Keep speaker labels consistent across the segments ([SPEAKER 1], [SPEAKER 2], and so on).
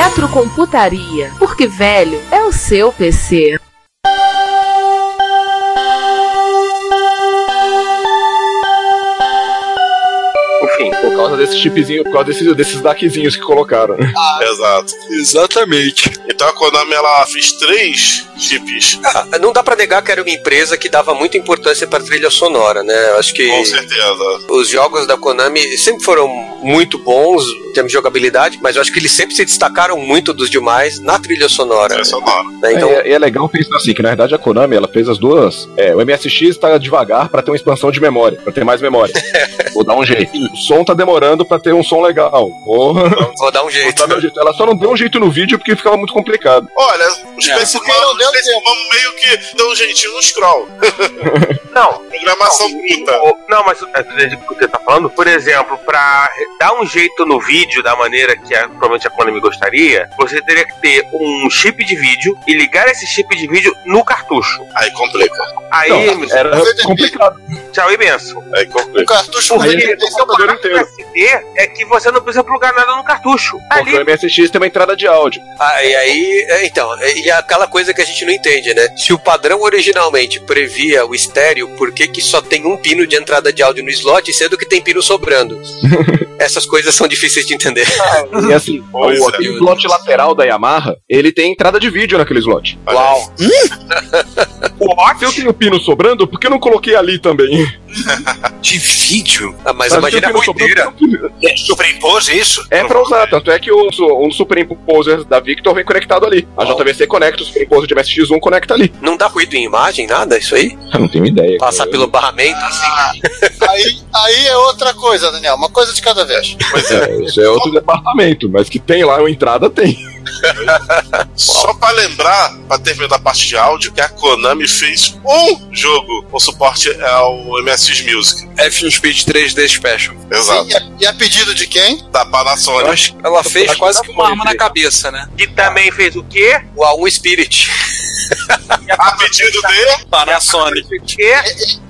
[SPEAKER 1] Retrocomputaria, porque velho é o seu PC.
[SPEAKER 2] Enfim,
[SPEAKER 3] Por causa desse chipzinho, por causa desses, desses daquezinhos que colocaram.
[SPEAKER 2] exato.
[SPEAKER 4] Exatamente.
[SPEAKER 2] Então a Konami ela fez três chips,
[SPEAKER 5] Ah, não dá pra negar que era uma empresa que dava muita importância pra trilha sonora, né? Eu Acho que
[SPEAKER 2] com certeza.
[SPEAKER 5] os jogos da Konami sempre foram muito bons em termos de jogabilidade, mas eu acho que eles sempre se destacaram muito dos demais na trilha sonora.
[SPEAKER 2] Trilha sonora.
[SPEAKER 5] né? Então,
[SPEAKER 3] é, e é legal pensar assim, que na verdade a Konami ela fez as duas. É, o MSX tá devagar pra ter uma expansão de memória, pra ter mais memória. Vou dar um jeito. O som tá demorando pra ter um som legal. Porra,
[SPEAKER 5] vou dar um
[SPEAKER 3] vou
[SPEAKER 5] jeito.
[SPEAKER 3] dar meu jeito. Ela só não deu um jeito no vídeo porque ficava muito complicado.
[SPEAKER 2] Olha, os
[SPEAKER 4] É,
[SPEAKER 2] Space
[SPEAKER 4] porque não
[SPEAKER 2] Mom,
[SPEAKER 4] deu
[SPEAKER 2] Space Mom meio que deu um jeitinho no scroll.
[SPEAKER 6] Não,
[SPEAKER 2] Programação bruta.
[SPEAKER 6] o- não, mas é, desde que você tá falando, por exemplo, pra dar um jeito no vídeo da maneira que a, provavelmente a Konami gostaria, você teria que ter um chip de vídeo e ligar esse chip de vídeo no cartucho.
[SPEAKER 2] Aí complica.
[SPEAKER 6] Aí,
[SPEAKER 3] Não, era
[SPEAKER 2] Mas é-
[SPEAKER 3] complicado.
[SPEAKER 6] tchau e benção.
[SPEAKER 2] Aí
[SPEAKER 4] O
[SPEAKER 2] complica.
[SPEAKER 4] cartucho
[SPEAKER 3] Porra,
[SPEAKER 4] ruim
[SPEAKER 3] ele-
[SPEAKER 4] tem
[SPEAKER 3] o
[SPEAKER 4] seu
[SPEAKER 3] computador inteiro.
[SPEAKER 6] SD é que você não precisa plugar nada no cartucho.
[SPEAKER 3] Porque o
[SPEAKER 6] Ali,
[SPEAKER 3] MSX tem uma entrada de áudio.
[SPEAKER 5] Ah, e aí, é, então, e e aquela coisa que a gente não entende, né? Se o padrão originalmente previa o estéreo, por que, que só tem um pino de entrada de áudio no slot, sendo que tem pino sobrando? Essas coisas são difíceis de entender.
[SPEAKER 3] E assim,
[SPEAKER 2] Pois
[SPEAKER 3] o,
[SPEAKER 2] é.
[SPEAKER 3] aquele slot lateral da Yamaha, ele tem entrada de vídeo naquele slot.
[SPEAKER 5] Uau!
[SPEAKER 2] Hum?
[SPEAKER 3] Se eu tenho pino sobrando, por que eu não coloquei ali também?
[SPEAKER 4] de vídeo.
[SPEAKER 5] Ah, mas
[SPEAKER 3] Mas
[SPEAKER 5] imagina a
[SPEAKER 3] eu
[SPEAKER 2] tá
[SPEAKER 3] tenho pino
[SPEAKER 5] ruideira.
[SPEAKER 3] sobrando, por que eu não-
[SPEAKER 4] É, superimpôs isso?
[SPEAKER 3] É pra usar, tanto é que o, su- um superimposer da Victor vem conectado ali. A
[SPEAKER 5] Uau.
[SPEAKER 3] JVC conecta, o superimposer de MSX1 conecta ali.
[SPEAKER 5] Não dá ruído em imagem, nada, isso aí?
[SPEAKER 3] Eu não tenho ideia.
[SPEAKER 5] Passar pelo barramento, assim.
[SPEAKER 4] Aí, aí é outra coisa, Daniel. Uma coisa de cada vez.
[SPEAKER 2] Pois é.
[SPEAKER 3] É, isso é outro departamento, mas que tem lá uma entrada, tem.
[SPEAKER 2] Só pra lembrar, pra terminar a parte de áudio, que a Konami fez um jogo com suporte ao MSX Music.
[SPEAKER 5] F1 Speed 3D Special.
[SPEAKER 2] Exato.
[SPEAKER 4] E a, e a pedido de quem?
[SPEAKER 2] Da Panasonic.
[SPEAKER 5] Ela fez Tá quase que uma
[SPEAKER 3] foi,
[SPEAKER 5] arma na
[SPEAKER 3] gente.
[SPEAKER 5] cabeça, né?
[SPEAKER 6] que também fez o quê?
[SPEAKER 5] O A1 Spirit.
[SPEAKER 2] A pedido
[SPEAKER 4] tá
[SPEAKER 2] de.
[SPEAKER 4] Panasonic.
[SPEAKER 6] Fez o quê?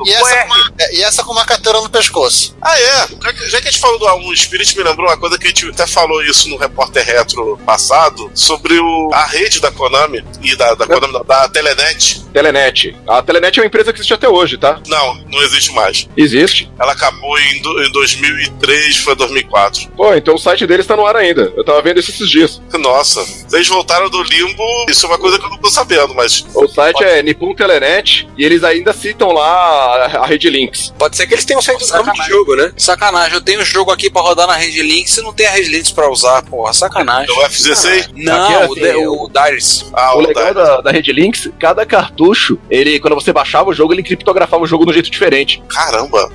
[SPEAKER 4] E
[SPEAKER 6] O
[SPEAKER 4] essa,
[SPEAKER 6] R.
[SPEAKER 4] com uma, é, e essa com uma cateira no pescoço.
[SPEAKER 2] Ah, é. Já que, já que a gente falou do A1 Spirit, me lembrou uma coisa que a gente até falou isso no repórter retro passado, sobre o, a rede da Konami e da, da Konami, não, da Telenet.
[SPEAKER 3] Telenet. A Telenet é uma empresa que existe até hoje, tá?
[SPEAKER 2] Não, não existe mais.
[SPEAKER 3] Existe.
[SPEAKER 2] Ela acabou em, do- em 2003, foi 2004.
[SPEAKER 3] Pô, então o site deles tá no ar ainda. Eu tava vendo isso esses dias.
[SPEAKER 2] Nossa, vocês voltaram do limbo. Isso é uma coisa que eu não tô sabendo, mas
[SPEAKER 3] O site é Nippon Telenet e eles ainda citam lá a- a rede Links.
[SPEAKER 5] Pode ser que eles
[SPEAKER 3] um
[SPEAKER 5] tenham saído do campo de
[SPEAKER 4] Sacanagem.
[SPEAKER 5] jogo, né?
[SPEAKER 4] Sacanagem, eu tenho um jogo aqui pra rodar na Rede Links e não tem a Rede Links pra usar, porra.
[SPEAKER 2] é
[SPEAKER 4] Sacanagem.
[SPEAKER 2] o F16.
[SPEAKER 3] Não, Aqui é o assim, de- o
[SPEAKER 4] Darius.
[SPEAKER 2] Ah,
[SPEAKER 3] o
[SPEAKER 2] o
[SPEAKER 3] legal
[SPEAKER 2] da-
[SPEAKER 3] da, da rede Links, cada cartucho, ele, quando você baixava o jogo, ele criptografava o jogo de um jeito diferente.
[SPEAKER 2] Caramba.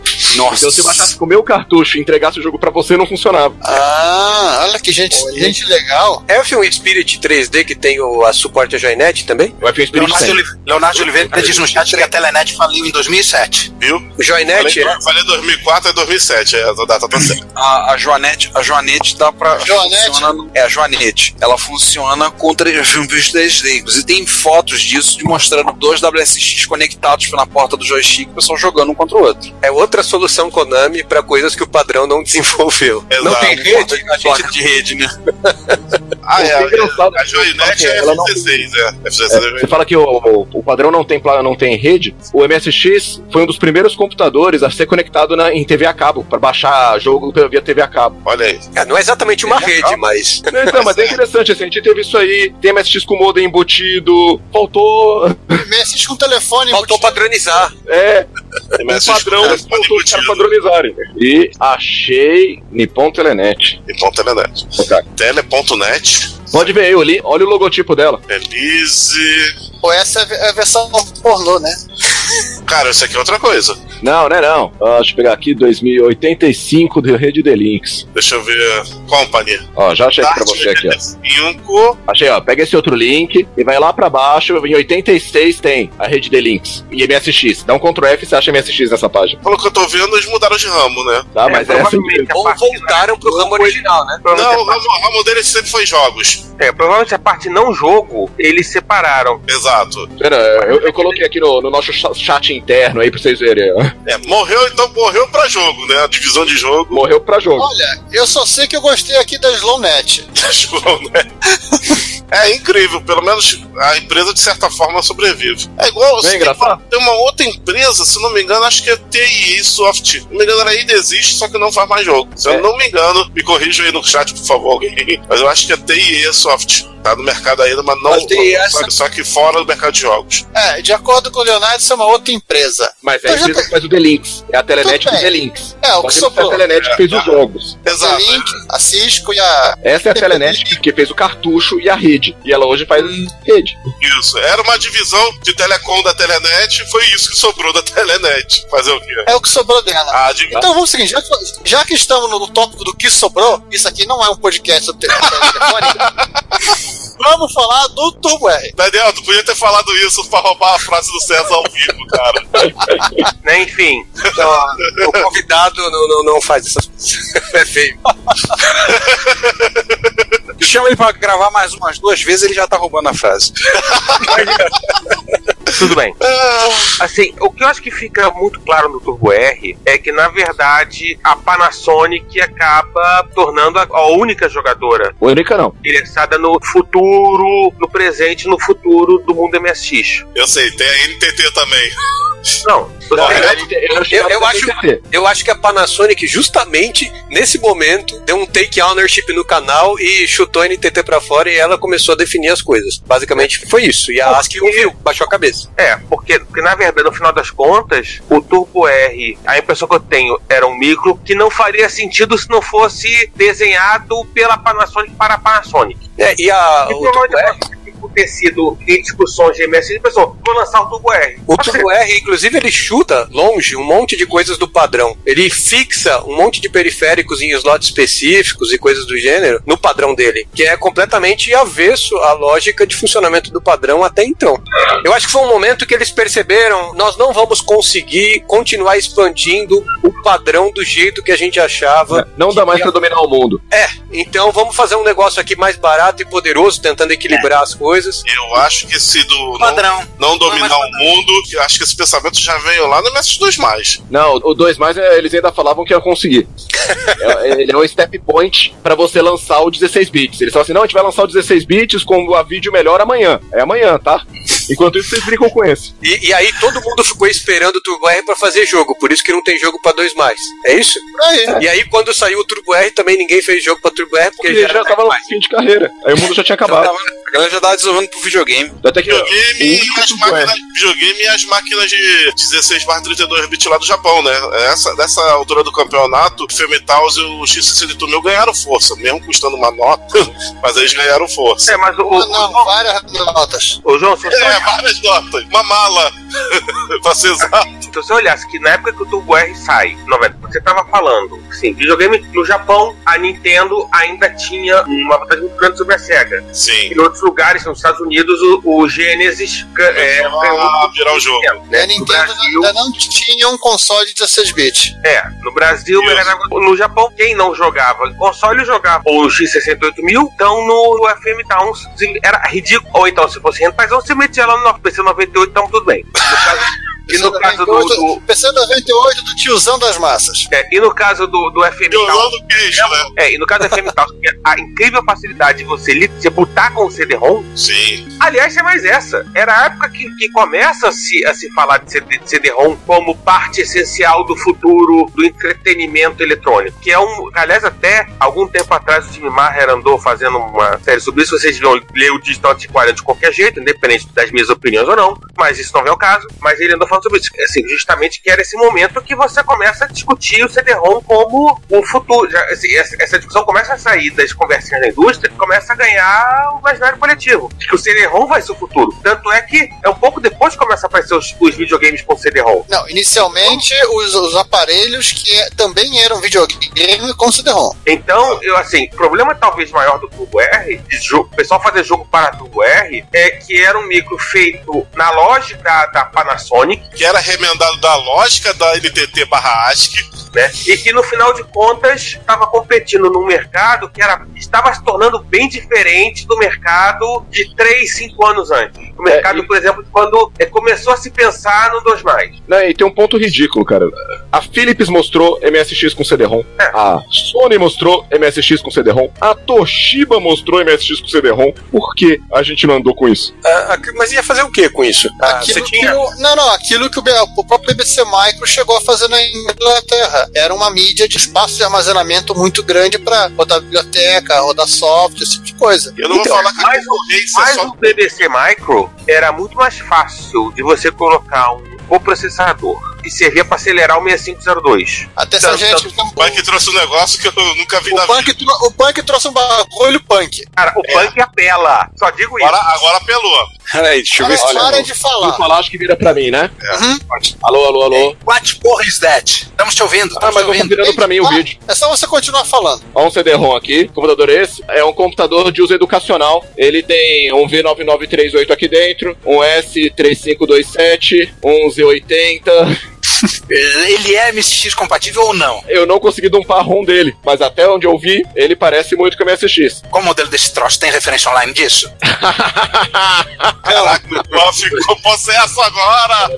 [SPEAKER 3] Então
[SPEAKER 4] Nossa.
[SPEAKER 3] se você baixasse com o meu cartucho e entregasse o jogo pra você, não funcionava.
[SPEAKER 4] Ah, olha que gente, gente legal.
[SPEAKER 5] É o F1 Spirit 3D que tem o a suporte à Joynet também?
[SPEAKER 3] O F1 Spirit tem.
[SPEAKER 4] Leonardo de Oliveira diz no chat que a Telenet faliu em 2007.
[SPEAKER 5] O Joynet, é
[SPEAKER 2] Falei, falei 2004 é 2007, é, a data tá certa.
[SPEAKER 7] A, a Joanete, a Joanete dá pra.
[SPEAKER 4] Joanete?
[SPEAKER 7] funciona- é, a Joanete. Ela funciona com 3D. Inclusive tem fotos disso de mostrando dois WSX conectados na porta do joystick, o pessoal jogando um contra o outro.
[SPEAKER 5] é outra solução Konami pra coisas que o padrão não desenvolveu.
[SPEAKER 2] Exato.
[SPEAKER 5] Não tem rede? A gente...
[SPEAKER 7] de rede, né?
[SPEAKER 2] Ah,
[SPEAKER 3] O que
[SPEAKER 2] é.
[SPEAKER 3] é engraçado
[SPEAKER 2] é, A
[SPEAKER 3] é que você fala
[SPEAKER 2] Joynet
[SPEAKER 3] que
[SPEAKER 2] é
[SPEAKER 3] ela não-
[SPEAKER 2] F16, é. F16
[SPEAKER 3] É,
[SPEAKER 2] é
[SPEAKER 3] você fala que o, o padrão não tem pla- não tem rede. O MSX foi um dos primeiros computadores a ser conectado na- em TV a cabo, pra baixar jogo pela- via TV a cabo.
[SPEAKER 2] Olha aí.
[SPEAKER 5] É, não é exatamente uma rede, mas...
[SPEAKER 3] Não, mas é interessante, assim, a gente teve isso aí, tem MSX com modem embutido, faltou.
[SPEAKER 4] Me assiste com o telefone.
[SPEAKER 5] Faltou padronizar.
[SPEAKER 3] É,
[SPEAKER 2] MSX
[SPEAKER 3] o padrão
[SPEAKER 2] com
[SPEAKER 3] faltou os caras
[SPEAKER 2] embutido.
[SPEAKER 3] padronizarem. E achei Nippon Telenet.
[SPEAKER 2] Então, Telenet.
[SPEAKER 3] Cara,
[SPEAKER 2] Tele.net,
[SPEAKER 3] Pode ver aí, olha, olha o logotipo dela.
[SPEAKER 2] Elise.
[SPEAKER 4] Pô, essa é a versão pornô, né?
[SPEAKER 2] Cara, isso aqui é outra coisa.
[SPEAKER 3] Não, não é não. Ah, deixa eu pegar aqui 2085 de Rede de Links.
[SPEAKER 2] Deixa eu ver. Company.
[SPEAKER 3] Ó, já achei aqui pra você aqui, ó.
[SPEAKER 2] 85.
[SPEAKER 3] Achei, ó. Pega esse outro link e vai lá pra baixo. Em 86 tem a Rede de Links e MSX. Dá um Ctrl F e você acha MSX nessa página.
[SPEAKER 2] Pelo que eu tô vendo, eles mudaram de ramo, né?
[SPEAKER 3] Tá, mas é essa.
[SPEAKER 6] provavelmente a
[SPEAKER 5] Ou
[SPEAKER 6] parte-
[SPEAKER 5] voltaram pro ramo original, né?
[SPEAKER 2] Não, o
[SPEAKER 6] provavelmente a
[SPEAKER 2] ramo, o ramo deles sempre foi jogos.
[SPEAKER 6] parte- é, provavelmente a parte não jogo, eles separaram.
[SPEAKER 2] Exato.
[SPEAKER 3] Pera, eu, eu coloquei aqui no, no nosso cha- chat interno aí pra vocês verem. ó.
[SPEAKER 2] É, morreu, então morreu pra jogo, né? A divisão de jogo.
[SPEAKER 3] Morreu pra jogo.
[SPEAKER 8] Olha, eu só sei que eu gostei aqui da Slownet.
[SPEAKER 2] João, né? É incrível, pelo menos a empresa de certa forma sobrevive. É igual
[SPEAKER 3] Não é
[SPEAKER 2] tem
[SPEAKER 3] engraçado?
[SPEAKER 2] uma- tem uma outra empresa, se não me engano, acho que é TI Soft. Se não me engano, ela ainda existe, só que não faz mais jogo. Se
[SPEAKER 3] É.
[SPEAKER 2] eu não me engano, me corrijam aí no chat, por favor, alguém. Mas eu acho que é TI Soft. Tá no mercado ainda, mas não.
[SPEAKER 7] Mas TIE
[SPEAKER 2] só- Só que fora do mercado de jogos.
[SPEAKER 8] É, de acordo com o Leonardo, isso é uma outra empresa.
[SPEAKER 3] Mas é a
[SPEAKER 8] Eu já
[SPEAKER 3] empresa que faz o The Links. É a Telenet
[SPEAKER 8] Tudo
[SPEAKER 3] que
[SPEAKER 8] bem.
[SPEAKER 3] The Links.
[SPEAKER 8] É, o
[SPEAKER 3] Só
[SPEAKER 8] que
[SPEAKER 3] que não foi a
[SPEAKER 8] sobrou.
[SPEAKER 3] Telenet que fez os jogos.
[SPEAKER 8] A
[SPEAKER 2] Exato.
[SPEAKER 8] Link,
[SPEAKER 6] né?
[SPEAKER 8] a Cisco e a.
[SPEAKER 3] Essa é a Telenet que fez o cartucho e a rede. E ela hoje faz
[SPEAKER 8] Hum.
[SPEAKER 3] rede.
[SPEAKER 2] Isso. Era uma divisão de telecom da Telenet e foi isso que sobrou da Telenet. Fazer o quê?
[SPEAKER 8] É o que sobrou
[SPEAKER 6] tá.
[SPEAKER 8] dela.
[SPEAKER 2] Ah, de...
[SPEAKER 8] Então vamos seguir, já que, já que estamos no tópico do que sobrou, isso aqui não é um podcast sobre telefone. vamos falar do Turbo R.
[SPEAKER 2] Daniel, tu podia ter falado isso pra roubar a frase do César ao vivo, cara.
[SPEAKER 6] Né? Enfim,
[SPEAKER 5] Então, o convidado não, não, não faz essas coisas. É feio.
[SPEAKER 7] Chama ele pra gravar mais umas duas vezes, ele já tá roubando a frase.
[SPEAKER 6] tudo bem. Assim, o que eu acho que fica muito claro no Turbo R é que, na verdade, a Panasonic acaba tornando a- a única jogadora
[SPEAKER 3] Única não.
[SPEAKER 6] interessada no futuro, no presente, no futuro do mundo MSX.
[SPEAKER 2] Eu sei, tem a NTT também.
[SPEAKER 6] Não, você
[SPEAKER 2] Não,
[SPEAKER 3] é
[SPEAKER 6] tem-
[SPEAKER 5] Eu- eu acho- Eu acho que a Panasonic, justamente nesse momento, deu um take ownership no canal e chutou a NTT pra fora e ela começou a definir as coisas. Basicamente foi isso. E a ASCII ouviu, baixou a cabeça.
[SPEAKER 6] é, porque, porque na verdade, no final das contas, o Turbo R, a impressão que eu tenho, era um micro que não faria sentido se não fosse desenhado pela Panasonic para a Panasonic.
[SPEAKER 5] É, e a,
[SPEAKER 6] e
[SPEAKER 5] o Turbo R,
[SPEAKER 6] provavelmente por ter sido em discussões de MSX, pensou, vou lançar o Turbo R. Assim,
[SPEAKER 5] o Turbo R, inclusive, ele chuta longe um monte de coisas do padrão. Ele fixa um monte de periféricos em slots específicos e coisas do gênero no padrão dele, que é completamente avesso à lógica de funcionamento do padrão até então. Eu acho que foi um momento que eles perceberam, nós não vamos conseguir continuar expandindo o padrão do jeito que a gente achava.
[SPEAKER 3] Não dá mais pra dominar o mundo.
[SPEAKER 5] É, então vamos fazer um negócio aqui mais barato e poderoso, tentando equilibrar as coisas.
[SPEAKER 2] Eu acho que esse do não,
[SPEAKER 7] Padrão.
[SPEAKER 2] não dominar
[SPEAKER 7] Não,
[SPEAKER 2] o mundo, eu acho que esse pensamento já veio lá no MS2 mais.
[SPEAKER 3] Não, o 2 mais é, eles ainda falavam que ia conseguir. É, ele é um step point pra você lançar o 16 bits. Eles falam assim: não, a gente vai lançar o 16 bits com a vídeo melhor amanhã. É amanhã, tá? Enquanto isso, vocês brincam com esse.
[SPEAKER 5] E, e aí todo mundo ficou esperando o Turbo R pra fazer jogo, por isso que não tem jogo pra dois mais. É isso?
[SPEAKER 8] Por aí.
[SPEAKER 5] E aí quando saiu o Turbo R também ninguém fez jogo pra Turbo R porque
[SPEAKER 3] Porque já,
[SPEAKER 5] já tá era
[SPEAKER 3] tava no
[SPEAKER 5] mais.
[SPEAKER 3] fim de carreira. Aí o mundo já tinha
[SPEAKER 7] Já
[SPEAKER 3] acabado.
[SPEAKER 7] tava- A galera já tava desenvolvendo pro videogame.
[SPEAKER 3] Até que.
[SPEAKER 2] Videogame
[SPEAKER 3] o
[SPEAKER 2] e,
[SPEAKER 3] único
[SPEAKER 2] as
[SPEAKER 3] Turbo R.
[SPEAKER 2] máquinas, videogame e as máquinas de 16 barra 32 bits lá do Japão, né? Essa, nessa altura do campeonato, o Femitaus e o X68000 ganharam força, mesmo custando uma nota, mas eles ganharam força.
[SPEAKER 6] É, mas o,
[SPEAKER 8] Ah, não, várias notas.
[SPEAKER 6] o, o João, se
[SPEAKER 2] É,
[SPEAKER 6] você,
[SPEAKER 2] várias notas, uma mala, pra ser exato.
[SPEAKER 6] se você olhasse que na época que o Turbo R sai, 90, você tava falando, assim, videogame no Japão, a Nintendo ainda tinha um uma vantagem muito grande sobre a SEGA.
[SPEAKER 2] Sim.
[SPEAKER 6] Em outros lugares, nos Estados Unidos, o, o Genesis ga- é,
[SPEAKER 2] Ah, virar o jogo.
[SPEAKER 6] ganhou,
[SPEAKER 8] E
[SPEAKER 6] né?
[SPEAKER 8] a
[SPEAKER 6] No
[SPEAKER 8] Nintendo
[SPEAKER 6] Brasil,
[SPEAKER 8] ainda não tinha um console de 16 bits.
[SPEAKER 6] é, no Brasil,
[SPEAKER 2] Isso.
[SPEAKER 6] era- no Japão, quem não jogava em console jogava ou o X68000, então no FM Town era ridículo. Ou então, se fosse rentazão, você metia lá no PC98, então tudo bem. No caso- e no caso do- do,
[SPEAKER 8] PC 98 do tiozão das massas.
[SPEAKER 6] É, e no caso do, do FM Town,
[SPEAKER 2] Violando o queijo, né?
[SPEAKER 6] é, e no caso do FM Town, que é a incrível facilidade de você, li- você botar com o CD-ROM,
[SPEAKER 2] Sim.
[SPEAKER 6] aliás, é mais essa. Era a época que, que começa a se, a se falar de CD de CD-ROM como parte essencial do futuro do entretenimento eletrônico. Que é um. Aliás, até algum tempo atrás o time Maher andou fazendo uma série sobre isso. Vocês vão ler o Digital Antiquário de qualquer jeito, independente das minhas opiniões ou não. Mas isso não é o caso. Mas ele andou falando sobre isso. Assim, justamente que era esse momento que você começa a discutir o CD-ROM como um futuro. Já, assim, essa, essa discussão começa a sair das conversinhas da indústria, começa a ganhar o imaginário coletivo. De que o CD-ROM vai ser o futuro. Tanto é que é um pouco depois que começa a aparecer os, os videogames com CD-ROM.
[SPEAKER 8] Não, inicialmente os, os aparelhos que é- também eram videogame com CD-ROM.
[SPEAKER 6] Então, eu assim, o problema talvez maior do Turbo R, de jogo, o pessoal fazer jogo para Turbo R, é que era um micro feito na lógica da, da Panasonic,
[SPEAKER 2] que era remendado da lógica da NTT barra ASCII.
[SPEAKER 6] né? E que no final de contas estava competindo num mercado que era, estava se tornando bem diferente do mercado de 3, 5 anos antes. O
[SPEAKER 2] É,
[SPEAKER 6] mercado, por exemplo, quando é, começou a se pensar no 2 mais.
[SPEAKER 3] Né, e tem um ponto ridículo, cara. A Philips mostrou MSX com CD-ROM.
[SPEAKER 5] É.
[SPEAKER 3] A Sony mostrou MSX com CD-ROM. A Toshiba mostrou MSX com CD-ROM. Por que a gente não andou com isso?
[SPEAKER 5] Ah, aqui- mas ia fazer o que com isso? Ah, você
[SPEAKER 8] Aquilo
[SPEAKER 5] tinha.
[SPEAKER 8] que o- não, não, aquilo que o, B- o próprio BBC Micro chegou a fazer na Inglaterra. Era uma mídia de espaço de armazenamento muito grande para rodar biblioteca, rodar software, esse tipo de coisa.
[SPEAKER 2] Eu não vou falar que a
[SPEAKER 6] mas o-
[SPEAKER 2] concorrência é
[SPEAKER 6] Mas
[SPEAKER 2] só
[SPEAKER 6] o BBC Micro era muito mais fácil de você colocar um coprocessador que servia para acelerar o 6502.
[SPEAKER 8] Até essa
[SPEAKER 6] Tanto-
[SPEAKER 8] gente.
[SPEAKER 2] o pai que trouxe um negócio que eu nunca vi na
[SPEAKER 8] O
[SPEAKER 2] vida.
[SPEAKER 8] punk, tro- o punk trouxe um bagulho punk.
[SPEAKER 6] Cara, o
[SPEAKER 2] É.
[SPEAKER 6] punk apela. Só digo isso.
[SPEAKER 2] Agora, agora apelou.
[SPEAKER 7] Peraí, deixa eu ver
[SPEAKER 8] Para,
[SPEAKER 7] se.
[SPEAKER 8] para de
[SPEAKER 3] Vou
[SPEAKER 8] falar. Uhum.
[SPEAKER 3] falar, acho que vira pra mim, né? Alô, alô, alô.
[SPEAKER 7] What porra is that? Estamos te ouvindo.
[SPEAKER 3] Ah,
[SPEAKER 7] Estamos
[SPEAKER 3] mas
[SPEAKER 7] te
[SPEAKER 3] não tá
[SPEAKER 7] ouvindo.
[SPEAKER 3] virando pra mim o
[SPEAKER 8] Para.
[SPEAKER 3] vídeo.
[SPEAKER 8] É só você continuar falando.
[SPEAKER 3] Ó, um CD-ROM aqui. Computador esse. É um computador de uso educacional. Ele tem um V9938 aqui dentro, um S3527, um Z80,
[SPEAKER 7] Ele é MSX compatível ou não?
[SPEAKER 3] Eu não consegui dumpar a ROM dele, mas até onde eu vi, ele parece muito com a MSX.
[SPEAKER 7] Qual o modelo desse troço? Tem referência online disso?
[SPEAKER 2] Caraca, meu pau ficou possesso agora.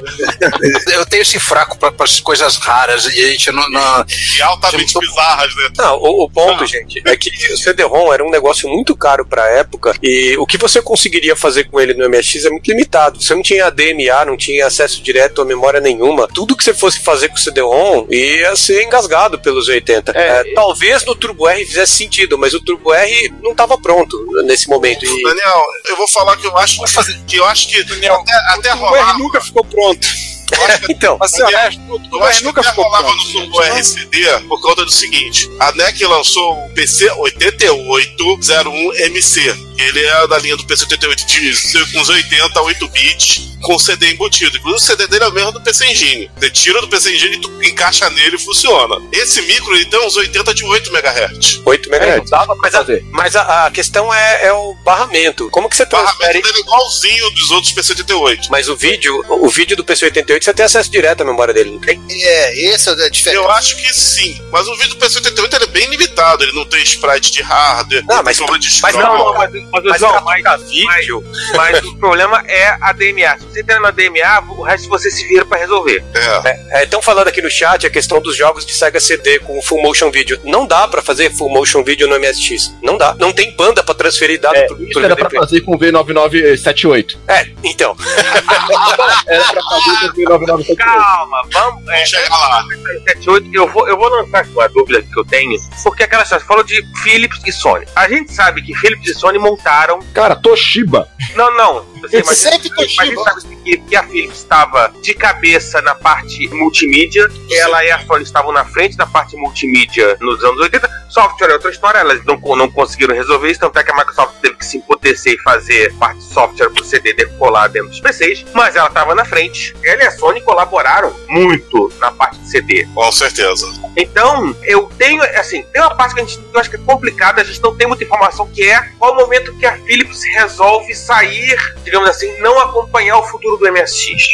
[SPEAKER 7] Eu tenho esse fraco pra, pra coisas raras e a gente não. não-
[SPEAKER 2] E altamente bizarras, né?
[SPEAKER 5] Não, o, o ponto,
[SPEAKER 7] Ah.
[SPEAKER 5] gente, é que o CD-ROM era um negócio muito caro pra época e o que você conseguiria fazer com ele no MSX é muito limitado. Você não tinha DMA, não tinha acesso direto a memória nenhuma. Tudo que você fosse fazer com o CD-ROM ia ser engasgado pelos 80.
[SPEAKER 3] É,
[SPEAKER 5] É, talvez no Turbo R fizesse sentido, mas o Turbo R não estava pronto nesse momento. E...
[SPEAKER 2] Daniel, eu vou falar que eu acho que eu acho que até, até
[SPEAKER 7] O Turbo R
[SPEAKER 2] rolar.
[SPEAKER 7] nunca ficou pronto.
[SPEAKER 2] Eu acho que
[SPEAKER 5] Então,
[SPEAKER 7] Mas, é,
[SPEAKER 2] Daniel,
[SPEAKER 7] aliás, o
[SPEAKER 2] Eu
[SPEAKER 7] Turbo R
[SPEAKER 2] acho que até
[SPEAKER 7] nunca ficou
[SPEAKER 2] rolava no
[SPEAKER 7] pronto. gente,
[SPEAKER 2] Turbo
[SPEAKER 7] né?
[SPEAKER 2] RCD por conta do seguinte: a NEC lançou o PC 8801MC. Ele é da linha do PC 88 de uns 80, 8 bits, com CD embutido. Inclusive, o CD dele é o mesmo do PC Engine. Você tira do PC Engine e tu encaixa nele e funciona. Esse micro ele tem uns 80 de 8 MHz.
[SPEAKER 5] 8
[SPEAKER 3] É,
[SPEAKER 5] MHz.
[SPEAKER 3] dava pra
[SPEAKER 5] Mas a-
[SPEAKER 3] fazer.
[SPEAKER 5] Mas a, a questão é, é o barramento. Como que você
[SPEAKER 2] O barramento
[SPEAKER 5] transfere
[SPEAKER 2] dele é igualzinho dos outros PC 88.
[SPEAKER 5] Mas o vídeo, o vídeo do PC88 você tem acesso direto à memória dele, não tem?
[SPEAKER 8] É, esse é diferente.
[SPEAKER 2] Eu acho que sim, mas o vídeo do PC88 ele é bem limitado, ele não tem sprite de hardware,
[SPEAKER 5] Não, mas-
[SPEAKER 2] problema de
[SPEAKER 5] mas
[SPEAKER 2] scroll.
[SPEAKER 5] não,
[SPEAKER 6] mas,
[SPEAKER 5] Mas
[SPEAKER 6] João,
[SPEAKER 5] pra
[SPEAKER 6] mas-
[SPEAKER 5] tocar vídeo,
[SPEAKER 6] mas o problema é a DMA. Se você entrar na DMA, o resto você se vira pra resolver.
[SPEAKER 2] É.
[SPEAKER 5] estão falando aqui no chat a questão dos jogos de Sega CD com full motion video. Não dá pra fazer full motion video no MSX. Não dá. Não tem banda pra transferir dado
[SPEAKER 3] É,
[SPEAKER 5] pro, pro
[SPEAKER 3] Isso era pra
[SPEAKER 5] VDP.
[SPEAKER 3] fazer com o V9978.
[SPEAKER 5] É, então.
[SPEAKER 3] Era pra fazer com o V9978.
[SPEAKER 6] Calma, vamos. É,
[SPEAKER 2] Chega lá.
[SPEAKER 6] 78, eu vou, eu vou lançar aqui uma dúvida que eu tenho, porque aquela história, você falou de Philips e Sony. A gente sabe que Philips e Sony montaram.
[SPEAKER 3] Cara, Toshiba.
[SPEAKER 6] Não, não. Você
[SPEAKER 8] Sempre Toshiba.
[SPEAKER 6] Mas a gente sabe que, que a Philips estava de cabeça na parte multimídia, ela e a Sony estavam na frente da parte multimídia nos anos 80. Software é outra história, elas não, co- não conseguiram resolver isso, tanto é que a Microsoft teve que se empotecer e fazer parte de software pro CD decolar dentro dos PCs, mas ela estava na frente. Ela e a Sony colaboraram muito na parte de CD.
[SPEAKER 2] Com certeza.
[SPEAKER 6] Então, eu tenho, assim, tem uma parte que a gente eu acho que é complicada, a gente não tem muita informação, que é qual o momento que a Philips resolve sair, digamos assim, não acompanhar o futuro do MSX.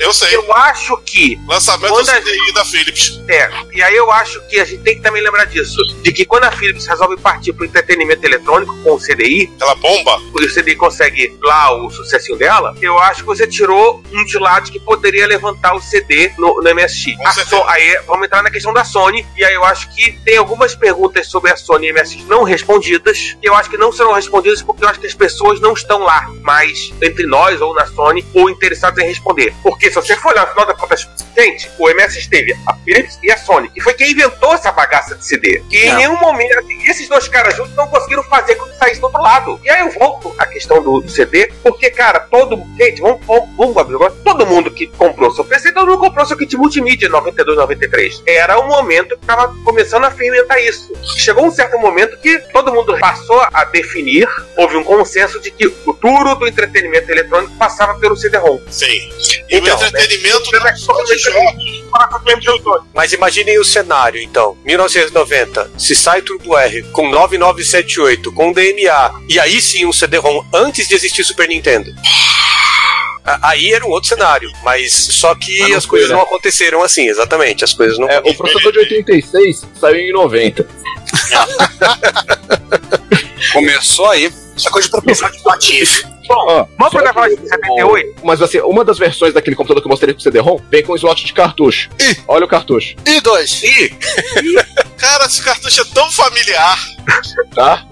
[SPEAKER 2] Eu sei.
[SPEAKER 6] Eu acho que,
[SPEAKER 2] Lançamento
[SPEAKER 6] Quando
[SPEAKER 2] do
[SPEAKER 6] a
[SPEAKER 2] CDI da Philips.
[SPEAKER 6] é, e aí eu acho que a gente tem que também lembrar disso, de que quando a Philips resolve partir para o entretenimento eletrônico com o CDI,
[SPEAKER 2] Aquela bomba.
[SPEAKER 6] e o CDI consegue lá o sucessinho dela, eu acho que você tirou um de lado que poderia levantar o CD no, no MSX.
[SPEAKER 2] Com
[SPEAKER 6] A
[SPEAKER 2] certeza.
[SPEAKER 6] So- aí vamos entrar na questão da Sony, e aí eu acho que tem algumas perguntas sobre a Sony e MSX não respondidas, e eu acho que não serão respondidas porque eu acho que as pessoas não estão lá, mas entre nós ou na Sony, ou interessadas em responder. Porque se você for olhar no final das contas, Gente, o MS esteve a Philips e a Sony, que foi quem inventou essa bagaça de CD. Que em
[SPEAKER 7] Não.
[SPEAKER 6] nenhum momento assim, esses dois caras juntos não conseguiram fazer quando saísse do outro lado. E aí eu volto à questão do, do CD, porque, cara, todo gente, vamos, vamos, vamos abrir agora. Todo mundo que comprou seu PC, todo mundo comprou seu kit multimídia em 92, 93. Era o momento que tava começando a fermentar isso. Chegou um certo momento que todo mundo passou a definir, houve um consenso de que o futuro do entretenimento eletrônico passava pelo CD-ROM.
[SPEAKER 2] Sim. E
[SPEAKER 6] Então,
[SPEAKER 2] o entretenimento
[SPEAKER 6] né?
[SPEAKER 2] não é só de jogos.
[SPEAKER 5] Mas imaginem o cenário, então. 1990, se sai Turbo R com 9978, com DMA, e aí sim um CD-ROM antes de existir Super Nintendo. A- Aí era um outro cenário, mas só que
[SPEAKER 3] Mas não
[SPEAKER 5] as
[SPEAKER 3] foi,
[SPEAKER 5] coisas
[SPEAKER 3] né?
[SPEAKER 5] não aconteceram assim, exatamente. As coisas não.
[SPEAKER 3] É, o processador de 86 saiu em 90.
[SPEAKER 7] Começou aí.
[SPEAKER 4] Essa é coisa de propriedade pativa.
[SPEAKER 3] Ó,
[SPEAKER 6] Vamos
[SPEAKER 3] só
[SPEAKER 6] pra
[SPEAKER 3] que é
[SPEAKER 6] negócio de
[SPEAKER 3] o-
[SPEAKER 6] 78?
[SPEAKER 3] Mas assim, uma das versões daquele computador que eu mostrei pro CD-ROM vem com um slot de cartucho. Olha o cartucho,
[SPEAKER 8] E dois.
[SPEAKER 2] Cara, esse cartucho é tão familiar.
[SPEAKER 3] tá?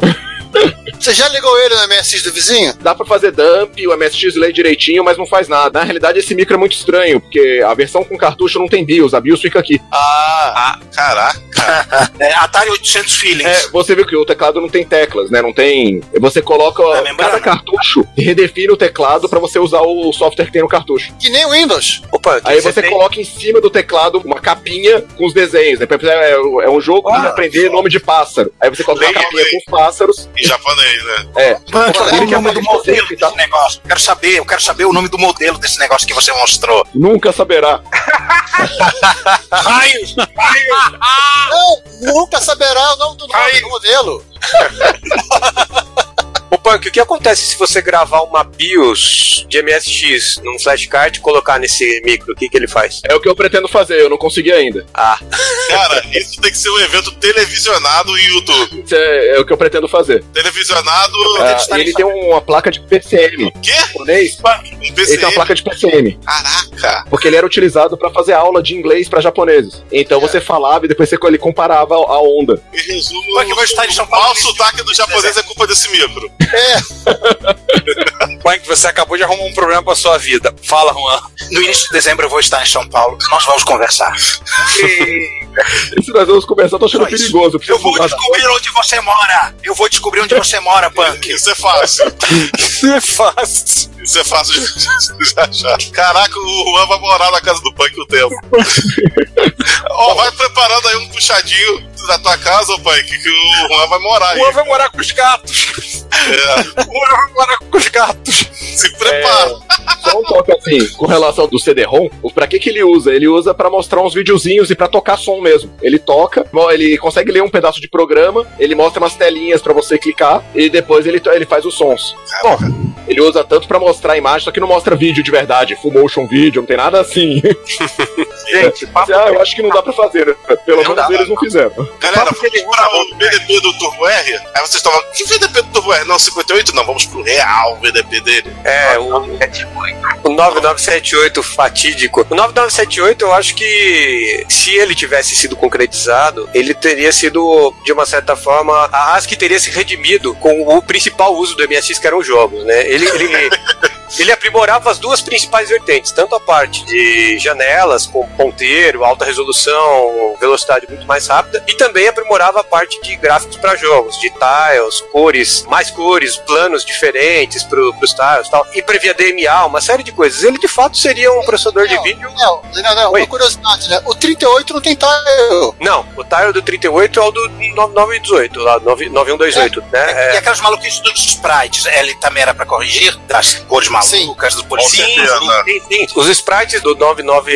[SPEAKER 8] Você já ligou ele no MSX do vizinho?
[SPEAKER 3] Dá pra fazer dump, o MSX lê direitinho, mas não faz nada. Na realidade, esse micro é muito estranho, porque a versão com cartucho não tem BIOS, a BIOS fica aqui.
[SPEAKER 2] Ah, caraca.
[SPEAKER 4] É, Atari 800 Feelings.
[SPEAKER 3] É, você viu que o teclado não tem teclas, né? Não tem. Você coloca
[SPEAKER 4] É membrana.
[SPEAKER 3] cada cartucho e redefine o teclado pra você usar o software que tem no cartucho.
[SPEAKER 8] Que nem o Windows.
[SPEAKER 5] Opa,
[SPEAKER 3] Aí você
[SPEAKER 5] tem-
[SPEAKER 3] coloca em cima do teclado uma capinha com os desenhos. né? Por exemplo, É, é um jogo de aprender nome de pássaro. Aí você coloca uma
[SPEAKER 2] Leia,
[SPEAKER 3] capinha
[SPEAKER 2] leia.
[SPEAKER 3] com os pássaros.
[SPEAKER 2] Em japonês, né?
[SPEAKER 4] Mano, qual é
[SPEAKER 3] Ele
[SPEAKER 4] o
[SPEAKER 3] quer
[SPEAKER 4] nome do
[SPEAKER 3] fazer de
[SPEAKER 4] modelo
[SPEAKER 3] sempre, tá?
[SPEAKER 4] desse negócio? Quero saber, eu quero saber o nome do modelo desse negócio que você mostrou.
[SPEAKER 3] Nunca saberá.
[SPEAKER 4] Raios!
[SPEAKER 8] Não, nunca saberá o nome do nome
[SPEAKER 6] Aí.
[SPEAKER 8] do modelo.
[SPEAKER 5] Ô Punk, o que acontece se você gravar uma BIOS de MSX num flashcard e colocar nesse micro? O que, que ele faz?
[SPEAKER 3] É o que eu pretendo fazer, eu não consegui ainda.
[SPEAKER 2] Cara, isso tem que ser um evento televisionado no YouTube.
[SPEAKER 3] Isso é, é o que eu pretendo fazer.
[SPEAKER 2] Televisionado.
[SPEAKER 3] Ah, e ele tem uma placa de PCM.
[SPEAKER 2] tá Quê?
[SPEAKER 3] Japonês?
[SPEAKER 2] Um
[SPEAKER 3] Ele tem uma
[SPEAKER 4] então,
[SPEAKER 2] PCM.
[SPEAKER 3] placa de PCM.
[SPEAKER 2] Caraca.
[SPEAKER 3] Porque ele era utilizado pra fazer aula de inglês pra japoneses. Então você falava e depois você, ele comparava a onda.
[SPEAKER 2] Em resumo,
[SPEAKER 4] Como é que vai estar em São
[SPEAKER 2] o
[SPEAKER 4] Paulo
[SPEAKER 2] mau
[SPEAKER 4] nesse-
[SPEAKER 2] sotaque do japonês é culpa desse micro.
[SPEAKER 7] Punk, você acabou de arrumar um problema pra sua vida. Fala, Juan.
[SPEAKER 4] No início de dezembro eu vou estar em São Paulo. Nós vamos conversar.
[SPEAKER 3] E se nós vamos conversar, eu tô achando
[SPEAKER 4] Só isso.
[SPEAKER 3] perigoso.
[SPEAKER 4] Eu
[SPEAKER 3] preciso
[SPEAKER 4] vou
[SPEAKER 3] mudar da-
[SPEAKER 4] descobrir onde você mora. Eu vou descobrir onde você mora, Punk.
[SPEAKER 2] Isso é fácil.
[SPEAKER 7] Isso é fácil.
[SPEAKER 2] Isso é fácil de, de achar. Caraca, o Juan vai morar na casa do punk o tempo. Ó, vai preparando aí um puxadinho da tua casa, ô punk, que o Juan vai morar aí.
[SPEAKER 7] Juan vai morar com os gatos.
[SPEAKER 2] É,
[SPEAKER 7] Juan vai morar com os gatos.
[SPEAKER 2] se prepara.
[SPEAKER 3] Só um toque assim, com relação do CD-ROM, o- pra que que ele usa? Ele usa pra mostrar uns videozinhos e pra tocar som mesmo. Ele toca, mo- ele consegue ler um pedaço de programa, ele mostra umas telinhas pra você clicar e depois ele, to- ele faz os sons. Bom, ele usa tanto pra mostrar a imagem, só que não mostra vídeo de verdade, full motion vídeo, não tem nada assim.
[SPEAKER 6] É, Gente, papo
[SPEAKER 3] ah, eu acho que não dá pra fazer, né? Pelo
[SPEAKER 4] Não
[SPEAKER 3] menos
[SPEAKER 4] dá.
[SPEAKER 3] eles não fizeram.
[SPEAKER 2] Galera,
[SPEAKER 6] Fala né? que ele
[SPEAKER 2] vamos pra o VDP do Turbo R? Aí vocês tomam. Que VDP do Turbo R? Não, 58? Não, vamos pro real VDP dele.
[SPEAKER 5] É, o,
[SPEAKER 6] é tipo,
[SPEAKER 5] o 9978 fatídico. O 9978, eu acho que se ele tivesse sido concretizado, ele teria sido, de uma certa forma, a ASCII teria se redimido com o principal uso do MSX, que eram os jogos, né? Ele. ele Ele aprimorava as duas principais vertentes, tanto a parte de janelas, com ponteiro, alta resolução, velocidade muito mais rápida, e também aprimorava a parte de gráficos para jogos, de tiles, cores, mais cores, planos diferentes para os tiles e tal, e previa DMA, uma série de coisas. Ele de fato seria um processador de
[SPEAKER 8] Não.
[SPEAKER 5] vídeo.
[SPEAKER 8] Não, não, não,
[SPEAKER 5] Oi.
[SPEAKER 8] uma curiosidade, né? O 38 não tem tile.
[SPEAKER 5] Não, o tile do 38 é o do 9918, lá, 9- 9128, né?
[SPEAKER 4] E aquelas maluquices dos sprites, ele também era pra corrigir? Das cores malucas, do
[SPEAKER 2] Com
[SPEAKER 4] polícia.
[SPEAKER 2] certeza.
[SPEAKER 5] Sim, né? sim. Os sprites do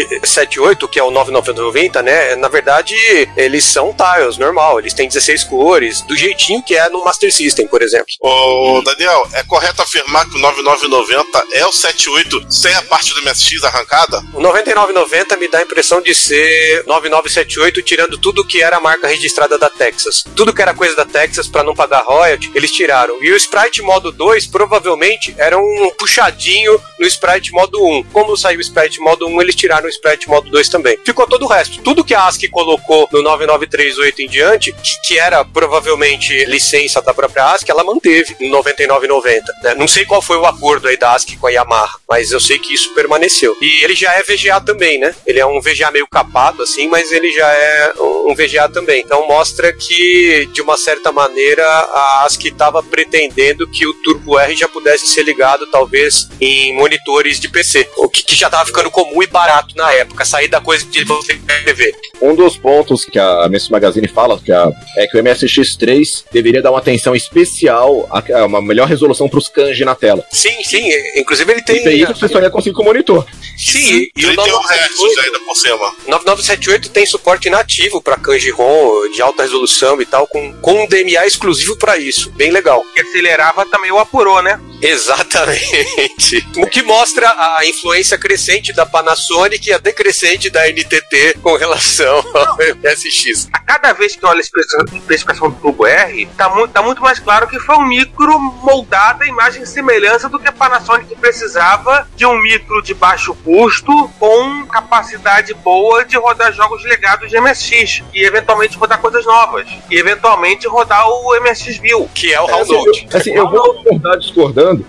[SPEAKER 5] 9978, que é o 9990, né? Na verdade, eles são tiles, normal. Eles têm 16 cores, do jeitinho que é no Master System, por exemplo.
[SPEAKER 2] Ô, Daniel, é correto afirmar que o 9990 é o 78 sem a parte do MSX arrancada?
[SPEAKER 5] O 9990 me dá a impressão de ser 9978, tirando tudo que era a marca registrada da Texas. Tudo que era coisa da Texas pra não pagar royalty, eles tiraram. E o Sprite modo 2 provavelmente era um puxadinho quadradinho no Sprite modo 1. Como saiu o Sprite modo 1, eles tiraram o Sprite modo 2 também. Ficou todo o resto. Tudo que a ASCII colocou no 9938 em diante, que, que era provavelmente licença da própria ASCII, ela manteve no 9990. né? Não sei qual foi o acordo aí da ASCII com a Yamaha, mas eu sei que isso permaneceu. E ele já é VGA também, né? Ele é um VGA meio capado, assim, mas ele já é um VGA também. Então mostra que, de uma certa maneira, a ASCII estava pretendendo que o Turbo R já pudesse ser ligado, talvez, em monitores de PC. O que, que já estava ficando comum e barato na época, sair da coisa de você ver TV.
[SPEAKER 3] Um dos pontos que a MS Magazine fala que a- é que o MSX3 deveria dar uma atenção especial, a, a uma melhor resolução para os kanji na tela.
[SPEAKER 5] Sim, sim. é- Inclusive ele tem.
[SPEAKER 3] Isso aí você só ia conseguir com o monitor.
[SPEAKER 5] Sim, e o
[SPEAKER 2] 31
[SPEAKER 5] 9978
[SPEAKER 2] Hz um ainda por cima.
[SPEAKER 5] 9978 tem suporte nativo para kanji ROM de alta resolução e tal, com, com um DMA exclusivo para isso. Bem legal.
[SPEAKER 6] Que acelerava também o apurou, né?
[SPEAKER 5] Exatamente. O que mostra a influência crescente da Panasonic e a decrescente da NTT com relação ao SX.
[SPEAKER 6] A cada vez que olha a especificação- especificação do Turbo R, tá, mu tá muito mais claro que foi um micro moldado à imagem e semelhança do que a Panasonic precisava de um micro de baixo custo com capacidade boa de rodar jogos legados de MSX e eventualmente rodar coisas novas e eventualmente rodar o MSX View.
[SPEAKER 5] Que é o
[SPEAKER 3] Assim,
[SPEAKER 5] Hall
[SPEAKER 3] eu, assim, eu vou concordar discordando,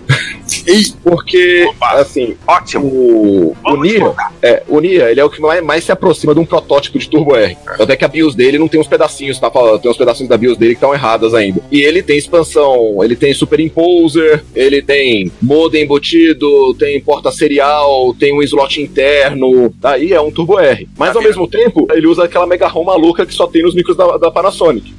[SPEAKER 3] porque, assim,
[SPEAKER 6] Ótimo.
[SPEAKER 3] o, o
[SPEAKER 6] Vamos
[SPEAKER 3] Nia,
[SPEAKER 6] discordar.
[SPEAKER 3] é, o Nia, ele é o que mais, mais se aproxima de um protótipo de Turbo R. Até que a BIOS dele não tem uns pedacinhos, tá? fal- Tem uns pedacinhos da BIOS dele que estão erradas ainda. E ele tem expansão, ele tem Superimposer, ele tem modem embutido, tem porta serial, tem um slot interno. Aí é um Turbo R. Mas ao mesmo tempo, ele usa aquela mega ROM maluca que só tem nos micros da, da Panasonic.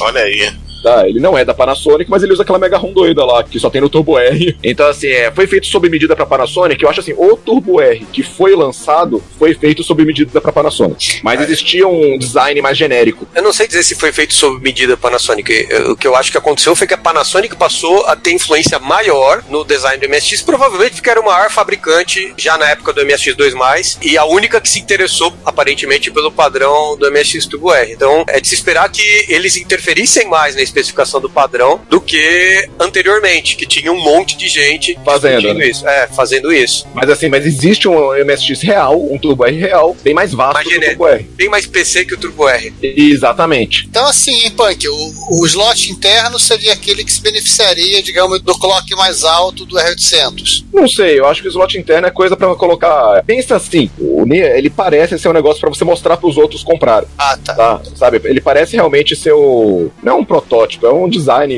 [SPEAKER 2] Olha aí.
[SPEAKER 3] Tá, ele não é da Panasonic, mas ele usa aquela Mega ROM doida lá, que só tem no Turbo R. Então, assim, é, foi feito sob medida pra Panasonic. Eu acho assim, o Turbo R que foi lançado foi feito sob medida pra Panasonic. Mas existia um design mais genérico.
[SPEAKER 5] Eu não sei dizer se foi feito sob medida Panasonic. Eu- O que eu acho que aconteceu foi que a Panasonic passou a ter influência maior no design do MSX, provavelmente porque era o maior fabricante já na época do MSX2+, e a única que se interessou, aparentemente, pelo padrão do MSX Turbo R. Então, é de se esperar que eles interferissem mais na especificação do padrão do que anteriormente, que tinha um monte de gente
[SPEAKER 3] Fazendo,
[SPEAKER 5] discutindo
[SPEAKER 3] né?
[SPEAKER 5] isso. É, fazendo isso.
[SPEAKER 3] Mas assim, mas existe um MSX real, um Turbo R real, bem mais vasto
[SPEAKER 5] Mais
[SPEAKER 3] que o
[SPEAKER 5] genérico.
[SPEAKER 3] Turbo R.
[SPEAKER 5] Tem mais PC que o Turbo R.
[SPEAKER 3] Exatamente.
[SPEAKER 8] Então, assim, hein, Punk, o, o slot interno seria aquele que se beneficiaria, digamos, do clock mais alto do R800.
[SPEAKER 3] Não sei, eu acho que o slot interno é coisa pra colocar. Pensa assim, o Nia, ele parece ser um negócio pra você mostrar pros outros comprarem.
[SPEAKER 8] Ah, tá.
[SPEAKER 3] tá? Sabe? Ele parece realmente ser o. Não é um protótipo, é um design.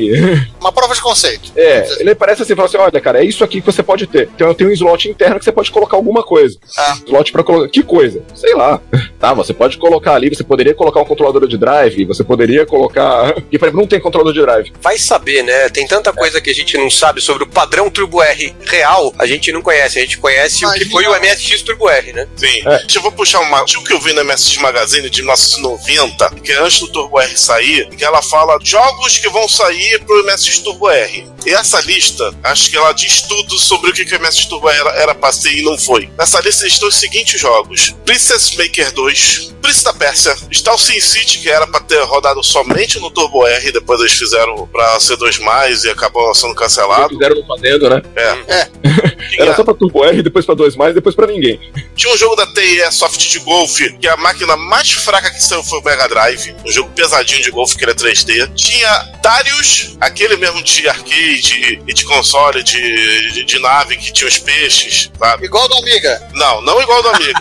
[SPEAKER 8] Uma prova de conceito.
[SPEAKER 3] É, ele parece assim, fala assim: olha, cara, é isso aqui que você pode ter. Então eu tenho um slot interno que você pode colocar alguma coisa.
[SPEAKER 8] Ah.
[SPEAKER 3] Slot pra colocar. Que coisa? Sei lá. Tá, você pode colocar ali, você poderia colocar um controlador de drive, você poderia colocar. E por exemplo, não tem controlador de drive.
[SPEAKER 5] Vai saber, né? Tem tanta coisa que a gente não sabe sobre o padrão Turbo R real, a gente não conhece. A gente conhece o que
[SPEAKER 8] Imagina.
[SPEAKER 5] foi o MSX Turbo R, né?
[SPEAKER 2] Sim.
[SPEAKER 3] É.
[SPEAKER 2] Deixa eu vou puxar uma. Tinha um que eu vi na MSX Magazine de 1990, que é antes do Turbo R sair, que ela fala jogos que vão sair pro MSX Turbo R. E essa lista, acho que ela diz tudo sobre o que, que o MSX Turbo era, era pra ser e não foi. Nessa lista estão os seguintes jogos: Princess Maker 2, Prince da Pérsia, está o Sin City, que era pra ter rodado somente no Turbo R, depois eles fizeram pra C2 e acabou sendo
[SPEAKER 3] Eles
[SPEAKER 2] cancelado.
[SPEAKER 3] fizeram no fazendo, né? Era
[SPEAKER 2] Tinha-
[SPEAKER 3] só pra Turbo R, depois pra 2, depois pra ninguém.
[SPEAKER 2] Tinha um jogo da TIE Soft de golfe, que é a máquina mais fraca que saiu foi o Mega Drive, um jogo pesadinho de golfe que era 3D. Tinha Darius, aquele mesmo de arcade e de console, de, de, de nave que tinha os peixes, sabe?
[SPEAKER 8] Igual do Amiga.
[SPEAKER 2] Não, não igual do amigo.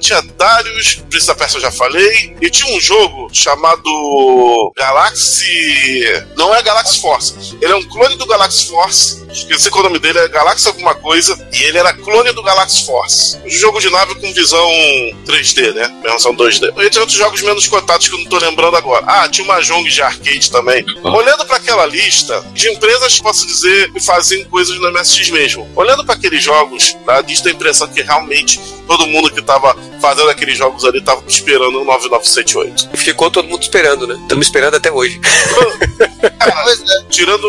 [SPEAKER 2] tinha Darius, Prince da Persa eu já falei, e tinha um jogo chamado Galaxy. Não é Galaxy Force, ele é um clone do Galaxy Force. Esqueci qual é o nome dele, é Galaxy alguma coisa, e ele era clone do Galaxy Force. Um jogo de nave com visão 3D, né? Mesmo são 2D. Entre outros jogos menos cotados que eu não tô lembrando agora. Ah, tinha uma Jong de arcade também. Olhando para aquela lista de empresas, posso dizer que fazem coisas no MSX mesmo. Olhando para aqueles jogos, tá? diz a impressão que realmente todo mundo que tava fazendo aqueles jogos ali tava esperando um o 9978.
[SPEAKER 5] E ficou todo mundo esperando, né? Estamos esperando até hoje.
[SPEAKER 2] Tirando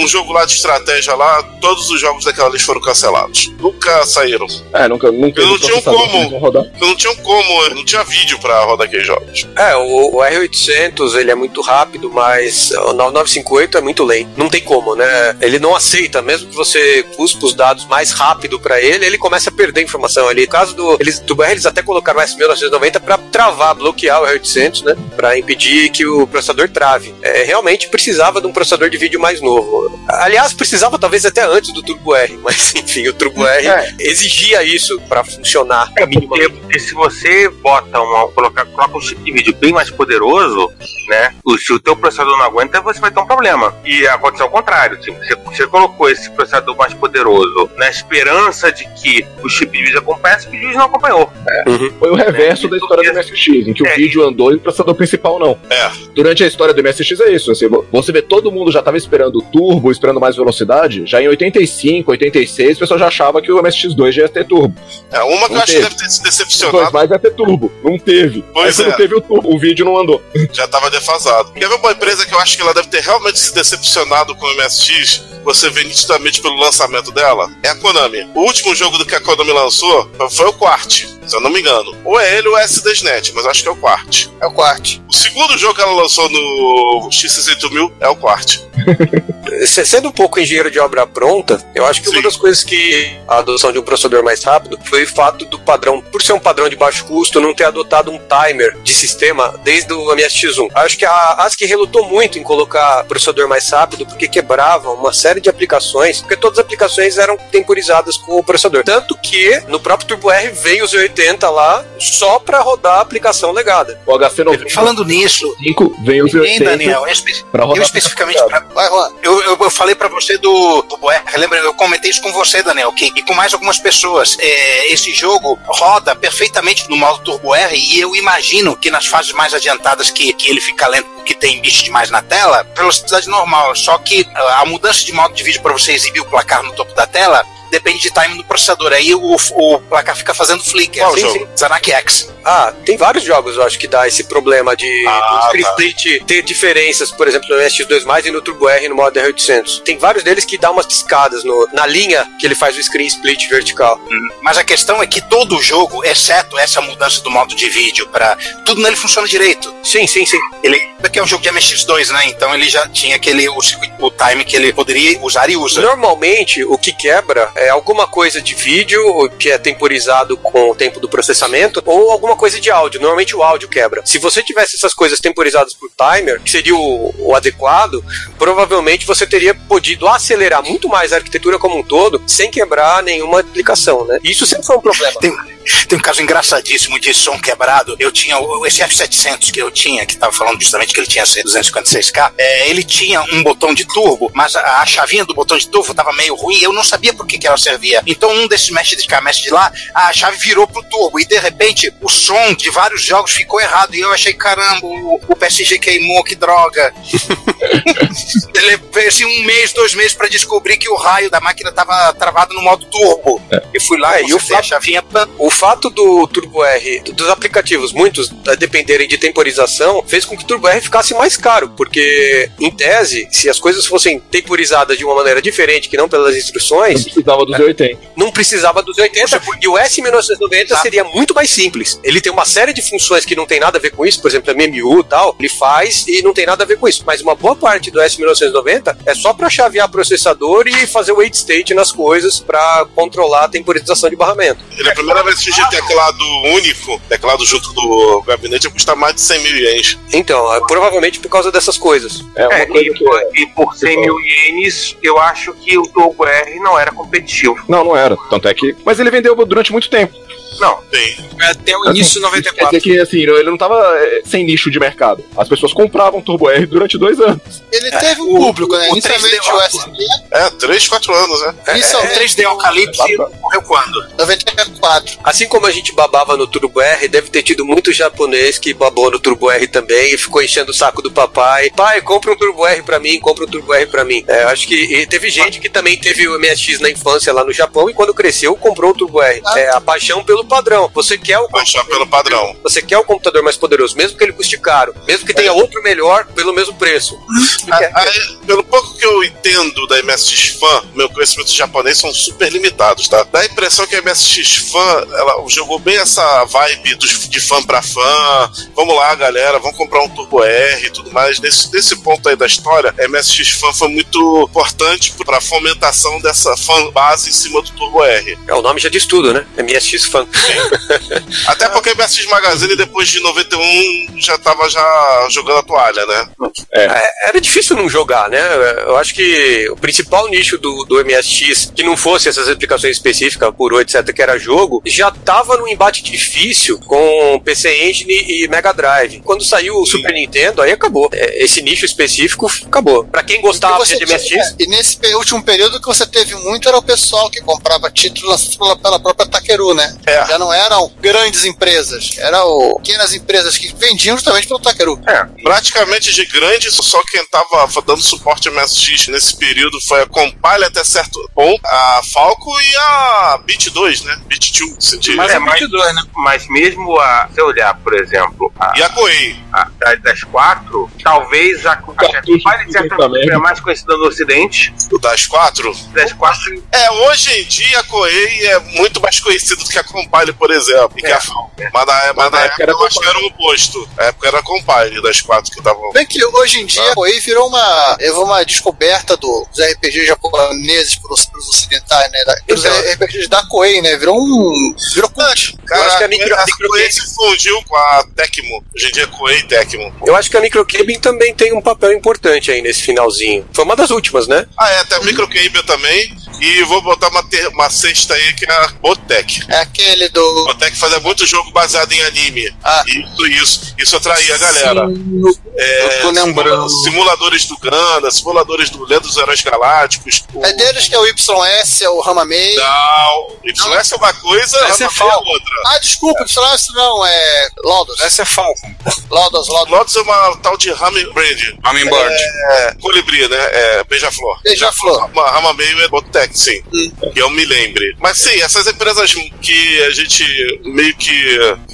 [SPEAKER 2] um jogo lá de estratégia lá, todos os jogos daquela lista foram cancelados. Nunca saíram.
[SPEAKER 3] É, nunca, nunca
[SPEAKER 2] Eu não
[SPEAKER 3] nunca
[SPEAKER 2] tinha
[SPEAKER 3] sabia
[SPEAKER 2] como.
[SPEAKER 3] eles vão rodar.
[SPEAKER 2] Não tinham como, não tinha vídeo pra rodar aqueles jogos.
[SPEAKER 5] É, o, o R800 ele é muito rápido, mas o 9958 é muito lento. Não tem como, né? Ele não aceita, mesmo que você cuspa os dados mais rápido pra ele, ele começa a perder informação ali. No caso do, eles, do BR, eles até colocaram o S1990 pra travar, bloquear o R800, né? Pra impedir que o processador trave. É, realmente precisava de um processador de vídeo mais novo. Aliás, precisava talvez até antes do Turbo R, mas enfim, o Turbo R
[SPEAKER 3] É.
[SPEAKER 5] exigia isso pra funcionar.
[SPEAKER 6] É porque, porque se você bota uma, coloca, coloca um chip de vídeo bem mais poderoso, né? o- Se o teu processador não aguenta, você vai ter um problema. E aconteceu o contrário, tipo, você, você colocou esse processador mais poderoso na esperança de que o chip de vídeo acompanhasse, o vídeo não acompanhou.
[SPEAKER 3] Foi o reverso da história do MSX, em que o
[SPEAKER 6] É.
[SPEAKER 3] vídeo andou e o processador principal não.
[SPEAKER 2] É.
[SPEAKER 3] Durante a história do MSX é isso. Assim, vo- você vê todo mundo já tava esperando o turbo, esperando mais velocidade. Já em 85, 86, o pessoal já achava que o MSX2 já ia ter turbo.
[SPEAKER 2] É, uma que
[SPEAKER 3] Não
[SPEAKER 2] eu acho que
[SPEAKER 3] teve.
[SPEAKER 2] deve ter se
[SPEAKER 3] Depois
[SPEAKER 2] decepcionado,
[SPEAKER 3] mais vai ter turbo. Não teve.
[SPEAKER 2] Pois
[SPEAKER 3] Aí quando
[SPEAKER 2] é.
[SPEAKER 3] teve o turbo, o vídeo não andou.
[SPEAKER 2] já tava defasado. Quer ver uma empresa que eu acho que ela deve ter realmente se decepcionado com o MSX? Você vê nitidamente pelo lançamento dela? É a Konami. O último jogo do que a Konami lançou foi o Quart, se eu não me engano. Ou é ele ou é SDSnet, mas eu acho que é o Quart.
[SPEAKER 8] É o quarto.
[SPEAKER 2] O segundo jogo que ela lançou no X68000 é o Quart.
[SPEAKER 5] Se- Sendo um pouco engenheiro de obra pronta, eu acho que
[SPEAKER 2] Sim.
[SPEAKER 5] uma das coisas que a adoção de um processador mais rápido foi o fato do padrão, por ser um padrão de baixo custo, não ter adotado um timer de sistema desde o MSX1. Acho que a ASCII relutou muito em colocar processador mais rápido porque quebrava uma série de aplicações, porque todas as aplicações eram temporizadas com o processador. Tanto que no próprio Turbo R veio o Z80 lá só para rodar a aplicação legada.
[SPEAKER 3] O HC95
[SPEAKER 9] Falando nisso,
[SPEAKER 3] vem o
[SPEAKER 9] hein,
[SPEAKER 3] 80
[SPEAKER 9] Daniel, eu, espe-
[SPEAKER 3] pra
[SPEAKER 9] eu
[SPEAKER 3] rodar.
[SPEAKER 9] especificamente. pra-
[SPEAKER 8] Vai, Juan.
[SPEAKER 9] eu, eu, eu falei pra você do, do Boer, lembra? Eu comentei isso com você, Daniel, que, e com mais algumas pessoas. É, esse jogo roda perfeitamente no modo Turbo R e eu imagino que nas fases mais adiantadas que, que ele fica lento, que tem bicho demais na tela, velocidade normal. Só que ah, a mudança de modo de vídeo pra você exibir o placar no topo da tela. Depende de time do processador. Aí o, o placar fica fazendo flicker.
[SPEAKER 5] Assim,
[SPEAKER 2] Qual
[SPEAKER 9] Sim,
[SPEAKER 2] jogo?
[SPEAKER 9] sim. Zanak X.
[SPEAKER 5] Ah, tem vários jogos, eu acho, que dá esse problema de
[SPEAKER 2] Ah,
[SPEAKER 5] do script ter diferenças, por exemplo, no MSX2+, e no Turbo R e no modo R800. Tem vários deles que dá umas piscadas no- na linha que ele faz o screen split vertical.
[SPEAKER 9] Mas a questão é que todo jogo, exceto essa mudança do modo de vídeo para tudo nele funciona direito.
[SPEAKER 5] Sim, sim, sim.
[SPEAKER 9] Ele porque é um jogo de MX2, né? Então ele já tinha aquele o, circuito- o time que ele poderia usar e usa.
[SPEAKER 5] Normalmente, o que quebra é alguma coisa de vídeo, que é temporizado com o tempo do processamento, ou alguma coisa de áudio. Normalmente o áudio quebra. Se você tivesse essas coisas temporizadas por timer, que seria o, o adequado, provavelmente você teria podido acelerar muito mais a arquitetura como um todo, sem quebrar nenhuma aplicação, né? Isso sempre foi um problema.
[SPEAKER 9] Tem um caso engraçadíssimo de som quebrado. Eu tinha o- esse F700 que eu tinha, que tava falando justamente que ele tinha esse 256K. é, ele tinha um botão de turbo, mas a, a chavinha do botão de turbo tava meio ruim. Eu não sabia por que, que ela servia. Então um desses mestres de cá, mestre de lá, a chave virou pro turbo e de repente o som de vários jogos ficou errado e eu achei caramba, o, o PSG queimou, que droga. Ele assim, um mês, dois meses pra descobrir que o raio da máquina tava travado no modo turbo. Eu fui lá
[SPEAKER 5] É,
[SPEAKER 9] e
[SPEAKER 5] e o
[SPEAKER 9] eu a chavinha pra
[SPEAKER 5] O fato do Turbo R, dos aplicativos, muitos eh, dependerem de temporização, fez com que o Turbo R ficasse mais caro, porque, em tese, se as coisas fossem temporizadas de uma maneira diferente, que não pelas
[SPEAKER 3] Eu
[SPEAKER 5] instruções,
[SPEAKER 3] precisava
[SPEAKER 9] É.
[SPEAKER 3] dos 80.
[SPEAKER 5] não precisava dos 80, e o S1990 seria muito mais simples. Ele tem uma série de funções que não tem nada a ver com isso, por exemplo, MMU e tal, ele faz e não tem nada a ver com isso, mas uma boa parte do S1990 é só pra chavear processador e fazer o wait state nas coisas pra controlar a temporização de barramento.
[SPEAKER 2] Ele é a primeira vez que
[SPEAKER 9] Ah.
[SPEAKER 2] surgiu teclado único, teclado junto do gabinete, custa mais de 100 mil ienes.
[SPEAKER 5] Então, é provavelmente por causa dessas coisas.
[SPEAKER 3] É,
[SPEAKER 6] É,
[SPEAKER 3] uma coisa
[SPEAKER 6] e,
[SPEAKER 3] que. é-
[SPEAKER 6] e por 100 mil ienes, eu acho que o Turbo R não era competitivo.
[SPEAKER 3] Não, não era. Tanto é que. Mas ele vendeu durante muito tempo.
[SPEAKER 2] Tem.
[SPEAKER 7] Até o início de
[SPEAKER 3] Quer
[SPEAKER 7] 94.
[SPEAKER 3] dizer que, assim, ele não tava eh, sem nicho de mercado. As pessoas compravam Turbo R durante dois anos.
[SPEAKER 8] Ele teve um público, né?
[SPEAKER 9] É, o 3D
[SPEAKER 8] Inicialmente o SB,
[SPEAKER 2] É, 3, 4 anos, né?
[SPEAKER 9] O
[SPEAKER 8] inicialmente
[SPEAKER 9] 3D Apocalipse morreu quando?
[SPEAKER 8] 94.
[SPEAKER 5] Assim como a gente babava no Turbo R, deve ter tido muito japonês que babou no Turbo R também e ficou enchendo o saco do papai. Pai, compra um Turbo R pra mim, compra um Turbo R pra mim. É, acho que e teve gente que também teve o MSX na infância lá no Japão e quando cresceu comprou o Turbo R. É, a paixão pelo padrão. Você quer o
[SPEAKER 2] Baixar pelo padrão.
[SPEAKER 5] Você quer o computador mais poderoso, mesmo que ele custe caro, mesmo que tenha outro melhor pelo mesmo preço.
[SPEAKER 2] A- aí, pelo pouco que eu entendo da MSX Fan, meu conhecimento de japonês são super limitados, tá? Dá a impressão que a MSX Fan, ela jogou bem essa vibe dos, de fã pra fã. Vamos lá, galera, vamos comprar um Turbo R e tudo mais. Nesse, nesse ponto aí da história, a MSX Fan foi muito importante pra fomentação dessa fan base em cima do Turbo R.
[SPEAKER 5] É, o nome já diz tudo, né? MSX Fan.
[SPEAKER 2] Até porque a MSX Magazine, depois de 91, já tava já jogando a toalha, né?
[SPEAKER 5] É, Era difícil não jogar, né? Eu acho que o principal nicho do, do MSX, que não fosse essas aplicações específicas, por etc., que era jogo, já tava num embate difícil com PC Engine e Mega Drive. Quando saiu o Super Nintendo, aí acabou. É, Esse nicho específico acabou. Pra quem gostava
[SPEAKER 8] você
[SPEAKER 5] de
[SPEAKER 8] tinha-
[SPEAKER 5] MSX,
[SPEAKER 8] é, e nesse pe- último período que você teve muito era o pessoal que comprava títulos lançados pela, pela própria Takeru, né?
[SPEAKER 9] É.
[SPEAKER 8] Já não eram grandes empresas, eram pequenas empresas que vendiam justamente pelo Takeru.
[SPEAKER 2] Praticamente de grande, só quem tava dando suporte a MSX nesse período foi a Compile até certo ponto, a Falco e a Bit 2, né? Bit 2, se diz.
[SPEAKER 6] Mas, é, mas,
[SPEAKER 8] né?
[SPEAKER 6] mas mesmo a, se eu olhar, por exemplo, a,
[SPEAKER 2] e a Koei,
[SPEAKER 6] das quatro, talvez a, a Compile de certa forma é mais conhecida no Ocidente.
[SPEAKER 2] O das quatro?
[SPEAKER 6] Das quatro.
[SPEAKER 2] É, hoje em dia a Koei é muito mais conhecida do que a Compile, por exemplo, e que a Falco. Mas na, É. mas na época, eu acho que era o oposto. Na época era a Compile das quatro que estavam.
[SPEAKER 8] Bem que hoje em dia a Koei virou uma, é uma descoberta do- dos RPGs japoneses pelos, pelos ocidentais, né? Da, dos RPGs da Koei, né? Virou um... Virou cult.
[SPEAKER 2] Cara, a, Koei se fundiu com a Tecmo. Hoje em dia é Koei e Tecmo.
[SPEAKER 5] eu acho que a Microcabin também tem um papel importante aí nesse finalzinho. Foi uma das últimas, né?
[SPEAKER 2] Ah, é, até o Microcable também. E vou botar uma, ter- uma sexta aí que é a Botec.
[SPEAKER 8] É aquele do.
[SPEAKER 2] Botec fazia muito jogo baseado em anime.
[SPEAKER 8] Ah.
[SPEAKER 2] Isso, isso. Isso atraía a galera. É,
[SPEAKER 8] eu tô lembrando.
[SPEAKER 2] simula- Simuladores do Ganda, simuladores do Lenda dos Heróis Galácticos. O...
[SPEAKER 8] É deles que é o YS, é o Ramamei.
[SPEAKER 2] Não, YS é uma coisa,
[SPEAKER 8] Esse é
[SPEAKER 2] Ramamei é outra.
[SPEAKER 8] Ah, desculpa, YS não, é Laudos.
[SPEAKER 7] Essa é Falcon.
[SPEAKER 8] Laudos, Laudos.
[SPEAKER 2] Lotus é uma tal de Hummingbird.
[SPEAKER 7] Hummingbird.
[SPEAKER 2] É, colibri, né? É, beija-flor.
[SPEAKER 8] Beija-flor.
[SPEAKER 2] Uma rama meio é Botec, sim.
[SPEAKER 9] Hum.
[SPEAKER 2] Que eu me lembre. Mas sim, essas empresas que a gente meio que,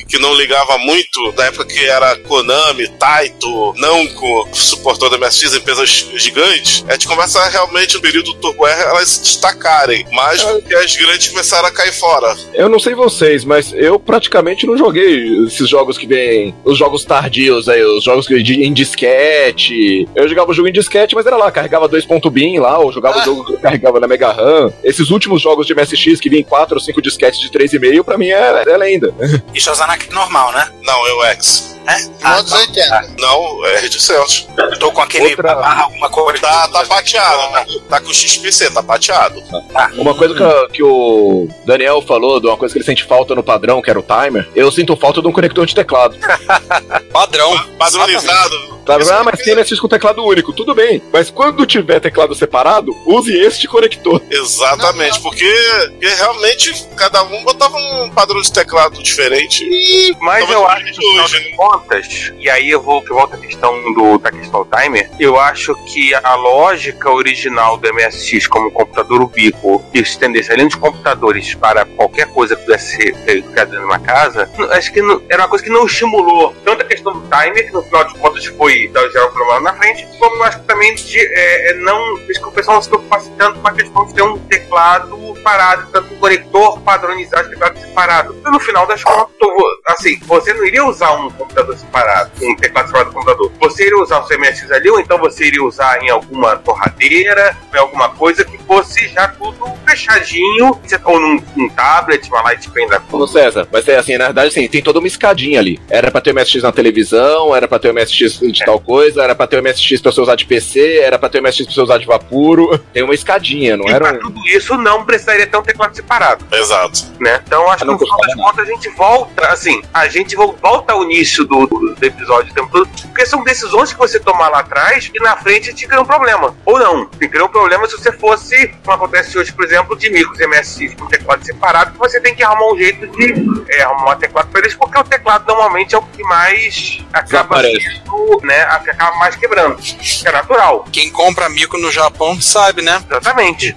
[SPEAKER 2] que não ligava muito, na época que era Konami, Taito, Namco, suportou da MSX, empresas gigantes, a gente começa realmente no período do Turbo R elas se destacarem. Mas
[SPEAKER 9] Ah.
[SPEAKER 2] porque as grandes começaram a cair fora.
[SPEAKER 3] Eu não sei vocês, mas eu praticamente não joguei esses jogos que vêm. Os jogos tardios aí, os jogos que de- em disquete. Eu jogava o jogo em disquete, mas era lá, carregava 2.bin lá, ou jogava o jogo que eu carregava na Mega RAM. Esses últimos jogos de MSX que vinham em 4 ou 5 disquetes de 3,5, pra mim é, é lenda.
[SPEAKER 9] E Shazanac normal, né?
[SPEAKER 2] Não, eu X.
[SPEAKER 9] É?
[SPEAKER 8] Ah, tá. 80.
[SPEAKER 2] Não, é Red Celso.
[SPEAKER 9] Eu tô com aquele barra, alguma cor.
[SPEAKER 2] Tá, tá pateado, tá, tá com o XPC, tá pateado.
[SPEAKER 3] Uma coisa que, a- que o Daniel falou, de uma coisa que ele sente falta no padrão, que era o timer, eu sinto falta de um conector de teclado.
[SPEAKER 7] Padrão.
[SPEAKER 2] Padronizado.
[SPEAKER 3] Tá, ah, mas tem MSX com teclado único, tudo bem. Mas quando tiver teclado separado, use este conector.
[SPEAKER 2] Exatamente, porque, porque realmente cada um botava um padrão de teclado diferente. E
[SPEAKER 6] Mas
[SPEAKER 2] Tava
[SPEAKER 6] eu
[SPEAKER 2] tudo
[SPEAKER 6] acho que,
[SPEAKER 2] isso
[SPEAKER 6] no
[SPEAKER 2] hoje,
[SPEAKER 6] final de contas, e aí eu vou que volta à questão do, da questão do timer, eu acho que a lógica original do MSX como computador ubíquo e se estendesse além dos computadores para qualquer coisa que pudesse ser eh, criada numa casa, n- acho que não- era uma coisa que não estimulou tanto a questão do timer, que no final de contas foi dar geral pro lado na frente, como eu acho que também de, eh, eh, não, fez que o pessoal não se preocupasse tanto com a questão de ter um teclado parado, tanto um conector padronizado, teclado separado. Então, no final das contas, eu- assim, você não iria usar um computador separado, um teclado separado do computador. Você iria usar o seu MSX ali, ou então você iria usar em alguma torradeira, em alguma coisa que fosse já tudo fechadinho, tá ou num, num um, tablet, uma light pen da
[SPEAKER 3] Ô César, mas é assim, na verdade, assim, tem toda uma escadinha ali. Era pra ter o MSX na televisão, era pra ter o MSX de tal coisa, era pra ter o MSX pra você usar de PC, era pra ter o MSX pra você usar de vapuro. Tem uma escadinha, não
[SPEAKER 6] E
[SPEAKER 3] era
[SPEAKER 6] pra
[SPEAKER 3] um...
[SPEAKER 6] tudo isso não precisaria ter um teclado separado.
[SPEAKER 2] Exato.
[SPEAKER 6] Né? Então acho
[SPEAKER 3] Ah, não
[SPEAKER 6] que no final das contas a gente volta, assim, a gente vol- volta ao início do, do- do episódio o tempo todo, porque são decisões que você tomar lá atrás e na frente te cria um problema. Ou não, te cria um problema se você fosse, como acontece hoje, por exemplo, de micros MSX com teclado separado, que você tem que arrumar um jeito de é, arrumar um teclado para eles, porque o teclado normalmente é o que mais acaba
[SPEAKER 3] Desaparece.
[SPEAKER 6] sendo, né, a- que acaba mais quebrando. que É natural.
[SPEAKER 7] Quem compra mico no Japão sabe, né?
[SPEAKER 6] Exatamente.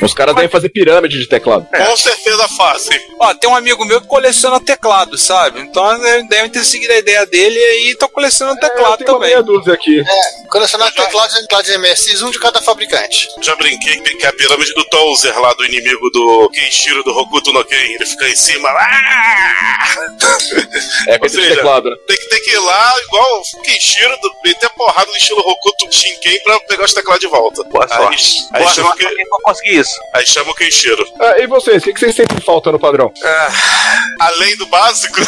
[SPEAKER 3] Os caras devem fazer pirâmide de teclado.
[SPEAKER 2] Com certeza fazem.
[SPEAKER 7] Ó, tem um amigo meu que coleciona teclado, sabe? Então eh, devem ter seguido a ideia dele e aí tô colecionando
[SPEAKER 3] É,
[SPEAKER 5] É,
[SPEAKER 7] teclado também.
[SPEAKER 3] meia dúzia aqui.
[SPEAKER 8] É, colecionar teclados e teclados MSX, um de cada fabricante.
[SPEAKER 2] Já brinquei que é a pirâmide do Tozer lá do inimigo do Kenshiro do Hokuto no Ken. Ele fica em cima. Ah!
[SPEAKER 3] É, com
[SPEAKER 2] Ou
[SPEAKER 3] esse
[SPEAKER 2] seja,
[SPEAKER 3] teclado, né?
[SPEAKER 2] Tem que, tem que ir lá igual o Kenshiro, do, meter a porrada no estilo Hokuto Shinken pra pegar os teclados de volta. Boa aí,
[SPEAKER 6] sorte.
[SPEAKER 2] aí
[SPEAKER 6] Boa
[SPEAKER 2] chama
[SPEAKER 6] sorte
[SPEAKER 2] o Ken- Aí chama o Kenshiro.
[SPEAKER 3] Ah, e vocês, o que, que vocês sentem falta no padrão?
[SPEAKER 2] Além do básico.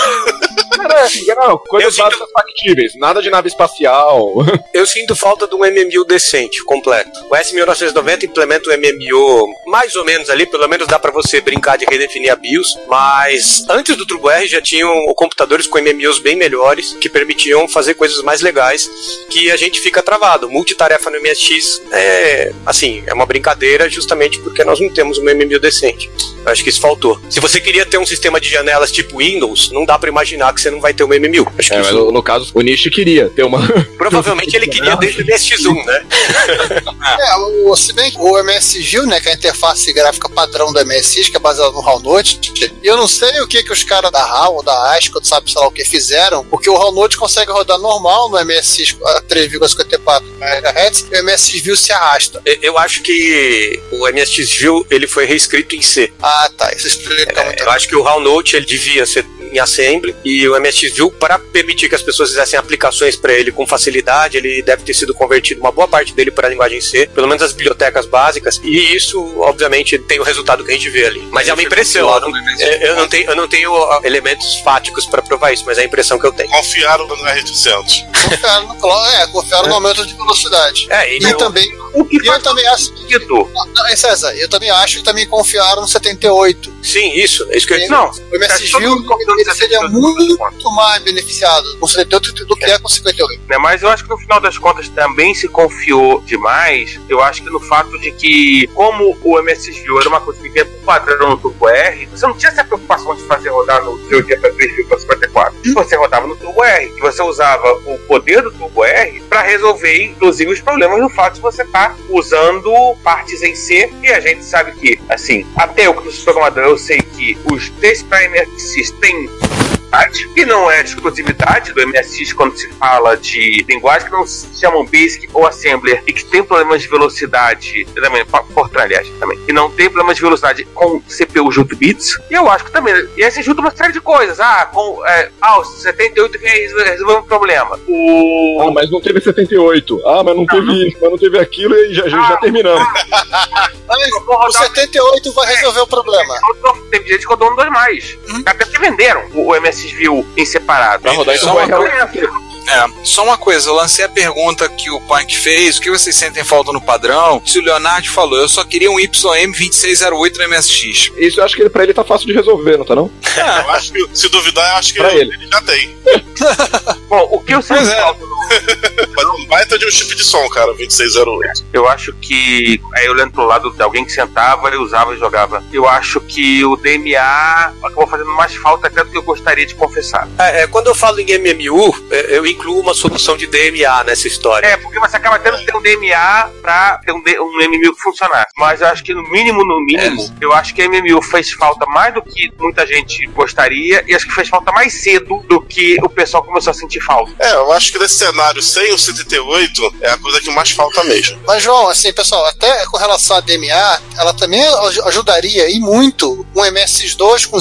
[SPEAKER 3] Cara, É, não, coisas básicas factíveis, nada de nave espacial.
[SPEAKER 5] Eu sinto falta de um MMU decente, completo. O S1990 implementa um MMU mais ou menos ali, pelo menos dá pra você brincar de redefinir a BIOS, mas antes do Turbo R já tinham computadores com MMUs bem melhores, que permitiam fazer coisas mais legais, que a gente fica travado. Multitarefa no MSX é, assim, é uma brincadeira justamente porque nós não temos um MMU decente. Eu acho que isso faltou. Se você queria ter um sistema de janelas tipo Windows, não dá pra imaginar que você não vai ter um MMU. Acho que
[SPEAKER 3] É, mas
[SPEAKER 5] isso
[SPEAKER 3] no, no caso, o Nishi queria ter uma.
[SPEAKER 5] Provavelmente ele queria desde o DSX1, né?
[SPEAKER 8] É, o, o- se bem que o MSGIL, né, que é a interface gráfica padrão do MSX, que é baseada no HAL Note, e eu não sei o que que os caras da HAL ou da ASCII, ou sabe, sei lá o que, fizeram, porque o HAL Note consegue rodar normal no MSX a 3,54 MHz, e o MSGIL se ah, arrasta.
[SPEAKER 5] E- Eu acho que o MSX View ele foi reescrito em C.
[SPEAKER 8] Ah, tá, isso explica muito.
[SPEAKER 5] Eu acho que o HAL Note ele devia ser em assembly e o MSX View para permitir que as pessoas fizessem aplicações para ele com facilidade, ele deve ter sido convertido uma boa parte dele para a linguagem C, pelo menos as bibliotecas básicas. E isso, obviamente, tem o resultado que a gente vê ali. Mas é uma impressão. Eu não,
[SPEAKER 6] É,
[SPEAKER 5] eu não tenho, eu não tenho ó, elementos fáticos para provar isso, mas é a impressão que eu tenho.
[SPEAKER 2] Confiaram no R200.
[SPEAKER 8] Confiaram no, clo- é, confiaram no aumento de velocidade.
[SPEAKER 5] É, e
[SPEAKER 6] Então-
[SPEAKER 8] e também. e eu também acho. Não, não, é, César, eu também acho que também confiaram no 78.
[SPEAKER 5] Sim, isso. É isso que eu...
[SPEAKER 6] Não,
[SPEAKER 8] O MSX View ele seria muito mais beneficiado com 78 do que é com 58.
[SPEAKER 6] né? Mas eu acho que no final das contas também se confiou demais. Eu acho que no fato de que, como o MSX View era uma coisa que vinha por padrão no Turbo R, você não tinha essa preocupação de fazer rodar no seu 3,54. Você rodava no Turbo R e você usava o poder do Turbo R para resolver, inclusive, os problemas do fato de você estar usando partes em C. E a gente sabe que, assim, até eu que não sou programador, eu sei que os três primers têm exclusividade, que não é de exclusividade do MSX quando se fala de linguagem que não se chamam Basic ou Assembler e que tem problemas de velocidade, e também, pa- Fortran, aliás, também, e não tem problemas de velocidade com CPU junto bits. E eu acho que também, e aí você junta uma série de coisas. Ah, com é, ah, o 78 que resolveu um problema. O.
[SPEAKER 3] Ah, mas não teve 78. Ah, mas não teve isso, mas não teve aquilo e já, já, já terminamos.
[SPEAKER 8] Mas o 78 vai resolver o problema.
[SPEAKER 6] Teve gente que rodou um dois mais. Até porque venderam o, o MSX View em separado.
[SPEAKER 3] Vai
[SPEAKER 6] Então,
[SPEAKER 3] rodar em
[SPEAKER 6] Só
[SPEAKER 3] Turbo
[SPEAKER 6] uma
[SPEAKER 3] R.
[SPEAKER 6] coisa-
[SPEAKER 7] É, só uma coisa, eu lancei a pergunta que o Punk fez, o que vocês sentem falta no padrão? Se o Leonardo falou, eu só queria um YM2608 no MSX.
[SPEAKER 3] Isso eu acho que ele- pra ele tá fácil de resolver, não tá não?
[SPEAKER 2] Eu acho que, se duvidar, eu acho que
[SPEAKER 3] Pra ele.
[SPEAKER 2] já tem.
[SPEAKER 6] Bom, o que eu sinto falta
[SPEAKER 2] Mas um baita de um chip de som, cara, 2608.
[SPEAKER 6] Eu acho que. Aí eu lembro pro lado de alguém que sentava, ele usava e jogava. Eu acho que o DMA acabou fazendo mais falta até do que eu gostaria de confessar.
[SPEAKER 5] É, é, quando eu falo em MMU, é, eu incluo uma solução de DMA nessa história.
[SPEAKER 6] É, porque você acaba tendo que ter um DMA pra ter um, D- um MMU que funcionar. Mas eu acho que no mínimo, no mínimo, eu acho que a MMU fez falta mais do que muita gente gostaria e acho que fez falta mais cedo do que o pessoal começou a sentir falta.
[SPEAKER 2] É, eu acho que nesse cenário sem o 78 é a coisa que mais falta mesmo.
[SPEAKER 8] Mas, João, assim, pessoal, até com relação à DMA, ela também aj- ajudaria e muito um MS2 com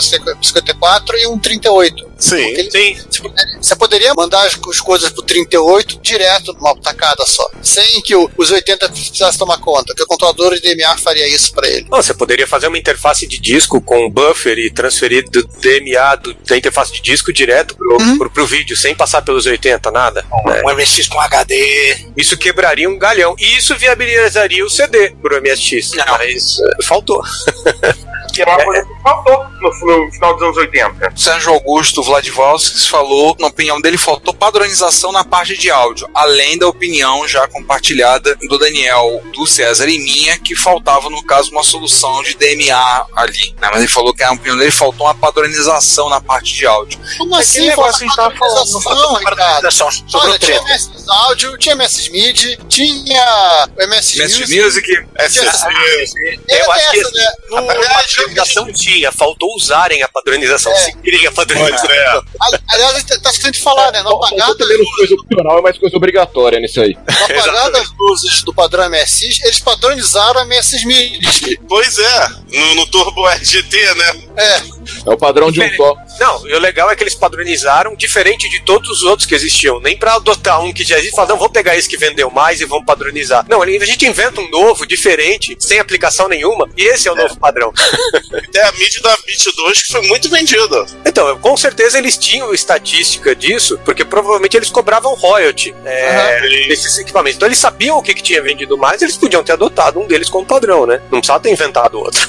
[SPEAKER 8] 83,54 e um 38.
[SPEAKER 2] Sim,
[SPEAKER 8] Porque ele-
[SPEAKER 6] sim.
[SPEAKER 8] Você poderia, você poderia mandar as, as coisas pro 38 direto numa tacada só, sem que o- os 80 precisassem tomar conta, que o controlador de DMA faria isso pra ele.
[SPEAKER 5] Não, você poderia fazer uma interface de disco com um buffer e transferir do DMA do- da interface de disco direto pro, pro- pro vídeo, sem passar pelos 80, nada. né?
[SPEAKER 9] Um MSX com HD.
[SPEAKER 5] Isso quebraria um galhão. E isso viabilizaria o CD pro MSX. Mas eh, faltou.
[SPEAKER 6] Que é uma coisa que faltou. no, no final dos anos 80.
[SPEAKER 4] Sérgio Augusto Vladivostis falou, na opinião dele, faltou padronização na parte de áudio, além da opinião já compartilhada do Daniel, do César e minha, que faltava, no caso, uma solução de DMA ali. né? Mas ele falou que a opinião dele faltou uma padronização na parte de áudio.
[SPEAKER 8] Como
[SPEAKER 4] Aquele
[SPEAKER 8] assim?
[SPEAKER 4] negócio
[SPEAKER 8] Falta
[SPEAKER 4] que a gente tava falando, não faltou
[SPEAKER 8] padronização, Ricardo.
[SPEAKER 4] padronização, sobrou
[SPEAKER 8] Olha, tinha
[SPEAKER 4] treta.
[SPEAKER 8] MS Audio, tinha MS Mid, tinha o MS,
[SPEAKER 4] Mestre
[SPEAKER 8] Music.
[SPEAKER 4] Music, É.
[SPEAKER 2] Essa-
[SPEAKER 8] Teve
[SPEAKER 5] Eu acho que
[SPEAKER 8] essa, né?
[SPEAKER 5] no, na padronização tinha, faltou usarem a padronização.
[SPEAKER 8] É.
[SPEAKER 5] Se queria a padronização.
[SPEAKER 2] Pois é.
[SPEAKER 8] Ali- Aliás, tá- tá escrito falar, né? Não apagar
[SPEAKER 3] Faltou menos tá coisa opcional, é mais coisa obrigatória nisso aí.
[SPEAKER 8] apagado as luzes do padrão MSX, eles padronizaram a MSX MIDI.
[SPEAKER 2] Pois é, no, no Turbo RGT, né?
[SPEAKER 8] É,
[SPEAKER 3] É o padrão de um só.
[SPEAKER 5] Não, e o legal é que eles padronizaram diferente de todos os outros que existiam. Nem pra adotar um que já existe e falar, não, vamos pegar esse que vendeu mais e vamos padronizar. Não, ele- a gente inventa um novo, diferente, sem aplicação nenhuma, e esse é o novo padrão.
[SPEAKER 2] Até a mídia da Bit 2 que foi muito vendida.
[SPEAKER 5] Então, eu- com certeza eles tinham estatística disso, porque provavelmente eles cobravam royalty é, desses equipamentos. Então eles sabiam o que, que tinha vendido mais, eles podiam ter adotado um deles como padrão, né? Não precisava ter inventado outro.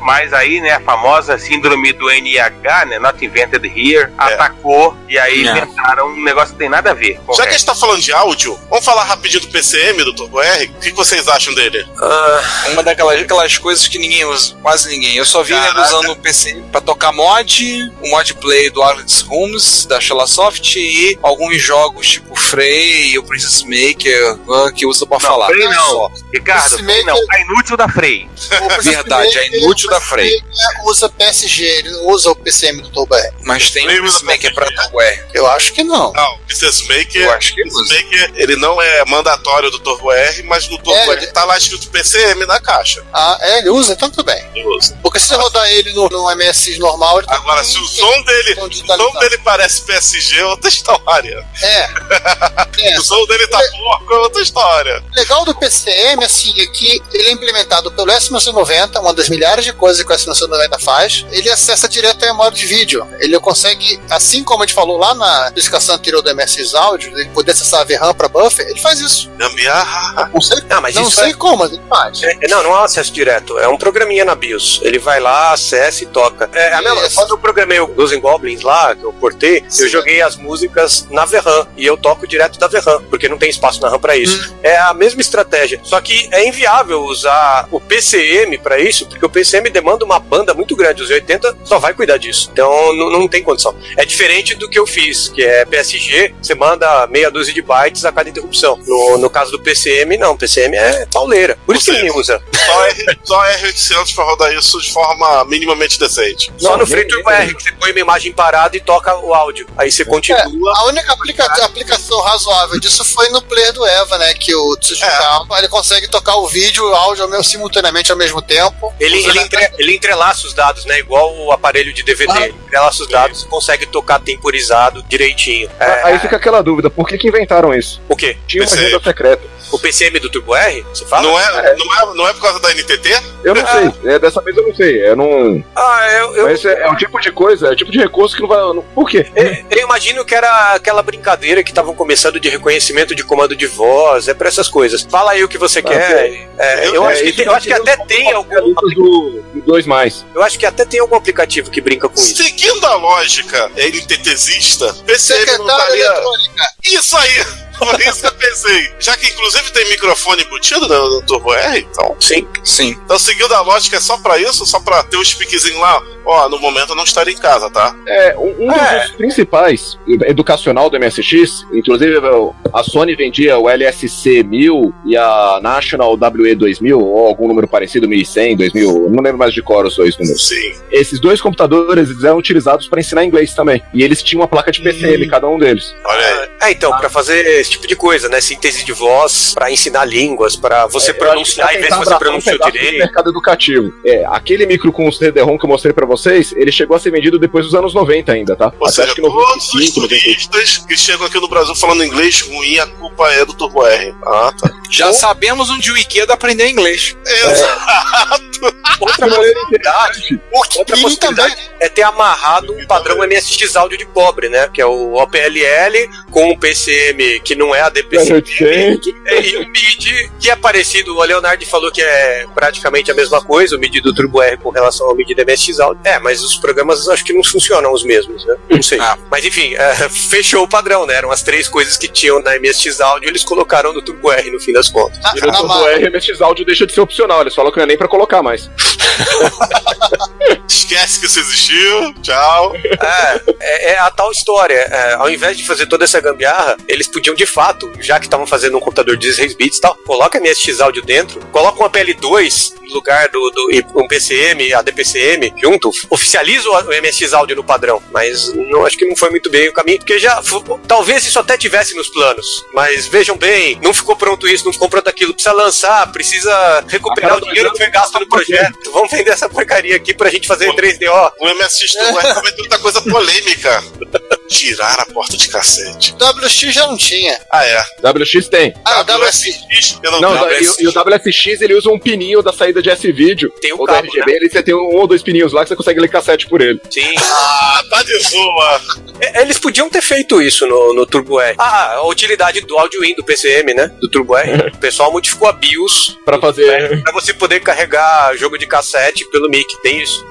[SPEAKER 6] Mas aí, né, a famosa síndrome do NIH, né, Not Invented
[SPEAKER 4] É.
[SPEAKER 6] Here, atacou e aí
[SPEAKER 2] É.
[SPEAKER 6] inventaram um negócio que tem nada a ver.
[SPEAKER 2] Já que a gente tá falando de áudio, vamos falar rapidinho do PCM, do Turbo R? O que que vocês acham dele?
[SPEAKER 4] uma daquelas aquelas coisas que ninguém usa, quase ninguém. Eu só vi ele usando o PC pra tocar mod, o mod play do Alex Holmes, da Shellasoft, e alguns jogos tipo Frey e o Princess Maker ah, que usa pra falar.
[SPEAKER 6] Frei
[SPEAKER 4] Olha
[SPEAKER 6] não.
[SPEAKER 4] só.
[SPEAKER 6] Ricardo,
[SPEAKER 8] Esse
[SPEAKER 6] Frei
[SPEAKER 8] meio
[SPEAKER 6] não.
[SPEAKER 8] que-
[SPEAKER 6] A inútil da Frei.
[SPEAKER 8] o
[SPEAKER 4] Verdade, é inútil da Frey.
[SPEAKER 8] Ele né, usa PSG, ele não usa o PCM do Turbo R.
[SPEAKER 4] Mas tem o Princess Maker pra Tagware.
[SPEAKER 8] Eu acho que não.
[SPEAKER 2] Não, o Princess Maker,
[SPEAKER 4] Eu acho que
[SPEAKER 2] Princess Maker, ele não é mandatório do Turbo R, mas no Turbo
[SPEAKER 8] É,
[SPEAKER 2] R tá lá escrito PCM na caixa.
[SPEAKER 8] Ah, é, ele usa, então tudo bem.
[SPEAKER 2] Ele usa.
[SPEAKER 8] Porque se você rodar ele no, no MSX normal, ele tá
[SPEAKER 2] Agora, se o som dele, o som
[SPEAKER 8] digitalizado.
[SPEAKER 2] dele parece PSG, é outra história.
[SPEAKER 8] É.
[SPEAKER 2] O som dele tá porco, é outra história.
[SPEAKER 8] O legal do PCM, assim, é que ele é implementado pelo S1990, uma das milhares de coisas que o S1990 faz. Ele acessa direto a memória de vídeo. Ele consegue, assim como a gente falou lá na explicação anterior do MSX Audio, de poder acessar a VRAM para buffer, ele faz isso.
[SPEAKER 2] Gambiarra.
[SPEAKER 8] Não sei,
[SPEAKER 5] Ah, mas
[SPEAKER 8] não
[SPEAKER 5] isso
[SPEAKER 8] sei
[SPEAKER 5] é-
[SPEAKER 8] como, mas ele faz.
[SPEAKER 5] É, não, não é um acesso direto, é um programinha na BIOS. Ele vai lá, acessa e toca. É a mesma,
[SPEAKER 8] Isso.
[SPEAKER 5] quando eu programei o Dozen Goblins lá, que eu portei, eu joguei as músicas na VRAM e eu toco direto da VRAM, porque não tem espaço na RAM pra isso. É a mesma estratégia, só que é inviável usar o PCM pra isso, porque o PCM demanda uma banda muito grande, os 80 só vai cuidar disso. Então não, não tem condição. É diferente do que eu fiz, que é PSG, você manda meia dúzia de bytes a cada interrupção. No, no caso do PCM, não, PCM é pauleira. Por isso que ninguém usa.
[SPEAKER 2] Só R, só R800 pra rodar isso de forma minimamente decente.
[SPEAKER 5] Só no Free Turbo R, que você põe uma imagem parada e toca o áudio. Aí você
[SPEAKER 8] É,
[SPEAKER 5] continua.
[SPEAKER 8] a única aplica- aplicação razoável disso foi no player do Eva, né? Que o
[SPEAKER 5] É.
[SPEAKER 8] Tsujikawa, ele consegue tocar o vídeo e o áudio ao mesmo- simultaneamente ao mesmo tempo.
[SPEAKER 5] Ele,
[SPEAKER 8] Usando
[SPEAKER 5] ele, entre- ele entrelaça os dados, né? Igual o aparelho de DVD. Ele entrelaça os dados e consegue tocar temporizado direitinho. É,
[SPEAKER 3] Aí fica aquela dúvida, por que que inventaram isso?
[SPEAKER 5] O quê?
[SPEAKER 3] Tinha uma
[SPEAKER 2] Pensei.
[SPEAKER 3] agenda secreta.
[SPEAKER 5] O PCM do Turbo R? Você fala?
[SPEAKER 2] Não é, não, é, não é por causa da NTT?
[SPEAKER 3] Eu não sei, é, dessa vez eu não sei, eu não...
[SPEAKER 5] Ah, eu, eu,
[SPEAKER 3] Mas é, é o tipo de coisa, é o tipo de recurso que não vai... não- Por quê?
[SPEAKER 5] eu imagino que era aquela brincadeira que estavam começando de reconhecimento de comando de voz, é pra essas coisas. Fala aí o que você quer. É, Ah, eu, acho que tem- eu acho que até tem algum.
[SPEAKER 3] É Do, do dois mais.
[SPEAKER 5] Eu acho que até tem algum aplicativo que brinca com isso.
[SPEAKER 2] Seguindo a lógica NTTzista, PCM não
[SPEAKER 5] tá
[SPEAKER 8] Secretária
[SPEAKER 2] estaria...
[SPEAKER 8] eletrônica.
[SPEAKER 2] Isso aí! Por isso que eu pensei. Já que inclusive tem microfone embutido no, no Turbo R, então...
[SPEAKER 5] Sim.
[SPEAKER 4] Sim.
[SPEAKER 2] Então seguindo a lógica é só pra isso? Só pra ter um speakzinho lá? Ó, no momento eu não estarei em casa, tá?
[SPEAKER 3] É, um, um dos principais educacional do MSX, inclusive é a Sony vendia o LSC 1000 e a National WE 2000, ou algum número parecido, 1100, 2000, eu não lembro mais de cor os dois números.
[SPEAKER 2] Sim.
[SPEAKER 3] Esses dois computadores eles eram utilizados para ensinar inglês também. E eles tinham uma placa de PCM, cada um deles.
[SPEAKER 2] Olha aí.
[SPEAKER 5] É, então, pra fazer esse tipo de coisa, né? Síntese de voz, pra ensinar línguas, pra você pronunciar, em vez de você pronunciar
[SPEAKER 3] o
[SPEAKER 5] direito.
[SPEAKER 3] um mercado educativo. É, aquele micro com o CD-ROM que eu mostrei pra vocês, ele chegou a ser vendido depois dos anos 90 ainda, tá?
[SPEAKER 2] Ou seja, todos os
[SPEAKER 3] 95,
[SPEAKER 2] turistas que chegam aqui no Brasil falando inglês ruim, a culpa é do Turbo R. Ah, tá.
[SPEAKER 7] Já sabemos onde o Ikeda aprender inglês.
[SPEAKER 2] Exato.
[SPEAKER 5] Outra possibilidade, outra possibilidade é ter amarrado um padrão MSX áudio de pobre, né? Que é o OPLL com um o PCM que não é a DPC. É, e o MIDI, que é parecido, o Leonardo falou que é praticamente a mesma coisa, o MIDI do Turbo R com relação ao MIDI da MSX Audio. É, mas os programas acho que não funcionam os mesmos, né? Não sei. Mas enfim, é, fechou o padrão, né? Eram as três coisas que tinham na MSX Audio, eles colocaram no Turbo R no fim das contas.
[SPEAKER 3] E no Turbo R, MSX é áudio deixa de ser opcional. Eles falam que não é nem pra colocar mais.
[SPEAKER 2] Esquece que isso existiu. Tchau.
[SPEAKER 5] É, é, é a tal história. É, ao invés de fazer toda essa gambiarra, eles podiam de fato, já que estavam fazendo um computador de 16 bits e tal, coloca MSX áudio dentro, coloca uma PL2 no lugar do, do e um PCM, a DPCM, junto, oficializa o MSX áudio no padrão. Mas não, acho que não foi muito bem o caminho, porque já f- talvez isso até tivesse nos planos. Mas vejam bem, não ficou pronto isso, não ficou pronto aquilo, precisa lançar, precisa recuperar o dinheiro que foi gasto no projeto. Vamos vender essa porcaria aqui pra gente fazer em 3DO.
[SPEAKER 2] O MSX Turbo R também tem muita coisa polêmica. Tirar a porta de cacete.
[SPEAKER 8] WX já não tinha.
[SPEAKER 2] Ah, é.
[SPEAKER 3] WX tem.
[SPEAKER 8] Ah, o WX.
[SPEAKER 2] Eu
[SPEAKER 3] Não, e, o- e o WSX ele usa um pininho da saída de S-Vídeo.
[SPEAKER 5] Tem um
[SPEAKER 3] o ou do RGB, ele você tem um ou dois pininhos lá que você consegue ler cassete por ele.
[SPEAKER 5] né? Sim.
[SPEAKER 2] Ah, tá de zoa.
[SPEAKER 5] É, Eles podiam ter feito isso no, no Turbo R. Ah, a utilidade do áudio in do PCM, né? Do Turbo R. O pessoal modificou a BIOS
[SPEAKER 3] pra fazer.
[SPEAKER 5] Pra você poder carregar jogo de cassete pelo MIC. Tem isso.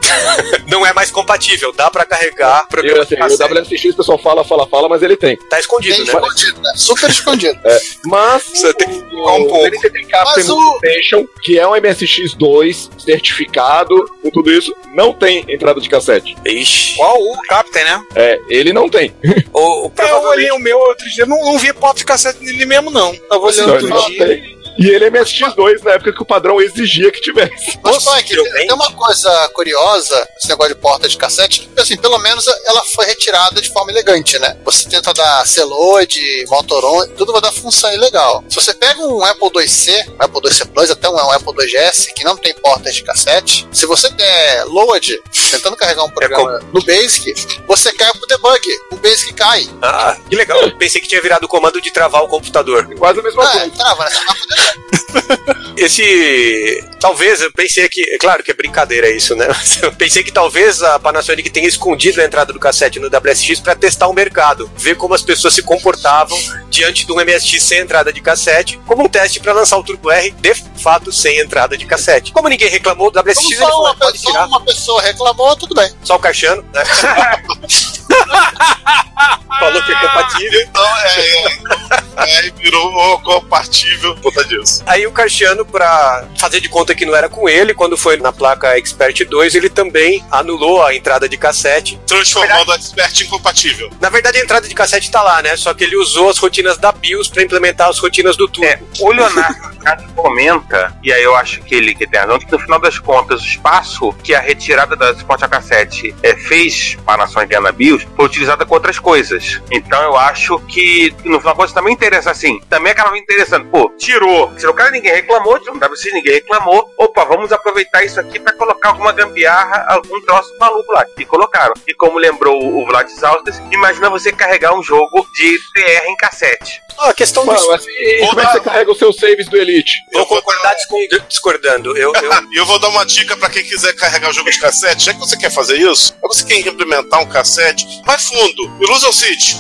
[SPEAKER 5] Não é mais compatível. Dá pra carregar
[SPEAKER 3] Eu,
[SPEAKER 5] programa
[SPEAKER 3] assim,
[SPEAKER 5] de
[SPEAKER 3] o
[SPEAKER 5] cassete.
[SPEAKER 3] WSX o pessoal fala, fala, fala, mas ele tem.
[SPEAKER 5] Tá escondido,
[SPEAKER 8] Bem
[SPEAKER 5] né?
[SPEAKER 8] escondido, né? Super escondido.
[SPEAKER 3] É, mas você tem que ficar um pouco. Ele tem
[SPEAKER 8] Mas
[SPEAKER 3] Captain
[SPEAKER 8] o-
[SPEAKER 3] Station, que é um MSX2 certificado, com tudo isso, não tem entrada de cassete.
[SPEAKER 5] Ixi.
[SPEAKER 7] Qual o Captain, né?
[SPEAKER 3] É, ele não tem.
[SPEAKER 5] O,
[SPEAKER 7] É, eu olhei o meu outro dia, não, não vi porta de cassete nele mesmo, não. Assim, Tava olhando
[SPEAKER 3] Não, Então, ele
[SPEAKER 7] outro dia.
[SPEAKER 3] não tem. E ele é MSX2 na época que o padrão exigia que tivesse.
[SPEAKER 8] Mas, Spike, tem uma coisa curiosa, esse negócio de porta de cassete, que, assim, pelo menos ela foi retirada de forma elegante, né? Você tenta dar celoide, motoron, tudo vai dar função e legal. Se você pega um Apple IIc, um Apple IIc Plus, até um Apple IIgs, que não tem portas de cassete, se você der load, tentando carregar um programa no Basic, você cai pro debug, o Basic cai.
[SPEAKER 5] Ah, que legal. Pensei que tinha virado o comando de travar o computador.
[SPEAKER 3] Quase a
[SPEAKER 4] É,
[SPEAKER 3] mesma
[SPEAKER 8] coisa. Trava, né?
[SPEAKER 5] Esse. Talvez eu pensei que. é Claro que é brincadeira isso, né? Mas eu pensei que talvez a Panasonic tenha escondido a entrada do cassete no WSX para testar o mercado, ver como as pessoas se comportavam diante de um MSX sem entrada de cassete, como um teste para lançar o Turbo R de fato sem entrada de cassete. Como ninguém reclamou do WSX,
[SPEAKER 8] Como
[SPEAKER 5] ele
[SPEAKER 8] só
[SPEAKER 5] falou,
[SPEAKER 8] uma,
[SPEAKER 5] "Ah, pode
[SPEAKER 8] pessoa-
[SPEAKER 5] tirar.
[SPEAKER 8] uma pessoa reclamou, tudo bem.
[SPEAKER 5] Só o Caixano, né? Falou que é compatível.
[SPEAKER 2] Então, é, é, é, virou compatível por conta disso.
[SPEAKER 5] Aí o Caxiano, pra fazer de conta que não era com ele, quando foi na placa Expert 2, ele também anulou a entrada de cassete.
[SPEAKER 2] Transformando a expert incompatível.
[SPEAKER 5] Na verdade, a entrada de cassete tá lá, né? Só que ele usou as rotinas da BIOS pra implementar as rotinas do turbo.
[SPEAKER 6] É, o Leonardo Ricardo comenta, e aí eu acho que ele que tem razão, que no final das contas, o espaço que a retirada da suporte a cassete é, fez para a nação Indiana Bios foi utilizada com outras coisas. Então eu acho que no final das contas também interessa assim. Também acaba interessando. Pô, tirou. Tirou o cara, ninguém reclamou. Tirou o WC, ninguém reclamou. Opa, vamos aproveitar isso aqui para colocar alguma gambiarra, algum troço maluco lá. E colocaram. E como lembrou o Vlad Zauskas, imagina você carregar um jogo de TR em cassete.
[SPEAKER 5] Ah, a questão
[SPEAKER 3] Mano, mas e como é
[SPEAKER 4] tá.
[SPEAKER 3] que você carrega os seus saves do Elite?
[SPEAKER 5] Vou concordar discor- Tá discordando. Eu, eu...
[SPEAKER 2] E eu vou dar uma dica pra quem quiser carregar o jogo de cassete. Já que você quer fazer isso, ou você quer implementar um cassete, vai fundo. Illusion City.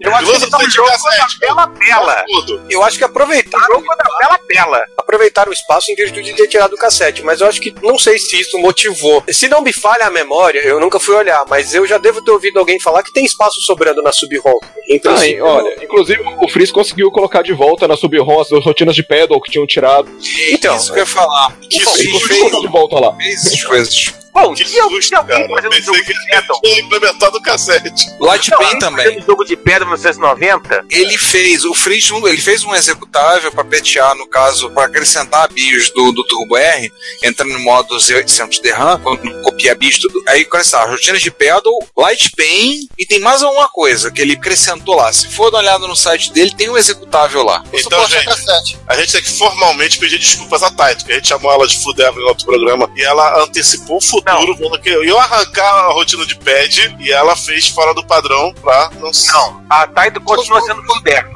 [SPEAKER 6] Eu acho que
[SPEAKER 2] Illusion
[SPEAKER 6] tá um
[SPEAKER 2] City
[SPEAKER 6] jogo
[SPEAKER 2] cassete.
[SPEAKER 6] pela tela.
[SPEAKER 2] Vai fundo.
[SPEAKER 5] Eu acho que aproveitaram.
[SPEAKER 6] Pela tela.
[SPEAKER 5] Aproveitaram o espaço em virtude de ter tirado o cassete, mas eu acho que não sei se isso motivou. Se não me falha a memória, eu nunca fui olhar, mas eu já devo ter ouvido alguém falar que tem espaço sobrando na sub-ROM.
[SPEAKER 3] Ah,
[SPEAKER 5] Em
[SPEAKER 4] Então,
[SPEAKER 3] Não,
[SPEAKER 5] princípio,
[SPEAKER 3] hein, olha, inclusive o Frizz conseguiu colocar de volta na sub-ROM as rotinas de pedal que tinham tirado.
[SPEAKER 5] Então,
[SPEAKER 7] Isso que eu ia falar.
[SPEAKER 3] Ele conseguiu colocar de volta
[SPEAKER 6] é.
[SPEAKER 3] lá.
[SPEAKER 7] Fez essas coisas.
[SPEAKER 6] Bom,
[SPEAKER 2] que susto, cara.
[SPEAKER 6] um
[SPEAKER 2] Eu pensei que eles tinham implementado o cassete.
[SPEAKER 7] Light
[SPEAKER 6] Não, é
[SPEAKER 7] Pen
[SPEAKER 6] lá
[SPEAKER 7] também.
[SPEAKER 6] fazendo jogo de pedra 1990?
[SPEAKER 7] Ele fez, o Frizz, um- ele fez um executável para petear, no caso, para acrescentar a BIOS do, do Turbo R, entrando no modo Z800 de RAM, quando copia a BIOS, tudo, aí acrescentar rotinas de pedal, light pen, e tem mais alguma coisa que ele acrescentou lá. Se for dar uma olhada no site dele, tem um executável lá.
[SPEAKER 2] Então, gente, a gente tem que formalmente pedir desculpas à Taito, que a gente chamou ela de Full Devil no outro programa, e ela antecipou o Full futuro, falando que eu arrancar a rotina de pad e ela fez fora do padrão pra não Não,
[SPEAKER 6] a Taito continua sendo coberta.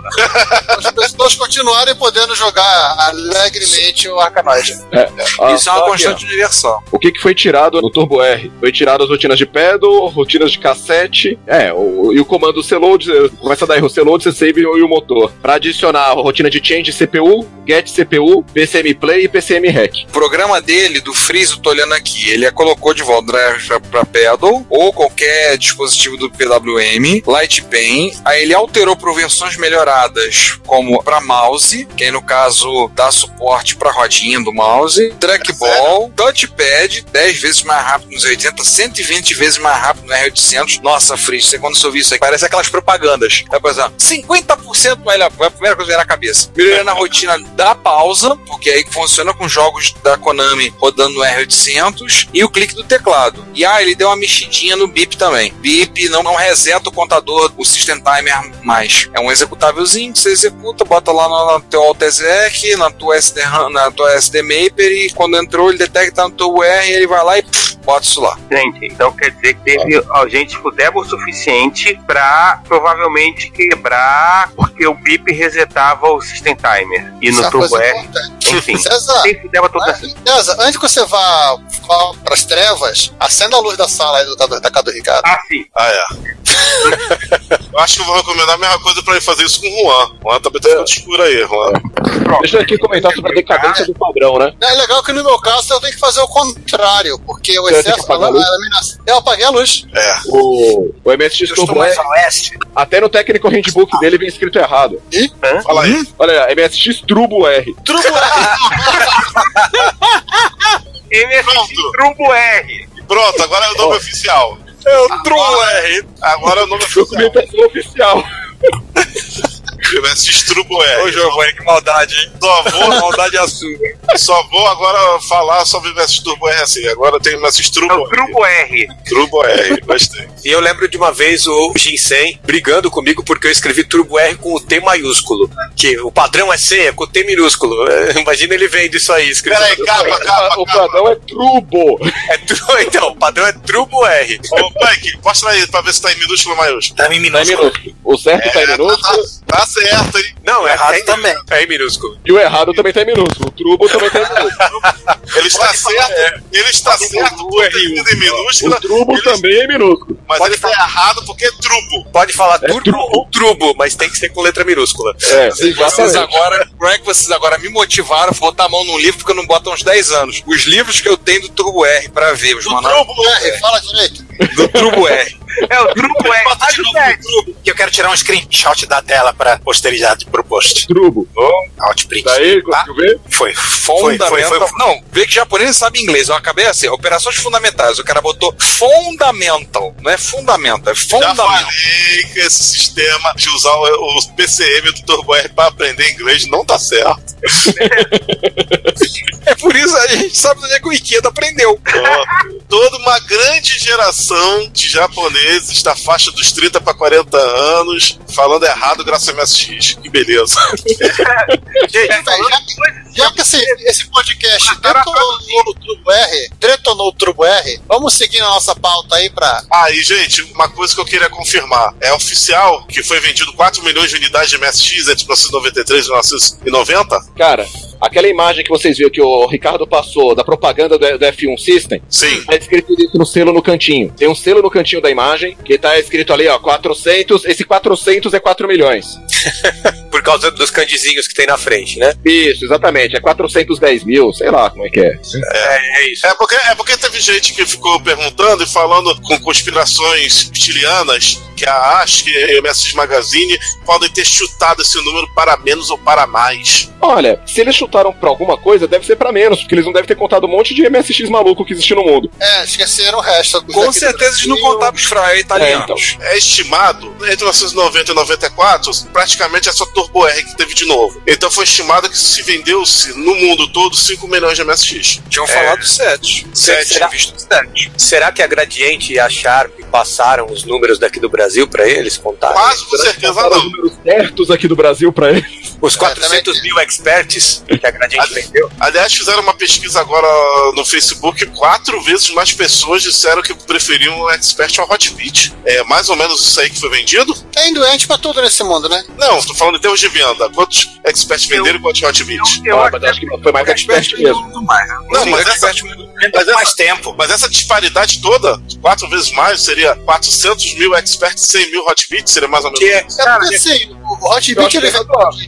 [SPEAKER 8] As pessoas continuarem podendo jogar alegremente o Arcanoid.
[SPEAKER 3] É. Ah,
[SPEAKER 4] Isso é uma
[SPEAKER 3] só aqui,
[SPEAKER 4] constante diversão.
[SPEAKER 3] ó. O que, que foi tirado no Turbo R? Foi tirado as rotinas de pedal, rotinas de cassete, é, o- e o comando C-Load, eh, começa a dar erro C-Load, C-Save e o motor. Pra adicionar a rotina de change CPU, get CPU, PCM Play e PCM Hack.
[SPEAKER 4] O programa dele, do Freeze, eu tô olhando aqui, ele é colocou de volta o drive pra- pra pedal ou qualquer dispositivo do PWM, Lightpen, aí ele alterou para versões melhoradas, como pra mouse, que aí no caso dá suporte pra rodinha do mouse, trackball, touchpad, 10 vezes mais rápido nos 80, 120 vezes mais rápido no R800. Nossa, Freeze, você quando você ouvir isso aqui, parece aquelas propagandas. Tá, por exemplo, 50% mais rápido, é a primeira coisa que vem na cabeça. Melhorando a rotina da pausa, porque é aí funciona com jogos da Konami rodando no R800 e o clique do teclado. E ah, ele deu uma mexidinha no bip também. Bip não, não reseta o contador, o system timer mais. É um executávelzinho que você executa, bota lá no, no teu AltExec, na tua SD RAM, na tua SD Maper e quando entrou ele detecta no teu UR e ele vai lá e pff, bota isso lá.
[SPEAKER 6] Gente, então quer dizer que teve a gente tipo, débil o suficiente pra provavelmente quebrar, porque o bip resetava o System Timer. E
[SPEAKER 8] Isso
[SPEAKER 6] no
[SPEAKER 8] é uma
[SPEAKER 6] Turbo
[SPEAKER 8] coisa
[SPEAKER 6] R. Enfim.
[SPEAKER 8] César, César, antes que você vá, vá pras trevas, acenda a luz da sala aí do, da, da casa do Ricardo.
[SPEAKER 6] Ah, sim.
[SPEAKER 2] Ah, é. eu acho que eu vou recomendar a mesma coisa pra ele fazer isso com o Juan. Juan também tá ficando escuro aí, Juan.
[SPEAKER 3] Deixa eu aqui comentar sobre a decadência do padrão, né?
[SPEAKER 8] É legal que no meu caso eu tenho que fazer o contrário, porque o
[SPEAKER 3] Você tem
[SPEAKER 8] excesso
[SPEAKER 3] que apagar a
[SPEAKER 8] da
[SPEAKER 3] luz?
[SPEAKER 8] iluminação. Eu apaguei a luz.
[SPEAKER 3] O, o MSX Turbo R, até no técnico handbook dele vem escrito errado.
[SPEAKER 8] Ih?
[SPEAKER 3] Fala aí. Olha aí, MSX Turbo R.
[SPEAKER 2] Trubo
[SPEAKER 6] R! Pronto. Trubo é R!
[SPEAKER 2] Pronto, agora é o nome oficial.
[SPEAKER 3] É o
[SPEAKER 2] Trubo R! Agora é o nome oficial.
[SPEAKER 3] oficial.
[SPEAKER 2] MSX Trubo R.
[SPEAKER 7] Ô, Giovanni, que maldade, hein?
[SPEAKER 2] Só vou,
[SPEAKER 7] maldade a sua.
[SPEAKER 2] Só vou agora falar sobre o MSX Turbo R assim. Agora tem o MSX Turbo R.
[SPEAKER 6] Trubo É R.
[SPEAKER 2] Turbo R, gostei.
[SPEAKER 10] E eu lembro de uma vez o Ginseng brigando comigo porque eu escrevi Turbo R com o T maiúsculo. Que o padrão é C, é com o T minúsculo. É, imagina ele vendo isso aí escrito.
[SPEAKER 2] Peraí, capa, capa,
[SPEAKER 3] O padrão é Turbo.
[SPEAKER 10] É tru- Então, o padrão é Turbo R.
[SPEAKER 2] Ô, Mike, mostra aí pra ver se tá em minúsculo ou maiúsculo.
[SPEAKER 9] Tá em
[SPEAKER 3] É minúsculo. O certo tá em minúsculo
[SPEAKER 2] Tá certo, hein?
[SPEAKER 10] Não, é errado também. É em minúsculo.
[SPEAKER 3] e o errado também tá em minúsculo. O Turbo também tá em minúsculo.
[SPEAKER 2] Ele está certo, ele está certo por ter sido em minúscula,
[SPEAKER 3] O Turbo também é minúsculo.
[SPEAKER 2] mas ele está errado porque é trubo.
[SPEAKER 10] Pode falar turbo ou um trubo, mas tem que ser com letra minúscula.
[SPEAKER 3] É,
[SPEAKER 7] Vocês
[SPEAKER 3] exatamente.
[SPEAKER 7] agora, como é que vocês agora me motivaram a botar a mão num livro que eu não boto há uns 10 anos? Os livros que eu tenho do Turbo R pra ver, os manuais
[SPEAKER 2] Trubo
[SPEAKER 3] É,
[SPEAKER 8] R, fala direito.
[SPEAKER 7] do Turbo R.
[SPEAKER 6] É o Trubo R.
[SPEAKER 9] Bota de novo no trubo, que eu quero tirar um screenshot da tela pra posteridade pro post.
[SPEAKER 3] Turbo.
[SPEAKER 9] Outprint.
[SPEAKER 3] Daí, conseguiu ver?
[SPEAKER 9] Foi. Foi,
[SPEAKER 7] Fundamental.
[SPEAKER 9] foi, foi.
[SPEAKER 7] Não, vê que japonês sabe inglês. Eu acabei assim, operações fundamentais. O cara botou fundamental. Não é fundamental, é
[SPEAKER 2] Já
[SPEAKER 7] fundamental.
[SPEAKER 2] falei que esse sistema de usar o, o PCM do Turbo R pra aprender inglês não tá certo.
[SPEAKER 7] É por isso a gente sabe onde é que o Ikeda aprendeu.
[SPEAKER 2] Ó, Toda uma grande geração de japoneses da faixa dos 30 pra 40 anos falando errado graças ao MSX. Que beleza.
[SPEAKER 8] Gente, velho, já, que- já que esse, esse podcast detonou o Turbo R, detonou o Turbo R, vamos seguir na nossa pauta aí pra.
[SPEAKER 2] Ah, e gente, uma coisa que eu queria confirmar. É oficial que foi vendido 4 milhões de unidades de MSX entre 1993 e 1990?
[SPEAKER 3] Cara, aquela imagem que vocês viram que o Ricardo passou da propaganda do, do F1 System,
[SPEAKER 2] Sim.
[SPEAKER 3] tá escrito isso no selo no cantinho. Tem um selo no cantinho da imagem que tá escrito ali, ó, 400. Esse 400 é 4 milhões.
[SPEAKER 10] Por causa dos candizinhos que tem na frente, né?
[SPEAKER 3] Isso, exatamente. É 410 mil, sei lá como é que é.
[SPEAKER 10] É, é isso.
[SPEAKER 2] É porque, é porque teve gente que ficou perguntando e falando com conspirações estilianas que a ASC e a MSX Magazine podem ter chutado esse número para menos ou para mais.
[SPEAKER 3] Olha, se eles chutaram pra alguma coisa, deve ser pra menos, porque eles não devem ter contado um monte de MSX maluco que existe no mundo.
[SPEAKER 8] É, esqueceram o resto. Os
[SPEAKER 7] Com
[SPEAKER 8] daqui do
[SPEAKER 7] certeza eles não
[SPEAKER 8] Brasil.
[SPEAKER 7] contavam os fraia italianos.
[SPEAKER 2] É estimado, entre 1990 e 94, praticamente é só Turbo R que teve de novo. Então foi estimado que se vendeu-se no mundo todo 5 milhões de MSX.
[SPEAKER 4] É,
[SPEAKER 7] Tinham falado sete. Sete
[SPEAKER 10] Será-
[SPEAKER 7] revistas sete.
[SPEAKER 10] Será que a Gradiente e a Sharp passaram os números daqui do
[SPEAKER 5] Brasil pra eles contar?
[SPEAKER 2] Quase com certeza não.
[SPEAKER 3] números certos aqui do Brasil pra eles.
[SPEAKER 5] Os 400 mil experts que a Gradiente vendeu?
[SPEAKER 2] Aliás, fizeram uma pesquisa agora no Facebook, quatro vezes mais pessoas disseram que preferiam o Expert ao Hotbit. É mais ou menos isso aí que foi vendido?
[SPEAKER 8] Tem doente pra tudo nesse mundo, né?
[SPEAKER 2] Não, tô falando em termos de venda. Quantos Expert venderam e quantos Hotbit?
[SPEAKER 3] Eu ah, mas acho que foi
[SPEAKER 10] é
[SPEAKER 3] mais expert mesmo.
[SPEAKER 2] Não, mas essa, mas, essa, tempo. mas essa disparidade toda, quatro vezes mais, seria 400 mil Expert e 100 mil Hotbit, seria mais ou menos
[SPEAKER 8] É,
[SPEAKER 2] isso.
[SPEAKER 8] porque assim, o Hot
[SPEAKER 2] eu acho
[SPEAKER 8] Beat ele
[SPEAKER 2] que
[SPEAKER 8] vem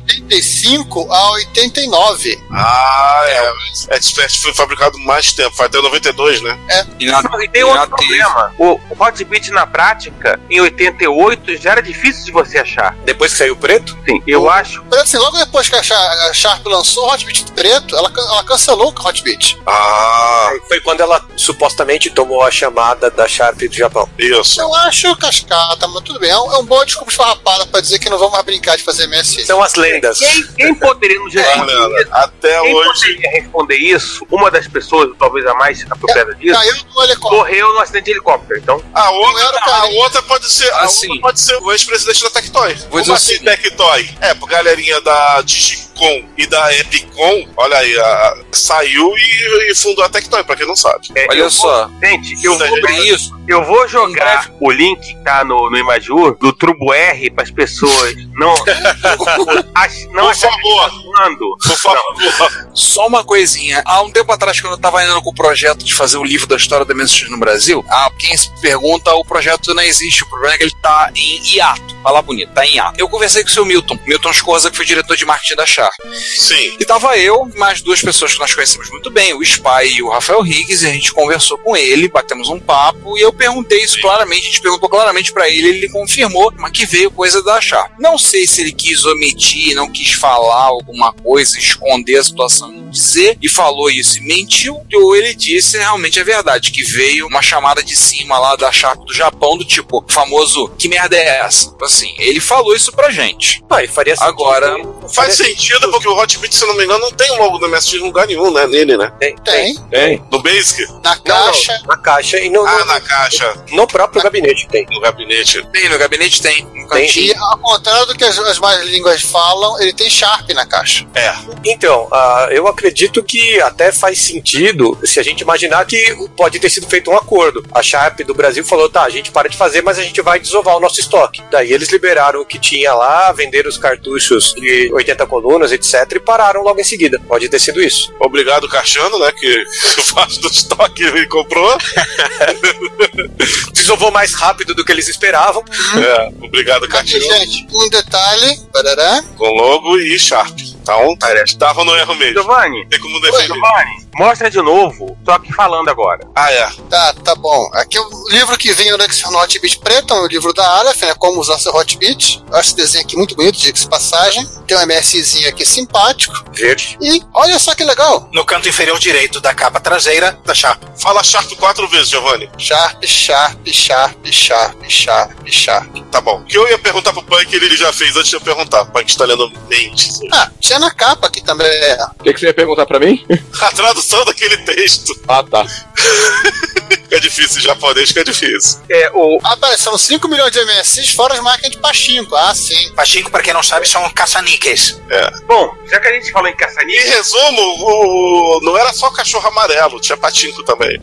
[SPEAKER 8] de 85 a 89.
[SPEAKER 2] Ah, é. mas Expert foi fabricado mais tempo, foi até 92, né?
[SPEAKER 8] É.
[SPEAKER 4] E, na,
[SPEAKER 6] e tem outro problema. O, o Hot Beat na prática, em 88, já era difícil de você achar.
[SPEAKER 5] Depois que saiu o preto?
[SPEAKER 6] Sim, eu acho.
[SPEAKER 8] Mas assim, logo depois que a Sha- a Sharp lançou o Hot Beat preto, ela, can- ela cancelou o Hot Beat.
[SPEAKER 2] Ah,
[SPEAKER 5] Foi quando ela supostamente tomou a chamada da Sharp do Japão.
[SPEAKER 2] isso.
[SPEAKER 8] Eu acho cascata, mas tudo bem. É um, é um bom desculpa esfarrapada pra dizer que não vamos mais brincar de fazer MSI.
[SPEAKER 5] São as lendas.
[SPEAKER 6] Quem, quem poderia nos
[SPEAKER 2] Ah,
[SPEAKER 6] responder
[SPEAKER 2] Leandro,
[SPEAKER 4] Tá
[SPEAKER 6] isso?
[SPEAKER 2] até
[SPEAKER 6] Quem
[SPEAKER 2] hoje.
[SPEAKER 6] poderia responder isso? Uma das pessoas, talvez a mais
[SPEAKER 4] É,
[SPEAKER 6] apropriada disso,
[SPEAKER 8] Caiu no helicóptero.
[SPEAKER 6] morreu no acidente de helicóptero. Então,
[SPEAKER 2] A
[SPEAKER 8] Não era
[SPEAKER 2] outra,
[SPEAKER 8] o cara.
[SPEAKER 2] a outra pode ser, a
[SPEAKER 4] Assim.
[SPEAKER 2] outra pode ser o ex-presidente da Tectoy.
[SPEAKER 4] Vou dizer
[SPEAKER 2] Como assim, Tectoy? É, pra galerinha da Digicom e da Epicom, olha aí, a- saiu e, e fundou a Tectoy, pra quem não sabe.
[SPEAKER 6] é,
[SPEAKER 4] Olha
[SPEAKER 6] eu
[SPEAKER 4] só,
[SPEAKER 6] Vou, gente, eu
[SPEAKER 4] eu
[SPEAKER 2] Isso aí,
[SPEAKER 6] vou,
[SPEAKER 4] sobre isso,
[SPEAKER 6] eu vou jogar o link que tá no, no Imajur do Turbo R pras pessoas não, ach, não
[SPEAKER 2] Por
[SPEAKER 6] acharem que
[SPEAKER 2] favor.
[SPEAKER 6] tá zoando.
[SPEAKER 2] Por favor.
[SPEAKER 4] só uma coisinha. Há um tempo atrás, quando eu tava indo com o projeto de fazer o livro da história da Mensis no Brasil, ah, quem se pergunta, o projeto não existe. O problema é que ele tá em hiato. Falar bonito, tá em hiato. Eu conversei com o seu Milton, Milton Scorza, que foi diretor de marketing da Sharp.
[SPEAKER 2] Sim.
[SPEAKER 4] E tava eu, mais duas pessoas que nós conhecemos muito bem, o Spy e o Rafael Higgs, e a gente conversou com ele, batemos um papo, e eu perguntei isso claramente, a gente perguntou claramente pra ele, ele confirmou mas que veio coisa da Sharp. Não sei se ele quis omitir, não quis falar alguma coisa, esconder a situação e não dizer, e falou isso e mentiu, ou ele disse realmente é verdade, que veio uma chamada de cima lá da Sharp do Japão, do tipo, famoso, que merda é essa? Tipo Assim, ele falou isso pra gente.
[SPEAKER 5] Ah, e faria sentido.
[SPEAKER 4] Agora-
[SPEAKER 2] Faz sentido, porque o Hotbit, se eu não me engano, não tem logo no MSX em lugar nenhum, né? Nele, né?
[SPEAKER 5] Tem, tem.
[SPEAKER 8] Tem.
[SPEAKER 3] Tem.
[SPEAKER 2] No Basic?
[SPEAKER 8] Na caixa.
[SPEAKER 5] Na caixa e no,
[SPEAKER 2] Ah, na caixa,
[SPEAKER 5] no próprio gabinete tem.
[SPEAKER 2] no gabinete.
[SPEAKER 4] Tem, no gabinete tem, no cantinho.
[SPEAKER 8] E ao contrário do que as, as mais línguas falam, ele tem Sharp na caixa.
[SPEAKER 2] É.
[SPEAKER 5] Então, ah, eu acredito que até faz sentido se a gente imaginar que pode ter sido feito um acordo. A Sharp do Brasil falou: tá, a gente para de fazer, mas a gente vai desovar o nosso estoque. Daí eles liberaram o que tinha lá, venderam os cartuchos de 80 colunas, etc., e pararam logo em seguida. Pode ter sido isso.
[SPEAKER 2] Obrigado, Caixano, né? Que faz do estoque e comprou.
[SPEAKER 5] Desovou mais rápido do que eles esperavam.
[SPEAKER 2] É. Obrigado,
[SPEAKER 8] Aqui,
[SPEAKER 2] Caixano.
[SPEAKER 8] gente, um detalhe. Parará.
[SPEAKER 2] Com logo e Sharp. Então, tava no erro mesmo.
[SPEAKER 6] Giovanni,
[SPEAKER 2] Tem como defender.
[SPEAKER 6] Giovanni, mostra de novo, só que falando agora.
[SPEAKER 2] Ah, é.
[SPEAKER 8] Tá, tá bom. Aqui é o livro que vem no Lexicon Hot Beat Preto, é um livro da Aleph, né? Como usar seu Hot Beat. Eu acho esse desenho aqui muito bonito, diga-se de passagem. Tem um MSzinho aqui simpático.
[SPEAKER 5] Verde.
[SPEAKER 8] E olha só que legal.
[SPEAKER 11] No canto inferior direito da capa traseira da Sharp.
[SPEAKER 2] Fala Sharp quatro vezes, Giovanni.
[SPEAKER 8] Sharp, Sharp, Sharp, Sharp, Sharp, Sharp.
[SPEAKER 2] Tá bom. O que eu ia perguntar pro Punk, ele já fez antes de eu perguntar. O Punk está lendo mentes.
[SPEAKER 8] Ah, tinha na capa aqui também.
[SPEAKER 3] O que, que você ia perguntar pra mim?
[SPEAKER 2] A tradução daquele texto.
[SPEAKER 3] Ah, tá.
[SPEAKER 2] Fica difícil em japonês, fica difícil.
[SPEAKER 6] É, o,
[SPEAKER 8] Ah, pera, são 5 milhões de MSs fora as máquinas de pachinko. Ah, sim.
[SPEAKER 11] Pachinko, pra quem não sabe, são caça-níqueis.
[SPEAKER 6] bom, já que a gente falou em caça
[SPEAKER 2] Em resumo, o- não era só cachorro amarelo, tinha patinco também.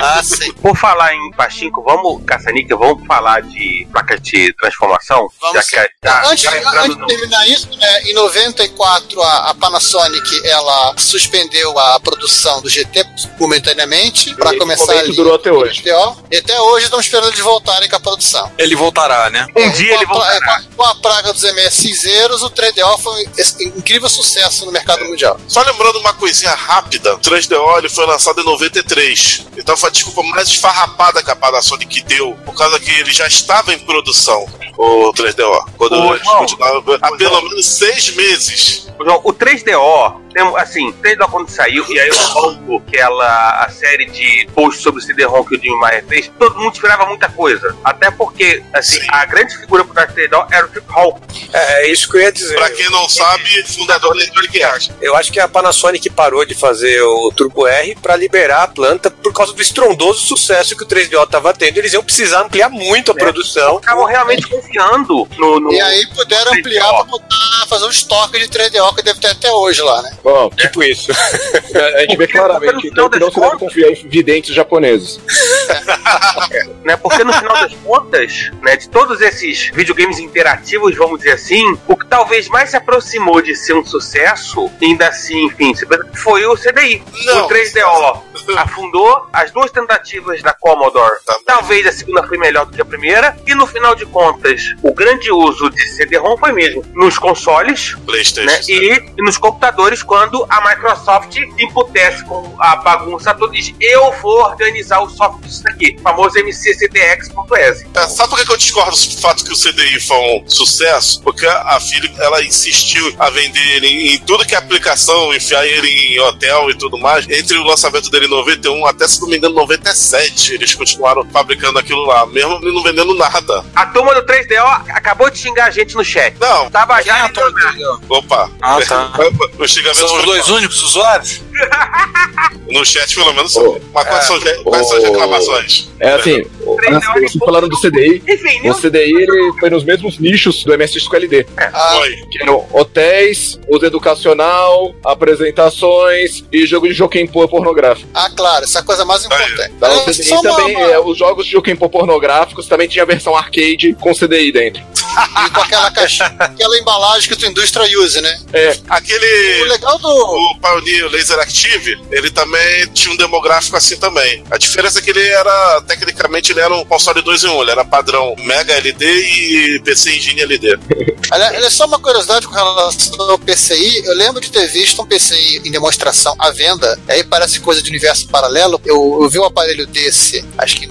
[SPEAKER 8] Ah, sim.
[SPEAKER 6] Por falar em Pachinko, vamos, Caçanica, vamos falar de placas de transformação?
[SPEAKER 8] Vamos
[SPEAKER 6] já que tá,
[SPEAKER 8] Antes,
[SPEAKER 6] já entrando
[SPEAKER 8] antes de
[SPEAKER 6] no-
[SPEAKER 8] terminar isso, né, em 94 a, a Panasonic ela suspendeu a produção do GT momentaneamente para
[SPEAKER 3] Esse
[SPEAKER 8] começar a
[SPEAKER 3] momento
[SPEAKER 8] linha
[SPEAKER 3] durou até hoje.
[SPEAKER 8] GTO. E até hoje estamos esperando eles voltarem com a produção.
[SPEAKER 4] Ele voltará, né?
[SPEAKER 6] Um dia
[SPEAKER 8] com,
[SPEAKER 6] ele
[SPEAKER 8] a pra-
[SPEAKER 6] voltará.
[SPEAKER 8] é, com a praga dos MSXeros, o 3DO foi um es- incrível sucesso no mercado mundial.
[SPEAKER 2] Só lembrando uma coisinha rápida: o 3DO ele foi lançado em 93. Então foi a desculpa mais esfarrapada que a Panasonic deu, por causa que ele já estava em produção, o 3DO. Quando
[SPEAKER 6] Ô,
[SPEAKER 2] eles
[SPEAKER 6] irmão.
[SPEAKER 2] continuavam há
[SPEAKER 6] Ô,
[SPEAKER 2] pelo
[SPEAKER 6] irmão.
[SPEAKER 2] menos seis meses.
[SPEAKER 6] João, o 3DO, temos, assim, desde lá quando saiu, e aí eu volto que ela, a série de posts sobre o CD-ROM que o Jim Maia fez, todo mundo esperava muita coisa. Até porque, assim, a grande figura por trás do CD-ROM era o Trip Hall.
[SPEAKER 10] É, é isso que eu ia dizer.
[SPEAKER 2] Pra quem
[SPEAKER 6] É,
[SPEAKER 2] não sabe, fundador da Electronic Arts.
[SPEAKER 10] Eu acho que a Panasonic parou de fazer o Turbo R pra liberar a planta por causa do estrondoso sucesso que o 3DO tava tendo. Eles iam precisar ampliar muito a produção.
[SPEAKER 6] Estavam realmente confiando no. no
[SPEAKER 8] E aí puderam ampliar pra botar, fazer um estoque de 3DO que deve ter até hoje lá, né?
[SPEAKER 3] Bom, é,
[SPEAKER 10] Tipo isso.
[SPEAKER 3] a gente vê claramente que não, que não se deve confiar em videntes japoneses.
[SPEAKER 6] né? Porque no final das contas, né, de todos esses videogames interativos, vamos dizer assim, o que talvez mais se aproximou de ser um sucesso, ainda assim, enfim, se pensa, foi o CDI.
[SPEAKER 2] Não.
[SPEAKER 6] O 3DO afundou as duas tentativas da Commodore. Talvez a segunda foi melhor do que a primeira, e no final de contas, o grande uso de CD-ROM foi mesmo nos consoles,
[SPEAKER 2] Playstation.
[SPEAKER 6] né? E, e nos computadores, quando a Microsoft imputece com a bagunça toda, diz: Eu vou organizar o software disso aqui, famoso mccdx.es.
[SPEAKER 2] É, sabe por que que eu discordo do fato que o CDI foi um sucesso? Porque a Philips, ela insistiu a vender ele em, em tudo que é aplicação, enfiar ele em hotel e tudo mais. Entre o lançamento dele em 91 até, se não me engano, 97, eles continuaram fabricando aquilo lá, mesmo ele não vendendo nada.
[SPEAKER 6] A turma do 3DO acabou de xingar a gente no chat.
[SPEAKER 2] Não,
[SPEAKER 6] Tava
[SPEAKER 5] é
[SPEAKER 6] já
[SPEAKER 2] opa.
[SPEAKER 7] Ah, tá.
[SPEAKER 2] O xingamento
[SPEAKER 7] São os
[SPEAKER 2] foi-
[SPEAKER 7] dois únicos usuários?
[SPEAKER 2] No chat, pelo menos.
[SPEAKER 3] Ô,
[SPEAKER 2] mas quais, são, as- quais são as reclamações?
[SPEAKER 3] É assim, o- antes de falar do CDI,
[SPEAKER 6] Enfim,
[SPEAKER 3] o
[SPEAKER 6] né?
[SPEAKER 3] CDI ele foi nos mesmos nichos do MSX com LD.
[SPEAKER 8] Ah,
[SPEAKER 2] Foi.
[SPEAKER 3] Que eram hotéis, uso educacional, apresentações e jogo de Jokenpô pornográfico.
[SPEAKER 8] ah, claro, essa é a coisa mais importante.
[SPEAKER 3] Tá? O
[SPEAKER 8] É,
[SPEAKER 3] CDI
[SPEAKER 8] só uma-
[SPEAKER 3] também,
[SPEAKER 8] uma-
[SPEAKER 3] é, os jogos de Jokenpô pornográficos também tinha a versão arcade com CDI dentro.
[SPEAKER 8] E com aquela caixa, aquela embalagem que a tua indústria usa, né? O
[SPEAKER 2] Aquele.
[SPEAKER 8] legal do.
[SPEAKER 2] O Pioneer Laser Active, ele também tinha um demográfico assim também. A diferença é que ele era, tecnicamente, ele era um console 2 em 1, ele era padrão Mega LD e PC Engine LD.
[SPEAKER 8] Olha, olha só uma curiosidade com relação ao PCI. Eu lembro de ter visto um PCI em demonstração à venda. Aí parece coisa de universo paralelo. Eu, eu vi um aparelho desse, acho que em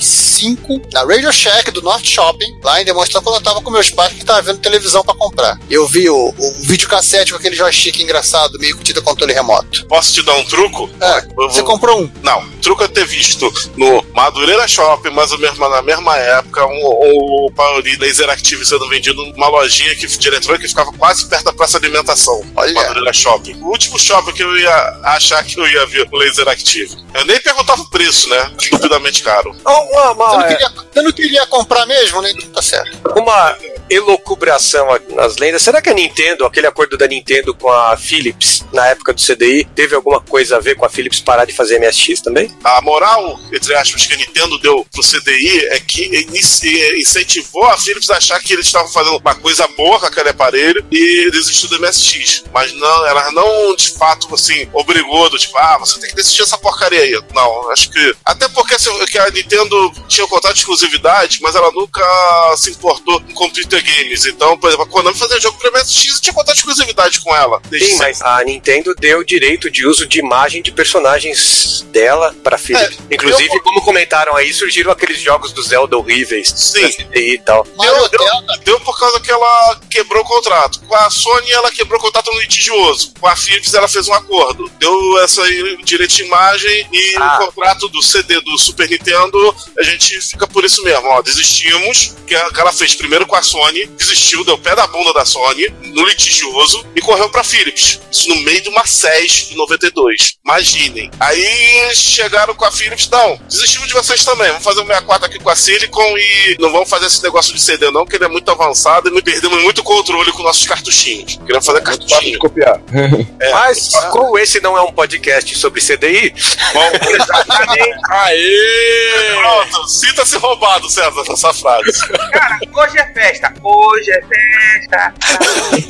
[SPEAKER 8] 95, na Radio Shack do North Shopping, lá em demonstração, quando eu tava com meus pais que tava vendo televisão pra comprar. Eu vi o, o videocassete com aquele joystick engraçado, meio que tido controle remoto.
[SPEAKER 2] Posso te dar um truco?
[SPEAKER 8] É,
[SPEAKER 2] Eu vou-
[SPEAKER 8] você comprou um.
[SPEAKER 2] Não, truco é ter visto no Madureira Shopping, mas na mesma época, um, um, o Pioneer Laser Active sendo vendido numa lojinha que, de eletrônica que ficava quase perto da praça de alimentação.
[SPEAKER 8] Olha,
[SPEAKER 2] Madureira Shopping. O último shopping que eu ia achar que eu ia ver o Laser Active. Eu nem perguntava o preço, né? Estupidamente caro.
[SPEAKER 10] Então, uma,
[SPEAKER 5] Ah, é.
[SPEAKER 8] você
[SPEAKER 10] uma,
[SPEAKER 8] não, queria, você não queria comprar mesmo, né? Então Tá certo.
[SPEAKER 10] uma elucubração nas lendas. Será que a Nintendo, aquele acordo da Nintendo com a Philips na época do CDI, teve alguma coisa a ver com a Philips parar de fazer MSX também?
[SPEAKER 2] A moral, entre aspas, que a Nintendo deu pro CDI é que inici- é, incentivou a Philips a achar que eles estavam fazendo uma coisa boa com aquele aparelho e desistiu do MSX. Mas não, ela não, de fato, assim, obrigou do tipo, ah, você tem que desistir dessa porcaria aí. Não, acho que. Até porque assim, que a Nintendo tinha um contrato de exclusividade, mas ela nunca se importou com computer games. Então, por exemplo, a Konami fazia jogo pro MSX e tinha contrato de exclusividade com ela. Desde
[SPEAKER 10] Sim,
[SPEAKER 2] sempre.
[SPEAKER 10] mas a Nintendo deu direito de uso de imagem de personagens dela pra Philips.
[SPEAKER 7] É,
[SPEAKER 10] Inclusive, como comentaram aí, surgiram aqueles jogos do Zelda horríveis.
[SPEAKER 2] Sim.
[SPEAKER 10] pra CDI e tal.
[SPEAKER 8] Mario
[SPEAKER 2] deu-
[SPEAKER 8] Delta,
[SPEAKER 2] Deu por causa que ela quebrou o contrato. Com a Sony, ela quebrou o contrato no litigioso. Com a Philips, ela fez um acordo. Deu essa aí, direito de imagem e
[SPEAKER 10] Ah.
[SPEAKER 2] o contrato do CD do Super Nintendo, a gente fica por isso mesmo. Ó, desistimos, que a- que ela fez primeiro com a Sony, desistiu, deu pé da bunda da Sony, no litigioso, e correu pra Philips. Isso no meio de uma SES de 92. Imaginem. Aí chegaram com a Philips, não, desistimos de vocês também. Vamos fazer um 64 aqui com a Silicon e não vamos fazer esse negócio de CD não, que ele é muito avançado e perdemos muito controle com nossos cartuchinhos. Queremos fazer
[SPEAKER 3] Fácil de
[SPEAKER 2] cartuchinho.
[SPEAKER 3] copiar.
[SPEAKER 7] É.
[SPEAKER 10] Mas,
[SPEAKER 7] Ah.
[SPEAKER 10] como esse não é um podcast sobre CDI,
[SPEAKER 2] Bom,
[SPEAKER 7] Aê!
[SPEAKER 2] pronto, sinta-se roubado, César, essa frase.
[SPEAKER 6] Cara, hoje é festa. Hoje é festa.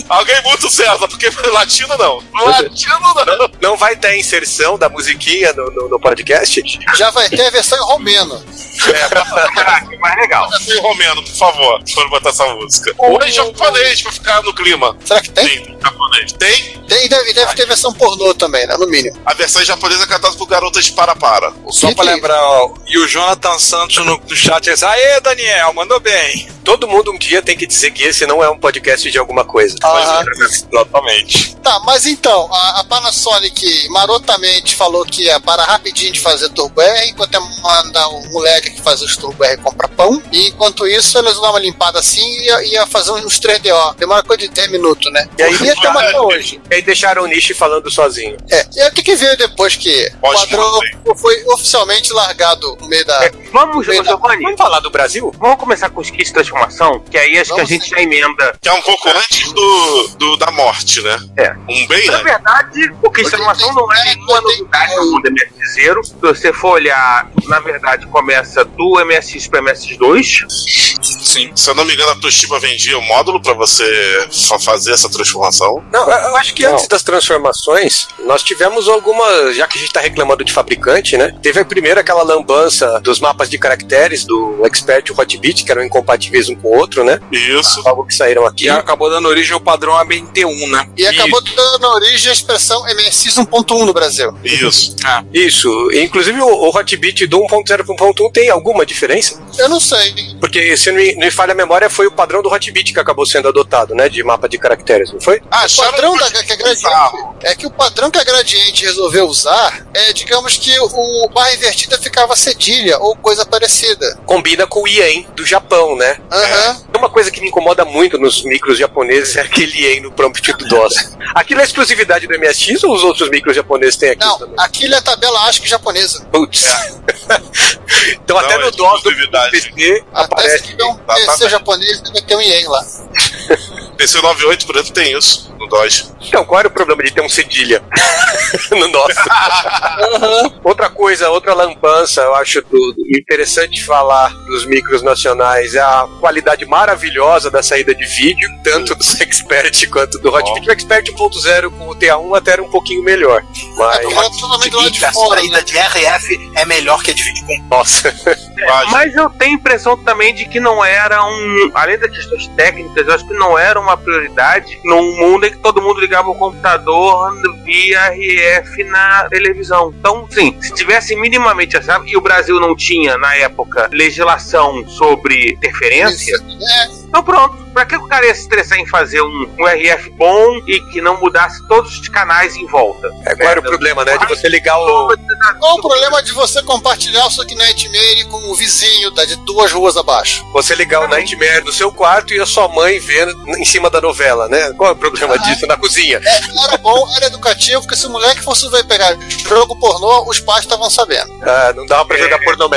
[SPEAKER 2] Alguém muito César, porque latino não. Latino não.
[SPEAKER 10] não vai ter inserção da musiquinha no, no- no podcast?
[SPEAKER 8] já vai ter a versão em romeno.
[SPEAKER 6] Caraca, mais legal.
[SPEAKER 2] Assim, Romeno, por favor, se for botar essa música. Ou em é japonês, pra ficar no clima.
[SPEAKER 8] Será que tem?
[SPEAKER 2] Sim. japonês. Tem?
[SPEAKER 8] Tem, e deve, e deve ter versão pornô também, né? No mínimo.
[SPEAKER 2] A versão japonesa é cantada por garotas de para-para.
[SPEAKER 7] Só pra lembrar, ó, e o Jonathan Santos no, no chat é Aê, Daniel, mandou bem.
[SPEAKER 5] Todo mundo um dia tem que dizer que esse não é um podcast de alguma coisa.
[SPEAKER 8] Aham.
[SPEAKER 7] Exatamente.
[SPEAKER 8] Tá, mas então, a, a Panasonic marotamente falou que ia parar rapidinho de fazer Turbo R, enquanto é manda o moleque que faz os Turbo R comprar pão. E enquanto isso, eles dão uma limpada assim e ia, ia fazer uns 3DO. Demora coisa de 10 minutos, né?
[SPEAKER 5] E aí,
[SPEAKER 8] ia ter uma até hoje.
[SPEAKER 5] E aí deixaram o Nishi falando sozinho.
[SPEAKER 8] É, e aí o que, que veio depois que o padrão foi oficialmente largado no meio da.
[SPEAKER 6] É, Vamos, Giovanni.
[SPEAKER 5] Vamos falar do Brasil?
[SPEAKER 6] Vamos começar com os kits de transformação, que aí acho que a gente já emenda.
[SPEAKER 2] Que é um pouco antes do, do- da morte, né?
[SPEAKER 6] É.
[SPEAKER 2] Um bem,
[SPEAKER 6] Na
[SPEAKER 2] né?
[SPEAKER 6] verdade, o que transformação não é nenhuma novidade no mundo MSZero. Se você for olhar, na verdade, começa do MSX para MSX2.
[SPEAKER 7] Sim.
[SPEAKER 2] Se eu não me engano, a Toshiba vendia o módulo pra você fa- fazer essa transformação.
[SPEAKER 5] Não, eu- eu acho que antes das transformações, nós tivemos algumas, já que a gente tá reclamando de fabricante, né? Teve a primeira aquela lambança dos mapas de caracteres do Expert e o Hotbit, que eram incompatíveis um com o outro, né?
[SPEAKER 8] Ah,
[SPEAKER 2] Isso.
[SPEAKER 5] Logo que saíram aqui.
[SPEAKER 7] E acabou dando origem ao padrão ABNT1, né?
[SPEAKER 8] E acabou dando origem à expressão MSX 1.1 no Brasil.
[SPEAKER 2] Isso.
[SPEAKER 7] Ah,
[SPEAKER 5] Isso, inclusive o, o Hotbit do 1.0 para 1.1 tem alguma diferença?
[SPEAKER 8] Eu não sei.
[SPEAKER 5] Porque, se não me, não me falha a memória, foi o padrão do Hotbit que acabou sendo adotado, né? De mapa de caracteres, não foi?
[SPEAKER 2] Ah,
[SPEAKER 8] O padrão da, que a gradiente, é que o padrão que a gradiente resolveu usar é, digamos que o barra invertida ficava cedilha ou coisa parecida.
[SPEAKER 5] Combina com o Ien do Japão, né?
[SPEAKER 8] Aham.
[SPEAKER 5] Uma coisa que me incomoda muito nos micros japoneses é aquele Ien no prompt do DOS. Aquilo é exclusividade do MSX ou os outros micros japoneses têm aqui também?
[SPEAKER 8] Não, aquilo é a tabela ASCII japonesa.
[SPEAKER 5] Putz. então, até
[SPEAKER 2] É. Não,
[SPEAKER 5] no
[SPEAKER 2] é
[SPEAKER 5] DOS do
[SPEAKER 2] exclusividade.
[SPEAKER 5] PC
[SPEAKER 8] Até se
[SPEAKER 5] aparece.
[SPEAKER 8] tiver um
[SPEAKER 2] Tá, tá
[SPEAKER 8] PC
[SPEAKER 2] bem.
[SPEAKER 8] japonês, deve ter um IEM lá.
[SPEAKER 2] PC 98, por exemplo, tem isso no DOS.
[SPEAKER 5] Então, qual era o problema de ter um cedilha no nosso? Outra coisa, outra lampança, eu acho tudo. Interessante falar dos micros nacionais é a qualidade maravilhosa da saída de vídeo, tanto
[SPEAKER 2] Uhum.
[SPEAKER 5] do Expert quanto do Hot Video. O Expert 1.0 com o TA1 até era um pouquinho melhor.
[SPEAKER 8] É porque
[SPEAKER 5] Mas,
[SPEAKER 8] era totalmente do lado de
[SPEAKER 9] a
[SPEAKER 8] fora, né?
[SPEAKER 9] saída de RF é melhor que a de vídeo com
[SPEAKER 5] nossa.
[SPEAKER 8] É,
[SPEAKER 2] Mas,
[SPEAKER 6] Mas eu tenho a impressão também de que não era um. Além das questões técnicas, eu acho que não era uma prioridade num mundo em que todo mundo ligava o computador via RF na televisão. Então, sim, se tivesse minimamente essa. E o Brasil não tinha, na época, legislação sobre interferência.
[SPEAKER 8] é,
[SPEAKER 6] Então pronto. Pra que o cara ia se estressar em fazer um, um RF bom e que não mudasse todos os canais em volta?
[SPEAKER 5] É, qual era o problema, né? De você ligar o.
[SPEAKER 8] Qual o problema de você compartilhar o seu Nightmare com o vizinho da, de duas ruas abaixo?
[SPEAKER 5] Você ligar o Nightmare no seu quarto e a sua mãe vendo em cima da novela, né? Qual é o problema disso na cozinha?
[SPEAKER 8] Era bom, era educativo, porque se o moleque fosse ver pegar jogo pornô, os pais estavam sabendo.
[SPEAKER 5] Ah, não dava pra jogar pornô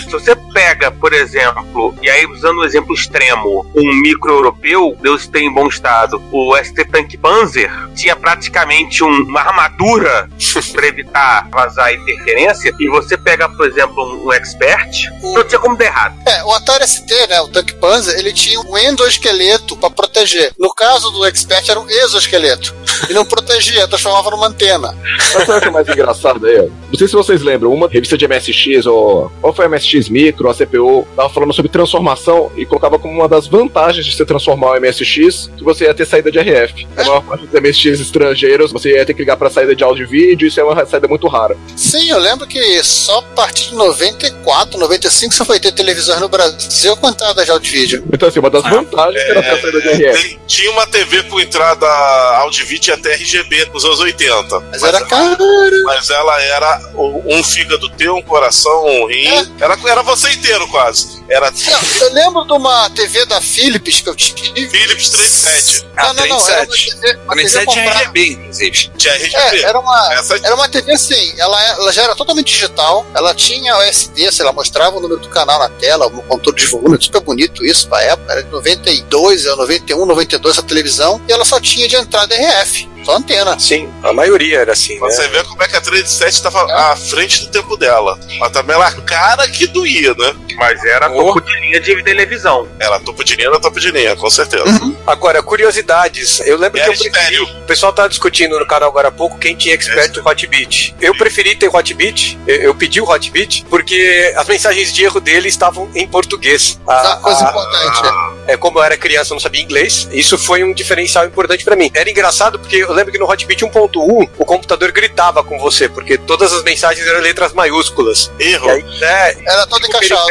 [SPEAKER 6] Se você pega, por exemplo, e aí usando um exemplo extremo, um micro europeu, Deus tem em bom estado, o ST Tank Panzer tinha praticamente um- uma armadura para evitar vazar interferência, e você pega, por exemplo, um, um expert, não tinha como dar errado.
[SPEAKER 8] É, o Atari ST, né, o Tank Panzer, ele tinha um endoesqueleto pra proteger. No caso do Expert, era um exoesqueleto. E não protegia, transformava numa antena.
[SPEAKER 3] Mas sabe o que é mais engraçado aí, ó? Não sei se vocês lembram, uma revista de MSX, ou, ou foi MSX Micro, a CPU, tava falando sobre transformação e colocava como uma das vantagens de você transformar o MSX que você ia ter saída de RF. A maior parte dos MSX estrangeiros, você ia ter que ligar pra saída de áudio e vídeo, isso é uma saída muito rara.
[SPEAKER 8] Sim, eu lembro que só a partir de 94, 95 você foi ter televisões no Brasil contada já de vídeo.
[SPEAKER 3] Então, assim, uma das vantagens era ter a saída de RF.
[SPEAKER 2] tem- tinha uma TV com entrada áudio e vídeo e até RGB nos anos 80.
[SPEAKER 8] Mas era caro.
[SPEAKER 2] Mas ela era o- um fígado teu, um coração, um rim.
[SPEAKER 4] É.
[SPEAKER 2] Era, era você inteiro, quase. Era
[SPEAKER 8] Não, eu lembro de uma TV da Philips que eu tive.
[SPEAKER 2] Philips 37.
[SPEAKER 8] Não, não, não. Era uma
[SPEAKER 7] 37.
[SPEAKER 8] TV, uma TV
[SPEAKER 7] 37 é
[SPEAKER 8] comprada.
[SPEAKER 7] RGB, inclusive.
[SPEAKER 2] Tinha RGB.
[SPEAKER 8] É, era uma,
[SPEAKER 2] Essa
[SPEAKER 8] era uma TV assim, ela, ela já era totalmente digital, ela tinha OSD, sei lá, mostrava o número do canal na tela, o controle de volume, super bonito isso um, pra época, era de 92, era 91, 92 a televisão, e ela só tinha de entrada RF. botou antena.
[SPEAKER 5] Sim, a maioria era assim.
[SPEAKER 2] Pra
[SPEAKER 5] né?
[SPEAKER 2] você ver como é que a 37 estava à frente do tempo dela. Mas também ela cara que doía, né?
[SPEAKER 12] Mas era topo de linha de televisão.
[SPEAKER 2] Ela topo de linha, era topo de linha, com certeza.
[SPEAKER 5] Agora, curiosidades. Eu
[SPEAKER 4] É.
[SPEAKER 5] lembro que eu preferi... o pessoal tava discutindo no canal agora há pouco quem tinha expert do Hot Beat. Eu preferi ter Hot Beat, eu, eu pedi o Hot Beat, porque as mensagens de erro dele estavam em português.
[SPEAKER 8] Isso é uma
[SPEAKER 5] Ah.
[SPEAKER 8] coisa importante,
[SPEAKER 5] é. como eu era criança, eu não sabia inglês. Isso foi um diferencial importante pra mim. Era engraçado porque eu lembro que no Hot Beat 1.1 o computador gritava com você, porque todas as mensagens eram letras maiúsculas.
[SPEAKER 2] Erro.
[SPEAKER 5] É,
[SPEAKER 8] Era todo encaixado.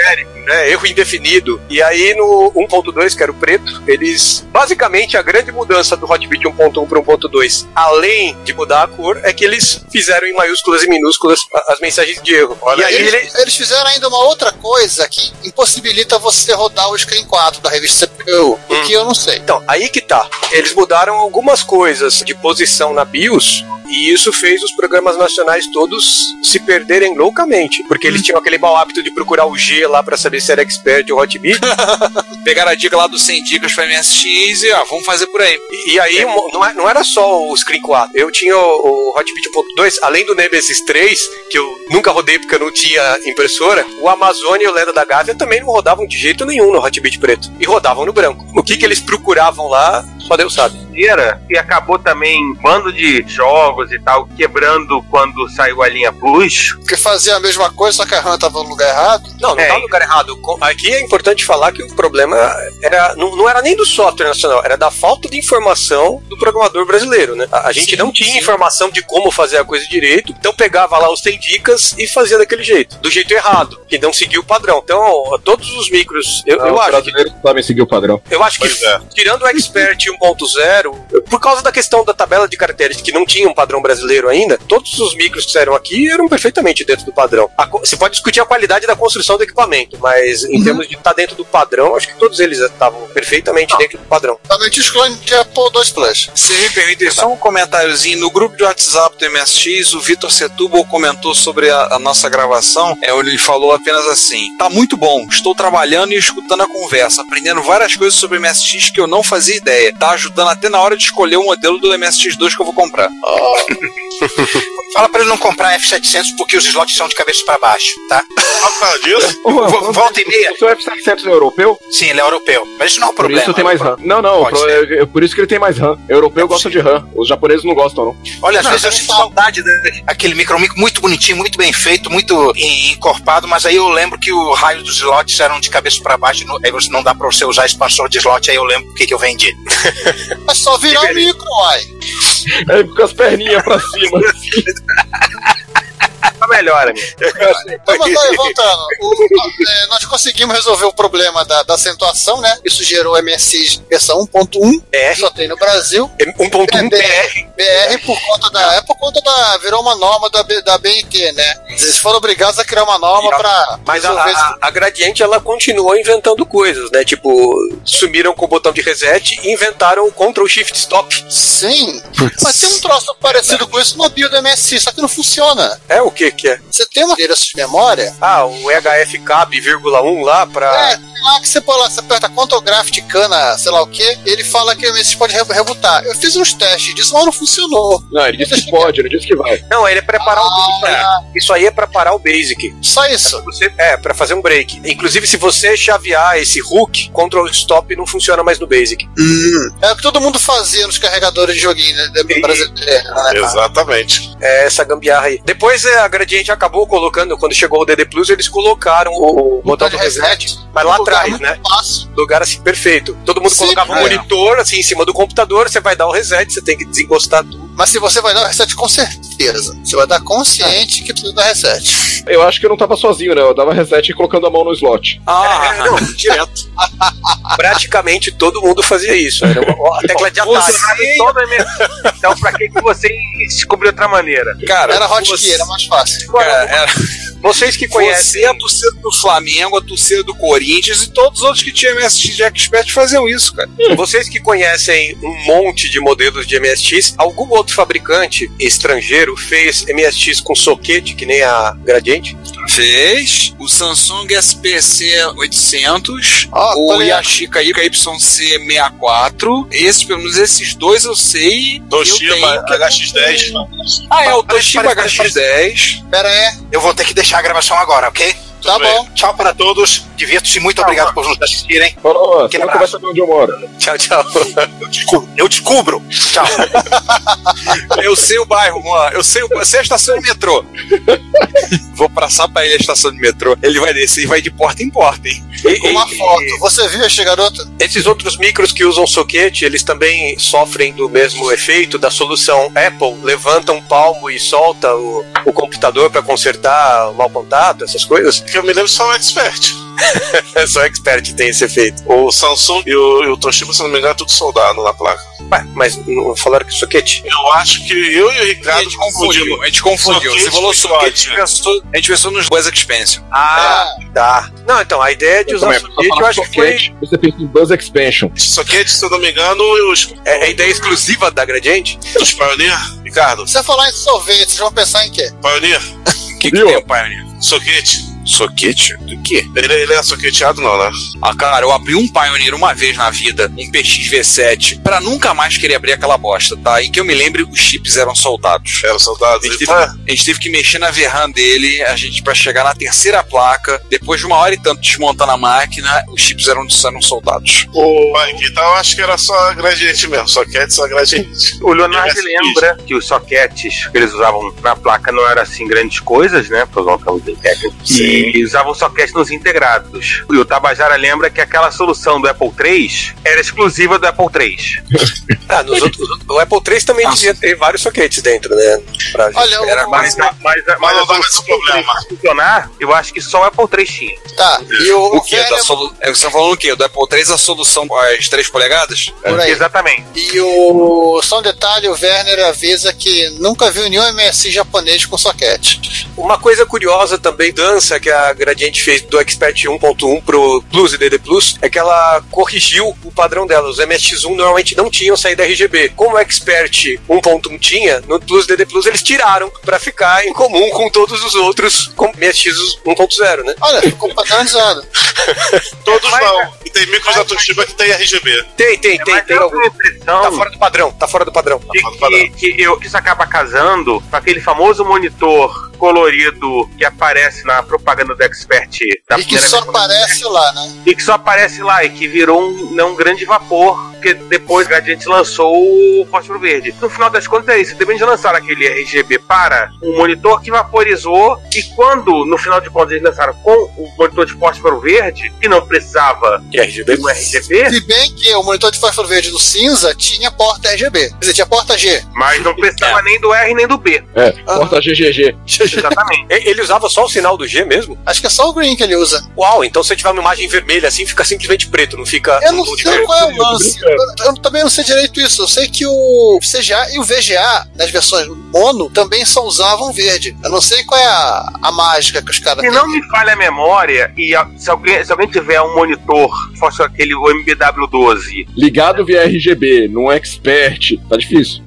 [SPEAKER 5] né? Erro indefinido. E aí no 1.2, que era o preto, eles. Basicamente, a grande mudança do Hotbit 1.1 para 1.2, além de mudar a cor, é que eles fizeram em maiúsculas e minúsculas a- as mensagens de erro. e aí
[SPEAKER 8] eles,
[SPEAKER 5] ele-
[SPEAKER 8] eles fizeram ainda uma outra coisa que impossibilita você rodar o Screen 4 da revista CPU, o que eu não sei.
[SPEAKER 5] Então, aí que tá. Eles mudaram algumas coisas de posição na BIOS. E isso fez os programas nacionais todos se perderem loucamente. Porque eles tinham aquele mau hábito de procurar o G lá pra saber se era expert ou hotbit.
[SPEAKER 4] Pegaram a dica lá dos 100 dicas pra MSX e, ah, vamos fazer por aí.
[SPEAKER 5] E, e aí, mo- não, é- não era só o Screen 4. Eu tinha o, o Hotbit 1.2, além do Nemesis 3, que eu nunca rodei porque eu não tinha impressora, o Amazônia e o Lenda da Gávea também não rodavam de jeito nenhum no Hotbit preto. E rodavam no branco. O que, que eles procuravam lá, só Deus sabe.
[SPEAKER 12] Era, e acabou também um bando de jogos e tal quebrando quando saiu a linha Plus.
[SPEAKER 8] Porque fazia a mesma coisa, só que a RAM tava no lugar errado.
[SPEAKER 5] Não, não
[SPEAKER 12] É.
[SPEAKER 5] tá no lugar errado. Co- Aqui é importante falar que o problema era, não, não era nem do software nacional, era da falta de informação do programador brasileiro, né? A, a gente não tinha informação de como fazer a coisa direito, então pegava lá os 100 dicas e fazia daquele jeito, do jeito errado, que não seguia o padrão. Então, todos os micros, eu, eu
[SPEAKER 3] os
[SPEAKER 5] acho que
[SPEAKER 3] Então, brasileiros sabem seguir o padrão.
[SPEAKER 5] eu acho que, tirando o Expert 1.0, por causa da questão da tabela de caracteres que não tinha um padrão brasileiro ainda, todos os micros que saíram aqui eram perfeitamente dentro do padrão. A co- você pode discutir a qualidade da construção do equipamento, mas em termos de estar dentro do padrão, acho que todos eles estavam perfeitamente dentro do padrão.
[SPEAKER 8] Somente os clones de Apple II Plus.
[SPEAKER 4] Se me permitem só um comentáriozinho, no grupo de WhatsApp do MSX, o Vitor Setúbal comentou sobre a, a nossa gravação, é, ele falou apenas assim, tá muito bom, estou trabalhando e escutando a conversa, aprendendo várias coisas sobre MSX que eu não fazia ideia, tá ajudando até na hora de escolher o modelo do MSX2 que eu vou comprar.
[SPEAKER 6] Fala pra ele não comprar F700 porque os slots são de cabeça pra baixo, tá?
[SPEAKER 2] Fala disso?
[SPEAKER 6] Volta e meia.
[SPEAKER 3] O seu F700 é europeu?
[SPEAKER 6] Sim, ele é europeu. Mas isso não é um
[SPEAKER 3] Por
[SPEAKER 6] problema.
[SPEAKER 3] isso tem mais RAM. Não, não,
[SPEAKER 6] Pode
[SPEAKER 3] pro- é- é por isso que ele tem mais RAM. Europeu gosta de RAM, os japoneses não gostam, não.
[SPEAKER 6] Olha, às vezes eu sinto saudade daquele micromico muito bonitinho, muito bem feito, muito en- encorpado, mas aí eu lembro que o raio dos slots eram de cabeça pra baixo, no- aí você não dá pra você usar expansor de slot, aí eu lembro o que, que eu vendi.
[SPEAKER 8] É só virar o micro, uai.
[SPEAKER 3] É com as perninhas pra cima.
[SPEAKER 12] Tá melhor, amigo.
[SPEAKER 8] Então, mas vai, voltando. O- é, nós conseguimos resolver o problema da, da acentuação, né? Isso gerou o MSX versão 1.1, que só tem no Brasil.
[SPEAKER 5] É,
[SPEAKER 8] É,
[SPEAKER 5] 1.1
[SPEAKER 8] BR. BR por conta da. É por conta da. Virou uma norma da, B- da BNT, né? Eles foram obrigados a criar uma norma pra.
[SPEAKER 5] Mas a,
[SPEAKER 8] resolver esse-
[SPEAKER 5] a- a Gradiente, ela continuou inventando coisas, né? Tipo, sumiram com o botão de reset e inventaram o Ctrl Shift Stop.
[SPEAKER 8] Sim. Mas tem um troço parecido com isso no bio do MSX, só que não funciona.
[SPEAKER 5] É o que que é?
[SPEAKER 8] Você tem um endereço de memória?
[SPEAKER 5] Ah, o EHF cabe, vírgula 1 lá pra...
[SPEAKER 8] É, tem lá que você põe lá, você aperta Ctrl Graph de cana, sei lá o que, ele fala que o MSX pode re- rebutar. Eu fiz uns testes disso, mas não funcionou.
[SPEAKER 3] Não, ele disse que pode, ele disse que vai.
[SPEAKER 5] Não, ele é preparar o basic.
[SPEAKER 8] Ah, Então,
[SPEAKER 5] Isso aí é pra parar o basic.
[SPEAKER 8] Só isso.
[SPEAKER 5] Você- é, pra fazer um break. Inclusive, se você chavear esse hook, Ctrl Stop não funciona mais no basic.
[SPEAKER 8] É o que todo mundo fazia nos carregadores de joguinho né, da- brasileiro. né?
[SPEAKER 2] Exatamente.
[SPEAKER 5] É essa gambiarra aí. Depois é, a Gradiente acabou colocando, quando chegou o DD Plus, eles colocaram o, o botão do reset, mas lá
[SPEAKER 8] Então, é Um lugar
[SPEAKER 5] atrás,
[SPEAKER 8] muito
[SPEAKER 5] né?
[SPEAKER 8] fácil.
[SPEAKER 5] Lugar assim perfeito. Todo mundo
[SPEAKER 8] Sim, é.
[SPEAKER 5] colocava um
[SPEAKER 8] cara.
[SPEAKER 5] monitor assim em cima do computador, você vai dar o reset, você tem que desencostar tudo.
[SPEAKER 8] Mas se você vai dar o reset com certeza, você vai dar consciente que precisa dar reset.
[SPEAKER 3] Eu acho que eu não tava sozinho, né? Eu dava reset e colocando a mão no slot.
[SPEAKER 4] Ah,
[SPEAKER 5] direto. Praticamente todo mundo fazia isso. Era uma, a tecla de atalho.
[SPEAKER 12] Funcionava em todo MSX. Então, pra que, que você descobriu outra maneira?
[SPEAKER 4] cara,
[SPEAKER 8] Era hotkey,
[SPEAKER 4] você-
[SPEAKER 8] era mais fácil.
[SPEAKER 4] Cara, era-
[SPEAKER 5] Vocês que
[SPEAKER 4] você,
[SPEAKER 5] conhecem.
[SPEAKER 4] a torcida do Flamengo, a torcida do Corinthians e todos os outros que tinham MSX de Expert faziam isso, cara.
[SPEAKER 5] Vocês que conhecem um monte de modelos de MSX, algum outro fabricante estrangeiro Zero fez MSX com soquete, que nem a Gradiente.
[SPEAKER 4] Fez. O Samsung SPC 800. o Yashica YC64. Esses, pelo menos esses dois eu sei.
[SPEAKER 2] Toshiba HX10.
[SPEAKER 4] Ah, é o Toshiba HX10.
[SPEAKER 13] Pera aí. Eu vou ter que deixar a gravação agora, ok? tá bom. Tchau para todos. Divirto-se. Muito obrigado por nos assistirem.
[SPEAKER 3] Falou, você
[SPEAKER 13] Aquele
[SPEAKER 3] não
[SPEAKER 13] abraço.
[SPEAKER 3] vai saber onde eu moro.
[SPEAKER 5] Tchau, tchau.
[SPEAKER 13] Eu descubro. Eu descubro. Tchau.
[SPEAKER 4] Eu sei o bairro, mano. Eu sei, o, eu sei a estação de metrô. Vou passar pra ele a estação de metrô. Ele vai descer e vai de porta em porta, hein?
[SPEAKER 5] Com uma
[SPEAKER 8] foto. Você viu este garoto?
[SPEAKER 5] Esses outros micros que usam soquete, eles também sofrem do mesmo efeito da solução Apple. Levanta um palmo e solta o, o computador para consertar o mau contato, essas coisas.
[SPEAKER 2] Que eu me lembro só o Expert.
[SPEAKER 5] só o Expert tem esse efeito.
[SPEAKER 2] O Samsung e o, e o Toshiba, se não me engano, é tudo soldado na placa.
[SPEAKER 5] Ué, mas não falaram que é soquete?
[SPEAKER 2] Eu acho que eu e o Ricardo.
[SPEAKER 4] A gente confundiu, a gente confundiu. Você falou soquete, pensou- a gente pensou nos Buzz Expansion.
[SPEAKER 5] Ah,
[SPEAKER 8] É.
[SPEAKER 5] tá. Não, então, a ideia de usar soquete, eu acho que foi...
[SPEAKER 3] Você pensa em Buzz Expansion.
[SPEAKER 2] Soquete, se eu não me engano, os.
[SPEAKER 5] É a ideia exclusiva da Gradiente?
[SPEAKER 2] Dos Pioneer. Ricardo,
[SPEAKER 8] Se você falar em sorvete, vocês vão pensar em quê?
[SPEAKER 2] Pioneer.
[SPEAKER 4] O que, que tem o Pioneer?
[SPEAKER 2] Soquete.
[SPEAKER 4] Soquete? Do quê?
[SPEAKER 2] Ele, ele é soqueteado, não, né?
[SPEAKER 4] Ah, cara, eu abri um Pioneer uma vez na vida, um PXV7, pra nunca mais querer abrir aquela bosta, tá? E que eu me lembre, os chips eram soldados.
[SPEAKER 2] Eram soldados.
[SPEAKER 4] A gente, teve, a gente teve que mexer na VRAM dele, a gente pra chegar na terceira placa, depois de uma hora e tanto desmontando a máquina, os chips eram, eram soldados.
[SPEAKER 2] O então eu acho que era só gradiente mesmo, soquete, só gradiente.
[SPEAKER 6] O Leonardo
[SPEAKER 2] Eu
[SPEAKER 6] lembra que os soquetes que eles usavam na placa não eram assim grandes coisas, né? Porque não estamos bem técnicos. E usavam soquetes nos integrados. E o Tabajara lembra que aquela solução do Apple III era exclusiva do Apple III.
[SPEAKER 5] Ah, nos outros, o Apple III também devia ter vários soquetes dentro, né? Pra-
[SPEAKER 8] Olha, o-
[SPEAKER 5] era mais...
[SPEAKER 6] Mas, mas, mas
[SPEAKER 2] não
[SPEAKER 6] a
[SPEAKER 2] dá mais
[SPEAKER 6] solução do Apple III funcionar, eu acho que só o Apple III tinha.
[SPEAKER 8] Tá. E o,
[SPEAKER 4] O que?
[SPEAKER 8] velho-
[SPEAKER 4] Você tá falando o quê? Do Apple III a solução às 3 polegadas?
[SPEAKER 5] é
[SPEAKER 8] Por aí.
[SPEAKER 6] Exatamente.
[SPEAKER 8] E o só um detalhe, o Werner avisa que nunca viu nenhum MSI japonês com soquete.
[SPEAKER 5] Uma coisa curiosa também, dança que a Gradiente fez do Expert 1.1 pro Plus e DD Plus, é que ela corrigiu o padrão dela. Os MSX1 normalmente não tinham saída RGB. Como o Expert 1.1 tinha, no Plus e DD Plus eles tiraram pra ficar em comum com todos os outros com MSX 1.0, né?
[SPEAKER 8] Olha, ficou padronizado.
[SPEAKER 2] Todos não. E tem micros da Toshiba que tem RGB.
[SPEAKER 5] Tem, tem, tem,
[SPEAKER 6] é, Mas
[SPEAKER 5] tem.
[SPEAKER 6] é
[SPEAKER 5] algum.
[SPEAKER 6] uma impressão
[SPEAKER 5] Tá fora do padrão, tá fora do padrão.
[SPEAKER 6] de que, que eu, que isso acaba casando com aquele famoso monitor colorido que aparece na propaganda do Expert da
[SPEAKER 8] e que
[SPEAKER 6] primeira
[SPEAKER 8] só
[SPEAKER 6] vez.
[SPEAKER 8] aparece lá, né?
[SPEAKER 6] e que só aparece lá e que virou um, né, um grande vapor que depois a gente lançou o fósforo verde. No final das contas é isso, também de lançar aquele RGB para um monitor que vaporizou e quando no final de contas eles lançaram com o monitor de fósforo verde que não precisava
[SPEAKER 5] E RGB?
[SPEAKER 6] de um RGB,
[SPEAKER 8] Se bem que o monitor de fósforo verde do cinza tinha porta RGB. Quer dizer, tinha porta G.
[SPEAKER 6] mas não precisava nem do R nem do B.
[SPEAKER 3] É, porta GGG.
[SPEAKER 6] Exatamente.
[SPEAKER 5] Ele usava só o sinal do G mesmo?
[SPEAKER 8] Acho que é só o green que ele usa.
[SPEAKER 5] Uau, então se eu tiver uma imagem vermelha assim, fica simplesmente preto, não fica.
[SPEAKER 10] um
[SPEAKER 8] Eu não
[SPEAKER 5] tom de
[SPEAKER 8] sei
[SPEAKER 5] verde.
[SPEAKER 8] qual é o lance. Eu, eu também não sei direito isso. Eu sei que o CGA e o VGA, nas versões mono, também só usavam verde. Eu não sei qual é a, a mágica que os caras
[SPEAKER 6] Se
[SPEAKER 8] têm.
[SPEAKER 6] não me falha a memória, e a- se alguém, se alguém tiver um monitor, fosse aquele o MBW12,
[SPEAKER 3] Ligado via RGB, num expert. Tá difícil.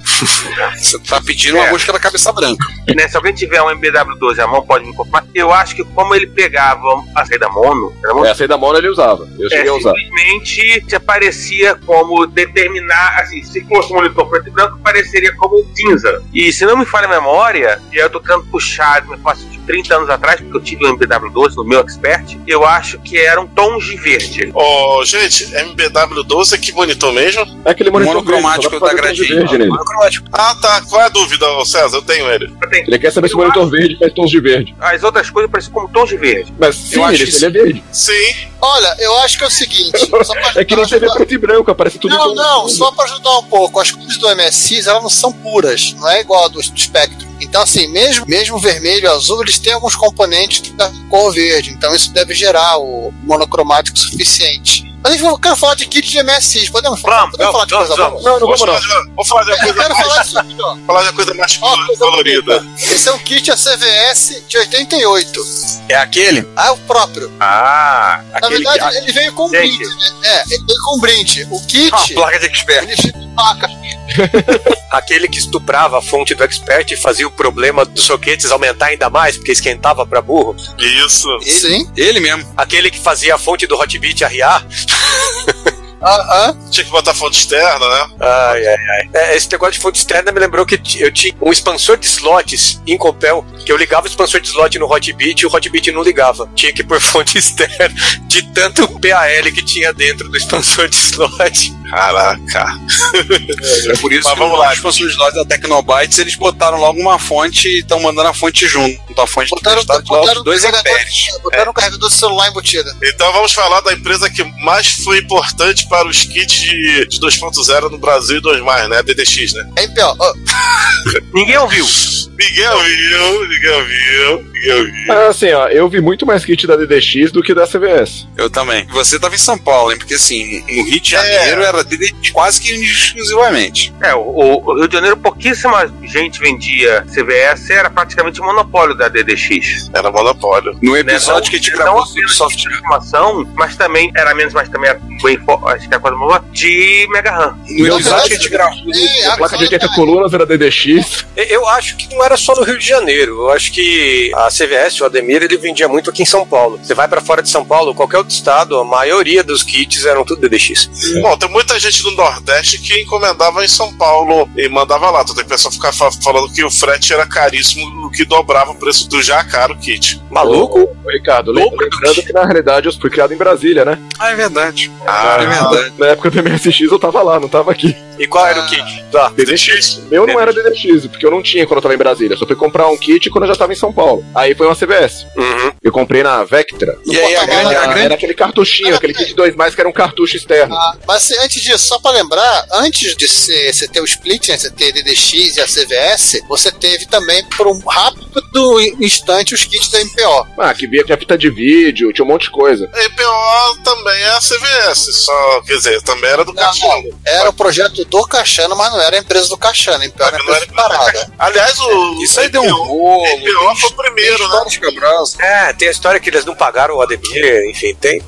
[SPEAKER 4] Você tá pedindo uma
[SPEAKER 6] É.
[SPEAKER 4] busca da cabeça branca.
[SPEAKER 6] né, se alguém tiver um MBW12 à mão, pode me informar. Eu acho que como ele pegava a saída mono, era mono
[SPEAKER 3] É, Essa aí da Mona ele usava. Eu
[SPEAKER 6] é,
[SPEAKER 3] cheguei a usar.
[SPEAKER 6] simplesmente te aparecia como determinar, assim, se fosse um monitor preto e branco, pareceria como cinza. E se não me falha a memória, e eu tô tentando puxar, me faço de 30 anos atrás, porque eu tive um MBW12 no meu expert, eu acho que eram tons de verde.
[SPEAKER 2] Ô, gente, MBW12 é que monitor mesmo?
[SPEAKER 3] É aquele monitor
[SPEAKER 4] Monocromático
[SPEAKER 3] verde, só dá pra fazer tons
[SPEAKER 4] da
[SPEAKER 3] de
[SPEAKER 4] Gradiente.
[SPEAKER 3] verde nele.
[SPEAKER 2] Ah, tá. Qual é a dúvida, ô César? Eu tenho ele.
[SPEAKER 3] Ele quer saber se o monitor verde faz tons de verde.
[SPEAKER 6] As outras coisas pareciam como tons de verde.
[SPEAKER 3] Mas sim,
[SPEAKER 4] Eu acho
[SPEAKER 3] ele,
[SPEAKER 4] isso-
[SPEAKER 3] ele é verde.
[SPEAKER 2] Sim.
[SPEAKER 8] Olha, eu acho que é o seguinte. Só pra
[SPEAKER 3] É que nem TV preto e branco, aparece tudo
[SPEAKER 8] Não,
[SPEAKER 3] em tom-
[SPEAKER 8] não, só pra ajudar um pouco. As cores do MSX, elas não são puras, não é igual a do espectro. Então, assim, mesmo, mesmo vermelho e azul, eles têm alguns componentes da cor verde. Então, isso deve gerar o monocromático suficiente. Mas enfim, eu quero falar de kit de MSX. Podemos falar,
[SPEAKER 5] Vamos,
[SPEAKER 8] podemos falar de
[SPEAKER 5] vamos,
[SPEAKER 8] coisa
[SPEAKER 5] vamos,
[SPEAKER 8] boa? Não,
[SPEAKER 2] Vou falar, de, vou falar de uma
[SPEAKER 8] Eu
[SPEAKER 2] coisa
[SPEAKER 8] quero
[SPEAKER 2] mais,
[SPEAKER 8] falar disso aqui, ó.
[SPEAKER 2] falar de uma coisa mais
[SPEAKER 8] Ó, coisa
[SPEAKER 2] colorida.
[SPEAKER 8] Esse é o kit ACVS de 88.
[SPEAKER 4] É aquele?
[SPEAKER 8] Ah, é o próprio.
[SPEAKER 6] Ah,
[SPEAKER 8] Na
[SPEAKER 4] Aquele
[SPEAKER 8] verdade,
[SPEAKER 4] que- ah,
[SPEAKER 8] ele veio com um
[SPEAKER 6] gente.
[SPEAKER 10] Ah,
[SPEAKER 5] Ah,
[SPEAKER 8] brinde, né? É, ele veio com um brinde. O kit.
[SPEAKER 4] placa de expert.
[SPEAKER 8] Ele fica com placa.
[SPEAKER 10] Aquele que estuprava a fonte do expert e fazia o problema dos soquetes aumentar ainda mais, porque esquentava pra burro.
[SPEAKER 2] Isso.
[SPEAKER 10] Ele,
[SPEAKER 8] Sim.
[SPEAKER 4] Ele mesmo.
[SPEAKER 10] Aquele que fazia a fonte do Hotbit arriar.
[SPEAKER 8] Ah,
[SPEAKER 2] Tinha que botar fonte externa, né?
[SPEAKER 10] Ai, ai, ai. É, esse negócio de fonte externa me lembrou que ti- eu tinha um expansor de slots em Copel, que eu ligava o expansor de slot no Hotbit e o Hotbit não ligava. Tinha que pôr fonte externa de tanto PAL que tinha dentro do expansor de slot.
[SPEAKER 2] Caraca.
[SPEAKER 4] É por isso
[SPEAKER 2] Mas
[SPEAKER 4] que
[SPEAKER 2] vamos
[SPEAKER 4] os
[SPEAKER 2] lá.
[SPEAKER 4] expansores lá da Tecnobytes eles botaram logo uma fonte e estão mandando a fonte junto. A fonte
[SPEAKER 8] Botaram,
[SPEAKER 4] do testado de lá,
[SPEAKER 8] botaram
[SPEAKER 4] os
[SPEAKER 8] um
[SPEAKER 4] dois
[SPEAKER 8] carregador,
[SPEAKER 4] amperes.
[SPEAKER 8] botaram um carregador de celular embutida.
[SPEAKER 2] Então vamos falar da empresa que mais foi importante para os kits de, de 2.0 no Brasil e 2 mais, né? A DDX, né?
[SPEAKER 8] Aí, pior, ó,
[SPEAKER 6] Ninguém ouviu.
[SPEAKER 2] Ninguém ouviu, ninguém ouviu, ninguém ouviu.
[SPEAKER 3] Ah, assim, ó, eu vi muito mais kit da DDX do que da CVS.
[SPEAKER 4] Eu também. Você tava em São Paulo, hein? Porque assim, no Rio de Janeiro era DD quase que exclusivamente.
[SPEAKER 6] É, o, o Rio de Janeiro, pouquíssima gente vendia CVS, era praticamente o monopólio da DDX.
[SPEAKER 2] Era monopólio.
[SPEAKER 4] No
[SPEAKER 6] Né?
[SPEAKER 4] episódio que a gente
[SPEAKER 6] Não né?
[SPEAKER 4] gravou
[SPEAKER 6] apenas
[SPEAKER 4] sobre software.
[SPEAKER 6] de informação, mas também era menos, mas também era bem fo- acho que era quase uma boa, de Mega RAM.
[SPEAKER 4] No episódio que a gente gravou.
[SPEAKER 8] é,
[SPEAKER 3] A placa de
[SPEAKER 8] absolutamente.
[SPEAKER 3] 80 colunas era DDX.
[SPEAKER 10] E- Eu acho que não era só no Rio de Janeiro. Eu acho que a CVS, o Ademir, ele vendia muito aqui em São Paulo. Você vai pra fora de São Paulo, qualquer outro estado, a maioria dos kits eram tudo DDX.
[SPEAKER 4] É.
[SPEAKER 2] Bom, tem muita gente do Nordeste que encomendava em São Paulo e mandava lá. Então tem pessoa que ficar fa- falando que o frete era caríssimo, o que dobrava o preço do já caro kit.
[SPEAKER 5] Tá
[SPEAKER 10] Maluco?
[SPEAKER 3] Ô, Ricardo, lem- lembrando que na realidade eu fui criado em Brasília, né?
[SPEAKER 4] Ah, é verdade.
[SPEAKER 2] Ah,
[SPEAKER 4] é verdade.
[SPEAKER 3] Na época do MSX eu tava lá, não tava aqui.
[SPEAKER 10] E
[SPEAKER 6] Então,
[SPEAKER 10] qual era o kit? Tá.
[SPEAKER 2] DDX.
[SPEAKER 3] Meu não era DDX, porque eu não tinha quando eu tava em Brasília. Eu só fui comprar um kit quando eu já tava em São Paulo. Aí foi uma CVS.
[SPEAKER 10] Uhum.
[SPEAKER 3] Eu comprei na Vectra.
[SPEAKER 4] E aí
[SPEAKER 8] É,
[SPEAKER 4] a grande, a
[SPEAKER 3] Era,
[SPEAKER 4] grande
[SPEAKER 3] era aquele cartuchinho, aquele kit 2 mais que era um cartucho externo.
[SPEAKER 8] Ah, mas assim, antes disso, só pra lembrar, antes de ser- você ter o split, né, você ter DDX e a CVS, você teve também por um rápido instante os kits da MPO.
[SPEAKER 3] Ah, que via que tinha fita de vídeo, tinha um monte de coisa.
[SPEAKER 2] EPO também é a CVS, só, quer dizer, também era do
[SPEAKER 8] Não,
[SPEAKER 2] Cachano.
[SPEAKER 8] Era o projeto do Caixano, mas não era a empresa do Caixano, a MPO era a
[SPEAKER 2] Mas não
[SPEAKER 8] empresa
[SPEAKER 2] era
[SPEAKER 8] separada.
[SPEAKER 2] Aliás,
[SPEAKER 8] É,
[SPEAKER 2] o.
[SPEAKER 4] Isso aí
[SPEAKER 2] EPO
[SPEAKER 4] deu um rolo.
[SPEAKER 2] EPO foi o primeiro, né?
[SPEAKER 4] Cabras.
[SPEAKER 10] É, tem a história que eles não pagaram o Ademir, enfim, tem.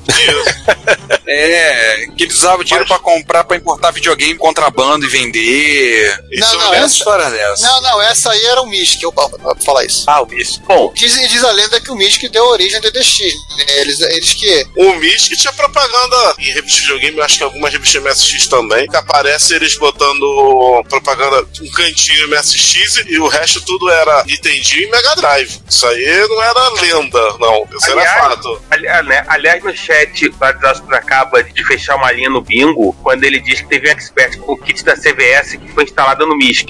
[SPEAKER 4] É, que eles usavam dinheiro pra comprar, pra importar videogame contrabando e vender.
[SPEAKER 2] Isso
[SPEAKER 8] Não, não,
[SPEAKER 2] é
[SPEAKER 4] Essa
[SPEAKER 8] essa-
[SPEAKER 4] história dessa.
[SPEAKER 8] Não, não, essa aí era o MISC, eu vou falar isso.
[SPEAKER 10] Ah, o isso. Bom,
[SPEAKER 8] Diz, diz a lenda que o MISC deu origem ao DDX. né? Eles, eles que.
[SPEAKER 2] O Mystic tinha propaganda em revista de videogame, eu acho que algumas revistas MSX também, que aparece eles botando propaganda um cantinho MSX e o resto tudo era Nintendinho e Mega Drive. Isso aí não era lenda, não. Isso era
[SPEAKER 6] Aliás,
[SPEAKER 2] fato.
[SPEAKER 6] Ali- ah, né? Aliás, no chat, o Adesastro acaba de fechar uma linha no bingo quando ele diz que teve um expert com o kit da CVS que foi instalado no MISC.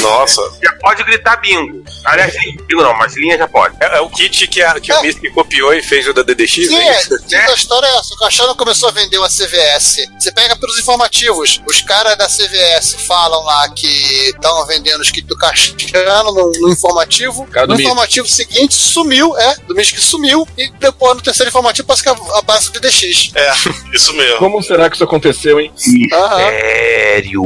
[SPEAKER 2] Nossa.
[SPEAKER 6] Já pode gritar bingo. Aliás, sim, bingo não, mas linha já pode.
[SPEAKER 10] é, é o kit que, a- que o Misk copiou e fez o da DDX,
[SPEAKER 8] É. Sim,
[SPEAKER 10] é
[SPEAKER 8] é,
[SPEAKER 10] isso?
[SPEAKER 8] diz a história é essa. O Caixano começou a vender uma CVS. Você pega pelos informativos. Os caras da CVS falam lá que estavam vendendo os kits do Caixano no, no informativo.
[SPEAKER 3] Cara do
[SPEAKER 8] no
[SPEAKER 3] Misk.
[SPEAKER 8] informativo seguinte sumiu, é, do Misk sumiu. E depois no terceiro informativo parece que a- aparece o DDX.
[SPEAKER 2] É, isso mesmo.
[SPEAKER 3] Como será que isso aconteceu, hein?
[SPEAKER 8] Aham.
[SPEAKER 6] é. Sério?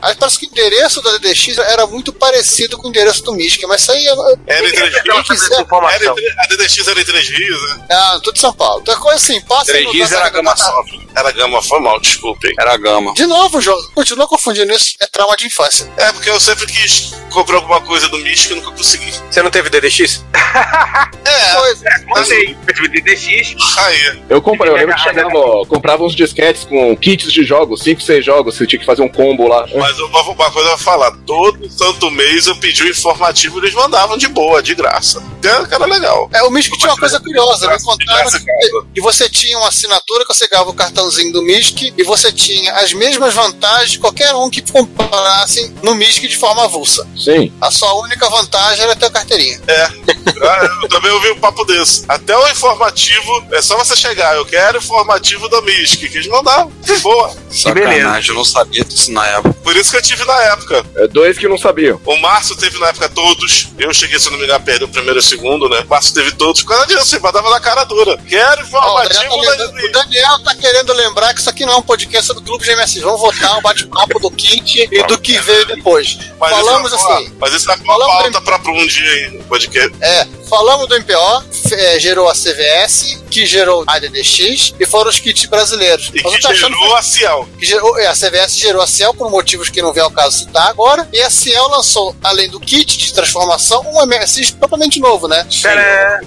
[SPEAKER 8] Aí parece que o endereço da DDX era muito parecido com o endereço do Misk, mas isso aí é,
[SPEAKER 2] Era em três
[SPEAKER 6] Ela
[SPEAKER 2] rios.
[SPEAKER 6] tá dando
[SPEAKER 2] Era em
[SPEAKER 6] informação.
[SPEAKER 2] três- a DDX era em três rios, né?
[SPEAKER 8] Ah, tudo São Paulo. Então é coisa assim, passa aí no
[SPEAKER 4] 3Gs era
[SPEAKER 8] Dança-
[SPEAKER 4] a gama soft.
[SPEAKER 2] Era gama, foi mal, desculpem.
[SPEAKER 4] Era a gama.
[SPEAKER 8] De novo, João, continua confundindo isso, é trauma de infância.
[SPEAKER 2] É porque eu sempre quis comprar alguma coisa do Mystic e nunca consegui.
[SPEAKER 10] Você não teve DDX?
[SPEAKER 2] É,
[SPEAKER 8] Coisa.
[SPEAKER 6] Mandei. Eu tive DDX.
[SPEAKER 2] aí.
[SPEAKER 3] Eu comprei, eu lembro que chegava, ó, comprava uns disquetes com kits de jogos, 5, 6 jogos, você tinha que fazer um combo lá.
[SPEAKER 2] Mas eu vou- uma coisa eu vou falar. Todo santo mês eu pedi o informativo e eles mandavam de boa, de graça. Então, Era legal.
[SPEAKER 8] É, o Mystic tinha uma coisa curiosa, me
[SPEAKER 2] De
[SPEAKER 8] contaram
[SPEAKER 2] graça, cara.
[SPEAKER 8] que você tinha uma assinatura que você ganhava o cartãozinho do Mystic e você tinha as mesmas vantagens de qualquer um que comprasse no Mystic de forma avulsa.
[SPEAKER 3] Sim.
[SPEAKER 8] A sua única vantagem era ter a carteirinha.
[SPEAKER 2] É Ah, eu também ouvi um papo desse. Até o informativo, é só você chegar, eu quero informativo da MISC, que eles mandavam. Boa.
[SPEAKER 5] É.
[SPEAKER 4] Sacanagem, eu não sabia disso na época.
[SPEAKER 2] Por isso que eu tive na época.
[SPEAKER 3] É, dois que não sabiam.
[SPEAKER 2] O Márcio teve na época todos. Eu cheguei, se eu não me engano, perdi o primeiro e o segundo, né? O Márcio teve todos. Quando eu disse, mandava na cara dura. Quero
[SPEAKER 8] Ó, o,
[SPEAKER 2] informativo
[SPEAKER 8] Daniel tá
[SPEAKER 2] da
[SPEAKER 8] lembrando- o
[SPEAKER 2] MISC.
[SPEAKER 8] Daniel tá querendo lembrar que isso aqui não é um podcast sobre o Clube de MS. Vamos voltar um bate-papo do kit e do que veio depois.
[SPEAKER 2] Mas
[SPEAKER 8] Falamos
[SPEAKER 2] isso é uma-
[SPEAKER 8] assim.
[SPEAKER 2] Mas isso é uma
[SPEAKER 8] falamos
[SPEAKER 2] pauta pra, pra um dia aí no podcast.
[SPEAKER 8] É, falamos do MPO, f- é, gerou a CVS, que gerou a DDX e foram os kits brasileiros. Então,
[SPEAKER 2] E
[SPEAKER 8] Mas eu
[SPEAKER 2] que
[SPEAKER 8] tô tá achando
[SPEAKER 2] gerou a Ciel.
[SPEAKER 8] que gerou- é, a CVS gerou a Ciel por motivos que não vem ao caso citar agora, e a Ciel lançou, além do kit de transformação, um MSX totalmente novo, né?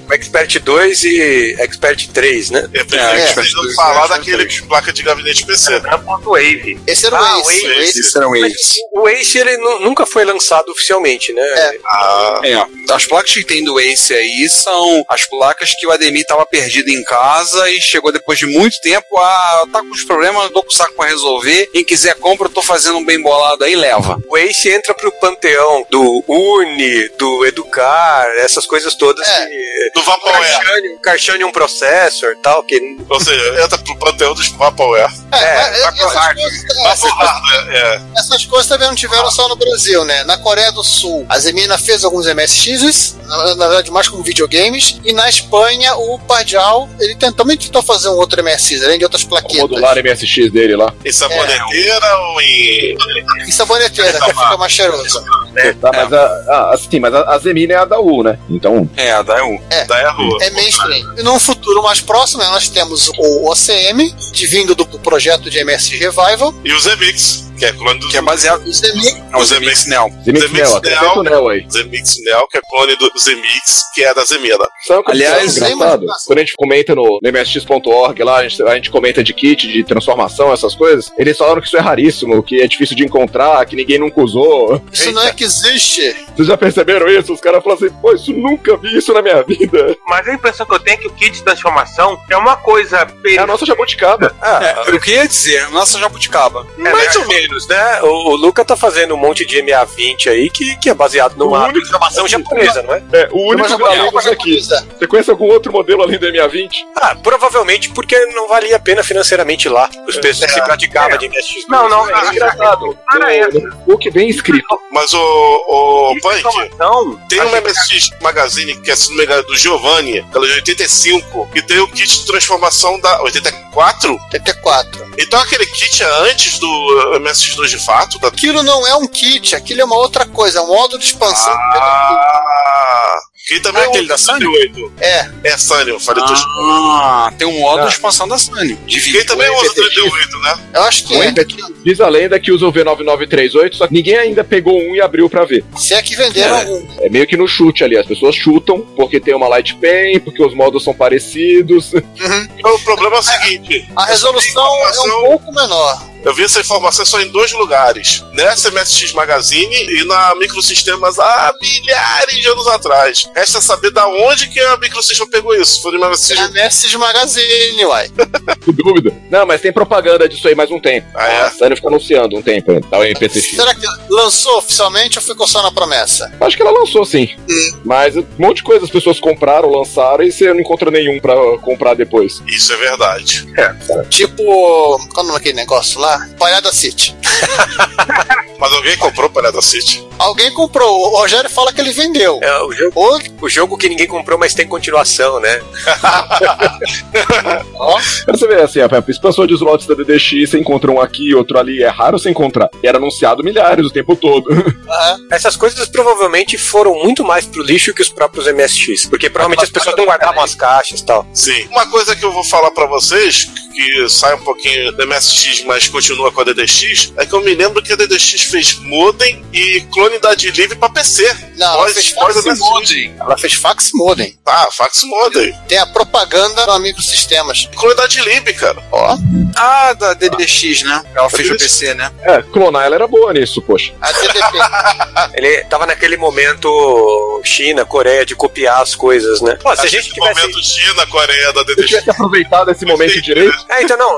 [SPEAKER 5] O Expert 2 e Expert 3, né?
[SPEAKER 2] É, precisam
[SPEAKER 4] é,
[SPEAKER 2] falar daquele placa de gabinete PC.
[SPEAKER 6] Era ponto Wave.
[SPEAKER 8] Esse era o
[SPEAKER 5] Ah,
[SPEAKER 8] Ace.
[SPEAKER 5] o Ace.
[SPEAKER 4] Esses eram
[SPEAKER 5] Mas
[SPEAKER 4] eles.
[SPEAKER 5] O Ace ele nu- nunca foi lançado oficialmente, né?
[SPEAKER 2] Ah,
[SPEAKER 4] É, as placas que tem do Ace aí são as placas que o Ademir estava perdido em casa e chegou depois de muito tempo a tá com os problemas, tô com o saco pra resolver. Quem quiser compra, eu tô fazendo um bem bolado aí, leva.
[SPEAKER 5] O Ace entra pro panteão do Uni, do Educar, essas coisas todas
[SPEAKER 8] É.
[SPEAKER 5] que.
[SPEAKER 2] Do Vaporware.
[SPEAKER 5] Carchane, Carchane um processor e tal, que
[SPEAKER 2] Ou seja, entra pro panteão dos Vaporware.
[SPEAKER 8] É,
[SPEAKER 5] É,
[SPEAKER 8] é,
[SPEAKER 5] vai pro
[SPEAKER 8] essas
[SPEAKER 5] hard.
[SPEAKER 8] coisas- é,
[SPEAKER 2] Vapor Hardware, é.
[SPEAKER 8] Essas coisas também não tiveram só no Brasil, né? Na Coreia do Sul, a Zemina fez alguns MSX, na, na verdade mais como videogames, e na Espanha o Pardial, ele tem- também tentou fazer um outro MSX, além de outras
[SPEAKER 3] O
[SPEAKER 8] plaquetas.
[SPEAKER 3] modular MSX dele lá.
[SPEAKER 2] Em saboneteira ou em.
[SPEAKER 8] E saboneteira, que é né? fica mais cheiroso.
[SPEAKER 3] Tá, mas a, a, assim, mas a, a Zemina é a da U, né? Então,
[SPEAKER 4] É, a da U.
[SPEAKER 2] Da Erro.
[SPEAKER 8] É mainstream. E num futuro mais próximo, né, nós temos o OCM, de vindo do, do projeto de MSX Revival,
[SPEAKER 2] E o Zemix, que é clone do
[SPEAKER 4] Que é baseado
[SPEAKER 8] o Zemi,
[SPEAKER 4] no Zemix Neo.
[SPEAKER 3] Zemix
[SPEAKER 2] Zemix
[SPEAKER 3] Neo, tem
[SPEAKER 2] Neo.
[SPEAKER 3] feito Neo aí.
[SPEAKER 2] Zemix Neo, que é clone do Zemix, que é da Zemina.
[SPEAKER 3] Sabe o que
[SPEAKER 4] Aliás,
[SPEAKER 3] é engraçado? Quando a gente comenta no, no MSX.org lá, a gente, a gente comenta de kit, de transformação, essas coisas, eles falaram que isso é raríssimo, que é difícil de encontrar, que ninguém nunca usou.
[SPEAKER 8] isso não é que existe.
[SPEAKER 3] Vocês já perceberam isso? Os caras falam assim, pô, isso nunca vi isso na minha vida.
[SPEAKER 6] Mas a impressão que eu tenho é que o kit de transformação é uma coisa.
[SPEAKER 3] É a nossa jabuticaba.
[SPEAKER 4] É, eu queria dizer, nossa jabuticaba.
[SPEAKER 6] é,
[SPEAKER 5] mais ou menos, né? O, o Luca tá fazendo um monte de MA20 aí que, que é baseado
[SPEAKER 3] O
[SPEAKER 5] numa
[SPEAKER 3] único-
[SPEAKER 5] programação japonesa, não é?
[SPEAKER 3] É, o único
[SPEAKER 8] Mas a
[SPEAKER 3] galinhos aqui. Você conhece algum outro modelo além do MA20?
[SPEAKER 5] Ah, provavelmente porque não valia a pena financeiramente lá. Os preços que se praticavam de investir.
[SPEAKER 6] Não, não,
[SPEAKER 3] É engraçado.
[SPEAKER 6] Para essa.
[SPEAKER 3] O que bem escrito.
[SPEAKER 2] Mas o. o
[SPEAKER 6] de
[SPEAKER 2] Punk,
[SPEAKER 6] transformação.
[SPEAKER 2] tem um uma MSX Magazine, que é se não me engano, do Giovanni, aquela de 85, que tem o kit de transformação da 84.
[SPEAKER 8] 84.
[SPEAKER 2] Então aquele kit é antes do MSX2 de fato? Da...
[SPEAKER 8] Aquilo não é um kit, aquilo é uma outra coisa, é um modo de expansão.
[SPEAKER 2] Ah! Que também
[SPEAKER 4] Ah,
[SPEAKER 2] é
[SPEAKER 4] aquele da Sunny?
[SPEAKER 2] 38.
[SPEAKER 8] É.
[SPEAKER 2] É Sunny, eu falei tudo.
[SPEAKER 4] Ah, tem um modo
[SPEAKER 3] Ah.
[SPEAKER 4] de expansão da Sunny.
[SPEAKER 2] Quem
[SPEAKER 4] Dividido.
[SPEAKER 2] também é um usa 38, né?
[SPEAKER 8] Eu acho que
[SPEAKER 3] O
[SPEAKER 8] é.
[SPEAKER 3] MPT Diz a lenda que usa o V9938, só que ninguém ainda pegou um e abriu pra ver.
[SPEAKER 8] Se é que venderam
[SPEAKER 4] É.
[SPEAKER 8] algum.
[SPEAKER 3] É meio que no chute ali, as pessoas chutam porque tem uma light pen, porque os modos são parecidos.
[SPEAKER 2] Então, o problema é o seguinte:
[SPEAKER 8] A resolução é um
[SPEAKER 2] Informação.
[SPEAKER 8] pouco menor.
[SPEAKER 2] eu vi essa informação só em dois lugares. né? Nessa MSX Magazine e na Microsistemas há milhares de anos atrás. Resta saber da onde que a Microsystem pegou isso. Foi de uma
[SPEAKER 8] É
[SPEAKER 2] MSX.
[SPEAKER 8] a Messes Magazine, uai.
[SPEAKER 3] Que dúvida. Não, mas tem propaganda disso aí mais um tempo.
[SPEAKER 2] Ah, é?
[SPEAKER 3] A Sony fica anunciando um tempo, né, tal MPTX.
[SPEAKER 8] Será que lançou oficialmente ou ficou só na promessa?
[SPEAKER 3] Acho que ela lançou sim. Mas um monte de coisa as pessoas compraram, lançaram e você não encontra nenhum pra comprar depois.
[SPEAKER 2] Isso é verdade.
[SPEAKER 8] Tipo, qual o nome daquele negócio lá? Palhada City.
[SPEAKER 2] Mas alguém comprou para da City?
[SPEAKER 8] Alguém comprou, o Rogério fala que ele vendeu.
[SPEAKER 5] É, o, jogo,
[SPEAKER 8] Ou
[SPEAKER 5] o jogo que ninguém comprou, mas tem continuação, né?
[SPEAKER 3] Mas você vê assim, a expansão de slots da DDX, você encontra um aqui, outro ali, é raro você encontrar. E era anunciado milhares o tempo todo.
[SPEAKER 8] Ah,
[SPEAKER 5] Essas coisas provavelmente foram muito mais pro lixo que os próprios MSX. Porque provavelmente as pessoas não guardavam as caixas e tal.
[SPEAKER 2] Sim. Uma coisa que eu vou falar para vocês, que sai um pouquinho da MSX, mas continua com a DDX, é que eu me lembro que a DDX fez modem e clone da livre para PC.
[SPEAKER 8] não, ela
[SPEAKER 2] Pós-
[SPEAKER 8] fez
[SPEAKER 2] pós-
[SPEAKER 8] fax modem. Ela fez fax modem.
[SPEAKER 2] Tá, fax modem.
[SPEAKER 8] Tem a propaganda no Microsistemas.
[SPEAKER 2] Clone da livre, cara.
[SPEAKER 8] Ó,
[SPEAKER 4] Ah, da DDX, né? Ela fez o
[SPEAKER 2] DDX.
[SPEAKER 4] PC, né?
[SPEAKER 3] É, clonar ela era boa nisso, poxa.
[SPEAKER 8] a DDP.
[SPEAKER 5] Ele tava naquele momento China, Coreia, de copiar as coisas, né? Pô, se a gente
[SPEAKER 2] Aquele
[SPEAKER 5] tivesse
[SPEAKER 2] Momento China, Coreia, da
[SPEAKER 3] Se eu
[SPEAKER 2] DDX.
[SPEAKER 3] tivesse aproveitado esse momento direito,
[SPEAKER 5] É, então não,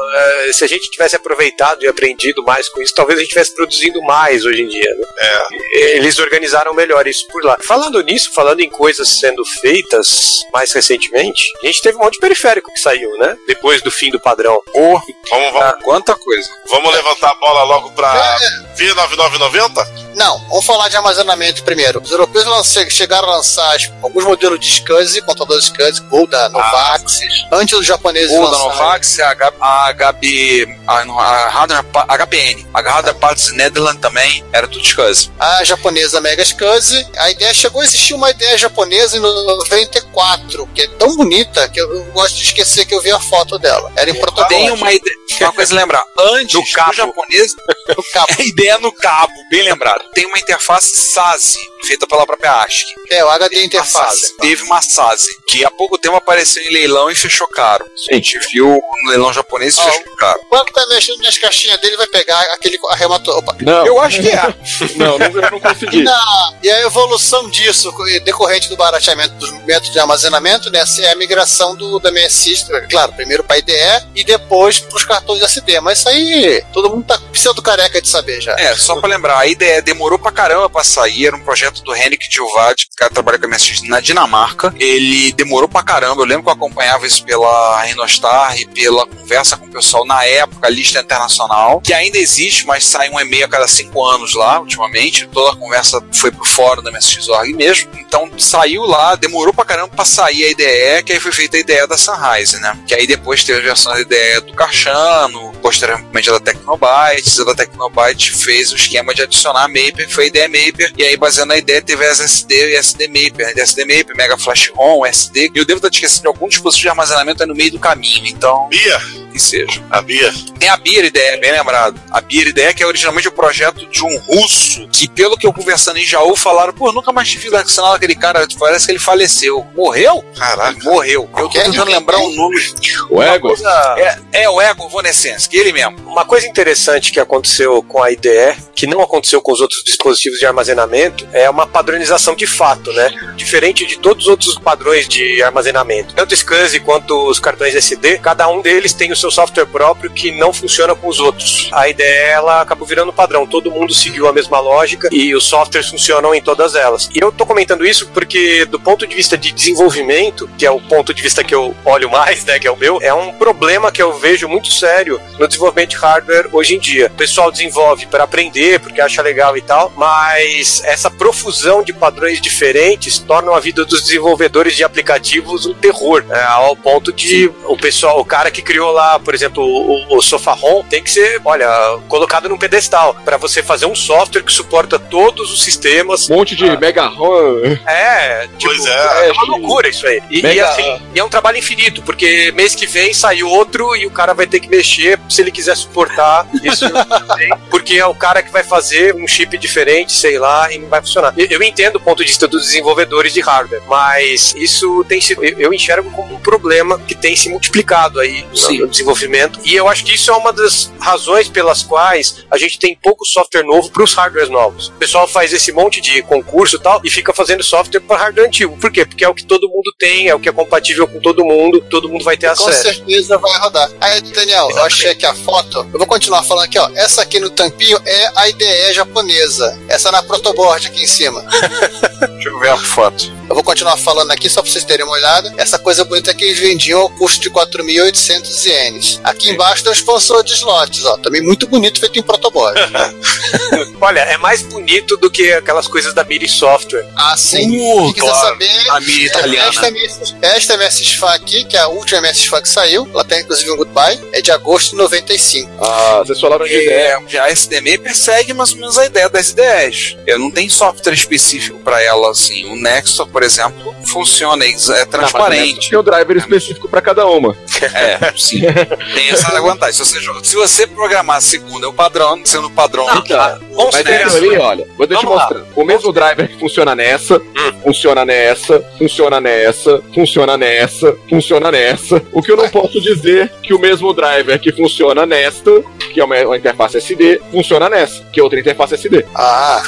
[SPEAKER 5] eh, se a gente tivesse aproveitado e aprendido mais com isso, talvez a gente estivesse produzindo mais hoje em dia, né? É. Eles organizaram melhor isso por lá. Falando nisso, falando em coisas sendo feitas mais recentemente, a gente teve um monte de periférico que saiu, né? Depois do fim do padrão.
[SPEAKER 4] Pô,
[SPEAKER 2] Vamos, vamos,
[SPEAKER 4] quanta Ah, coisa.
[SPEAKER 2] vamos levantar a bola logo pra V9990?
[SPEAKER 8] Não, vamos falar de armazenamento primeiro. Os europeus lance- chegaram a lançar as- alguns modelos de SCSI, contadores SCSI, Gold da Novax, antes dos japoneses
[SPEAKER 4] O da
[SPEAKER 8] lançarem.
[SPEAKER 4] Novax, a HB, a HB, a, não, a Radar Pa- HPN, a Radar Parts Netherland também, era tudo SCSI.
[SPEAKER 8] a japonesa Mega Scuzzy. A ideia chegou a existir uma ideia japonesa em 94, que é tão bonita que eu gosto de esquecer que eu vi a foto dela. Era em protótipo.
[SPEAKER 4] Tem uma ideia, uma coisa a lembrar, antes Tá do, japonês, a ideia no cabo, bem lembrado, tem uma interface SASE, feita pela própria ASCII.
[SPEAKER 8] É, o HD
[SPEAKER 4] interface.
[SPEAKER 8] tá.
[SPEAKER 4] Teve uma SASE, que há pouco tempo apareceu em leilão e fechou caro. A gente viu no leilão japonês e fechou caro.
[SPEAKER 8] O banco tá mexendo nas caixinhas dele vai pegar aquele arrematou. Opa.
[SPEAKER 4] Não. Eu acho que é.
[SPEAKER 3] Não, não, eu não consegui.
[SPEAKER 8] E, na- e a evolução disso, co- decorrente do barateamento dos métodos de armazenamento, né, é a migração do, da MSI, claro, primeiro para IDE e depois para os cartões SD. Mas isso aí todo mundo tá pseudo careca de saber já.
[SPEAKER 4] É, só pra lembrar, a ideia demorou pra caramba pra sair, era um projeto do Henrik Gilvad, que cara trabalha com a MSX na Dinamarca. Ele demorou pra caramba, eu lembro que eu acompanhava isso pela Renostar e pela conversa com o pessoal na época, a lista internacional, que ainda existe, mas sai um e-mail a cada cinco anos lá, ultimamente. Toda a conversa foi pro fórum da MSX.org mesmo. Então saiu lá, demorou pra caramba pra sair a ideia, que aí foi feita a ideia da Sunrise, né? Que aí depois teve a versão da ideia do Cachano, posteriormente da Tecnobytes, a da Tecnobyte fez o esquema de adicionar Maper, foi a ideia Maper, e aí baseando na ideia teve as SD e SD Maper, né? SD Maper, Mega Flash ROM, SD, e eu devo estar te esquecendo de algum dispositivo de armazenamento é no meio do caminho, então...
[SPEAKER 2] Bia?
[SPEAKER 4] Que seja.
[SPEAKER 2] A Bia?
[SPEAKER 4] Tem É a Bia Ideia, bem lembrado. A Bia Ideia que é originalmente o projeto de um russo, que pelo que eu conversando em Jaú, falaram, pô, nunca mais tive sinal daquele cara, Tipo, parece que ele faleceu. Morreu?
[SPEAKER 2] Caraca.
[SPEAKER 4] Morreu. Eu tô tentando lembrar o nome.
[SPEAKER 5] O Ego?
[SPEAKER 4] É, é o Ego Vonessense, que ele mesmo.
[SPEAKER 5] Uma coisa interessante que aconteceu com a IDE, que não aconteceu com os outros dispositivos de armazenamento, é uma padronização de fato, né? Diferente de todos os outros padrões de armazenamento. Tanto o SCSI quanto os cartões SD, cada um deles tem o seu software próprio que não funciona com os outros. A IDE, ela acabou virando padrão. Todo mundo seguiu a mesma lógica e os softwares funcionam em todas elas. E eu tô comentando isso porque, do ponto de vista de desenvolvimento, que é o ponto de vista que eu olho mais, né, que é o meu, é um problema que eu vejo muito sério no desenvolvimento de hardware hoje em dia. O pessoal desenvolve para aprender, porque acha legal e tal, mas essa profusão de padrões diferentes torna a vida dos desenvolvedores de aplicativos um terror, né, ao ponto de o pessoal, o cara que criou lá, por exemplo, o, o Sofaron, tem que ser, olha, colocado num pedestal para você fazer um software que suporta todos os sistemas.
[SPEAKER 3] Um monte de mega RAM.
[SPEAKER 5] É, tipo, é, uma loucura isso aí. E, e,
[SPEAKER 3] Mega-
[SPEAKER 5] assim, e é um trabalho infinito, porque mês que vem sai outro e o cara vai ter que mexer se ele quiser suportar isso. porque é o cara que vai fazer um chip diferente, sei lá, e não vai funcionar. Eu, eu entendo o ponto de vista dos desenvolvedores de hardware, mas isso tem sido. Eu, eu enxergo como um problema que tem se multiplicado aí no-
[SPEAKER 4] Sim.
[SPEAKER 5] no desenvolvimento. E eu acho que isso é uma das razões pelas quais a gente tem pouco software novo para os hardwares novos. O pessoal faz esse monte de concurso e tal e fica fazendo software para hardware antigo. Por quê? Porque é o que todo mundo tem, é o que é compatível com todo mundo, todo mundo vai ter
[SPEAKER 8] Com
[SPEAKER 5] acesso.
[SPEAKER 8] certeza vai rodar. Aí, Daniel, eu achei aqui a foto. Eu vou continuar falando aqui, ó. Essa aqui no tampinho é a IDE japonesa. Essa na protoboard aqui em cima.
[SPEAKER 4] Deixa eu ver a foto.
[SPEAKER 8] Eu vou continuar falando aqui só pra vocês terem uma olhada. Essa coisa bonita é que eles vendiam ao custo de 4.800 ienes. Aqui embaixo tem um expansor de slots, ó. Também muito bonito, feito em protoboard.
[SPEAKER 5] Olha, é mais bonito do que aquelas coisas da Miri Software.
[SPEAKER 8] Ah, sim.
[SPEAKER 5] Uh,
[SPEAKER 8] Quem quiser
[SPEAKER 5] claro.
[SPEAKER 8] saber, É,
[SPEAKER 5] A mídia italiana.
[SPEAKER 8] Esta, MS esta MSX Fan aqui, que é a última MSX Fan que saiu, ela tem inclusive um goodbye, é de agosto de 95.
[SPEAKER 3] Ah, vocês falaram de
[SPEAKER 4] É, a SDME persegue mais ou menos a ideia das ideias. Eu não tenho software específico pra ela, assim. O Nextor, por exemplo, funciona, é é transparente.
[SPEAKER 3] Tem né? o driver específico pra cada uma.
[SPEAKER 4] É, sim. Tem essa vantagem. Se você, joga- se você programar segundo é o padrão, sendo o padrão.
[SPEAKER 3] Tá. Mas
[SPEAKER 4] né?
[SPEAKER 3] aquilo ali, olha, vou deixar te mostrar. O mesmo driver que funciona nessa,
[SPEAKER 4] Hum.
[SPEAKER 3] funciona nessa, funciona nessa, funciona nessa, funciona nessa. O que eu não posso dizer que o mesmo driver que funciona nesta, que é uma, uma interface SD, funciona nessa, que é outra interface SD.
[SPEAKER 8] Ah,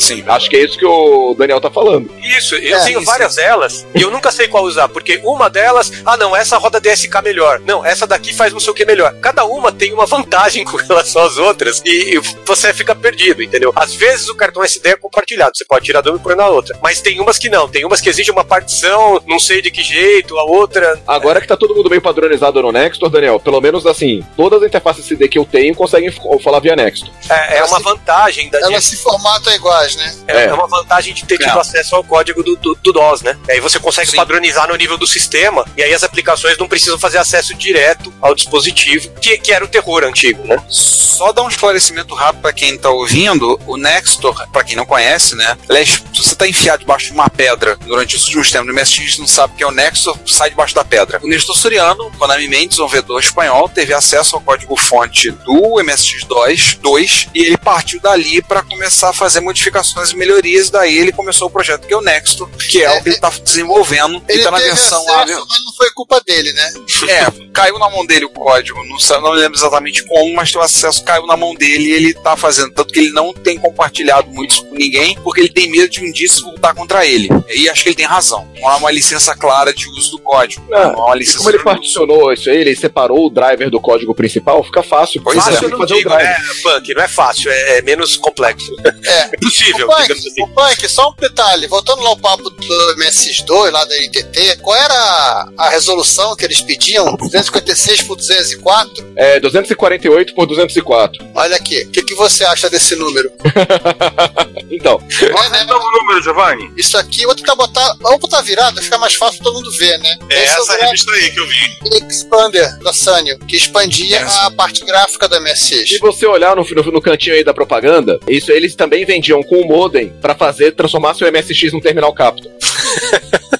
[SPEAKER 4] Sim.
[SPEAKER 3] Acho que é isso que o Daniel tá falando.
[SPEAKER 10] Isso, eu
[SPEAKER 3] É,
[SPEAKER 10] tenho
[SPEAKER 3] isso.
[SPEAKER 10] várias delas e eu nunca sei qual usar, porque uma delas, ah não, essa roda DSK melhor, não, essa daqui faz não sei o que melhor. Cada uma tem uma vantagem com relação às outras e, e você fica perdido, entendeu? Às vezes o cartão SD é compartilhado, você pode tirar de uma e pôr na outra, mas tem umas que não, tem umas que exigem uma partição, não sei de que jeito, a outra.
[SPEAKER 3] Agora que tá todo mundo bem padronizado no Nextor, Daniel, pelo menos assim, todas as interfaces CD que eu tenho conseguem f- falar via Nextor.
[SPEAKER 10] É, é uma vantagem da
[SPEAKER 8] Elas se formatam iguais, né?
[SPEAKER 10] É, é uma vantagem de ter tido acesso ao código do, do, do DOS, né? E aí você consegue padronizar no nível do sistema, e aí as aplicações não precisam fazer acesso direto ao dispositivo, que, que era o terror antigo, né?
[SPEAKER 4] Só dar um esclarecimento rápido pra quem tá ouvindo, o Nextor, pra quem não conhece, né? Aliás, se você tá enfiado debaixo de uma pedra durante os últimos tempos no MSX, não sabe o que é o Nextor, sai debaixo da pedra. O Nestor Soriano, Konami Mendes, desenvolvedor espanhol, teve acesso ao código-fonte do MSX2 2, e ele partiu dali pra começar a fazer modificações e melhorias, e daí ele começou o projeto que é o Nextor, que é, o que ele tá desenvolvendo, e
[SPEAKER 8] Ele
[SPEAKER 4] tá na
[SPEAKER 8] teve
[SPEAKER 4] versão
[SPEAKER 8] acesso,
[SPEAKER 4] lá-
[SPEAKER 8] mas não foi culpa dele, né?
[SPEAKER 4] é, caiu na mão dele o código. Não, sa- não lembro exatamente como, mas o acesso caiu na mão dele e ele tá fazendo. Tanto que ele não tem compartilhado muito isso com ninguém, porque ele tem medo de um dia isso voltar contra ele. E acho que ele tem razão. Não há uma licença clara de uso do código. Não, há uma
[SPEAKER 3] É, E
[SPEAKER 4] licença
[SPEAKER 3] como ele particionou isso aí, ele separou o driver do código principal, fica fácil.
[SPEAKER 10] Pois
[SPEAKER 3] fácil
[SPEAKER 10] é. eu
[SPEAKER 3] ele
[SPEAKER 10] não
[SPEAKER 3] fazer
[SPEAKER 10] digo,
[SPEAKER 3] o driver.
[SPEAKER 10] né, Punk? Não é fácil, é, é menos complexo.
[SPEAKER 8] É.
[SPEAKER 10] Possível,
[SPEAKER 8] Ô, Punk,
[SPEAKER 10] digamos assim.
[SPEAKER 8] ô, Punk, só um detalhe. Voltando lá ao papo do MS2, lá da NTT, qual era a- a resolução que eles pediam? 256 por 204?
[SPEAKER 3] É, 248 por 204.
[SPEAKER 8] Olha aqui. O que, que você acha desse número?
[SPEAKER 3] Então,
[SPEAKER 8] Olha, né?
[SPEAKER 6] O número, Giovanni?
[SPEAKER 8] Isso aqui, tá vou tentar botar. Vamos botar virado, fica mais fácil pra todo mundo ver, né?
[SPEAKER 2] É
[SPEAKER 8] Esse
[SPEAKER 2] essa
[SPEAKER 8] o gráfico
[SPEAKER 2] revista aí que eu vi. É
[SPEAKER 8] Expander da Sanyo, que expandia a parte gráfica da
[SPEAKER 3] se
[SPEAKER 8] MSX.
[SPEAKER 3] você olhar no, no, no cantinho aí da propaganda, isso eles também vendiam com o modem pra fazer, transformar seu MSX num terminal capta.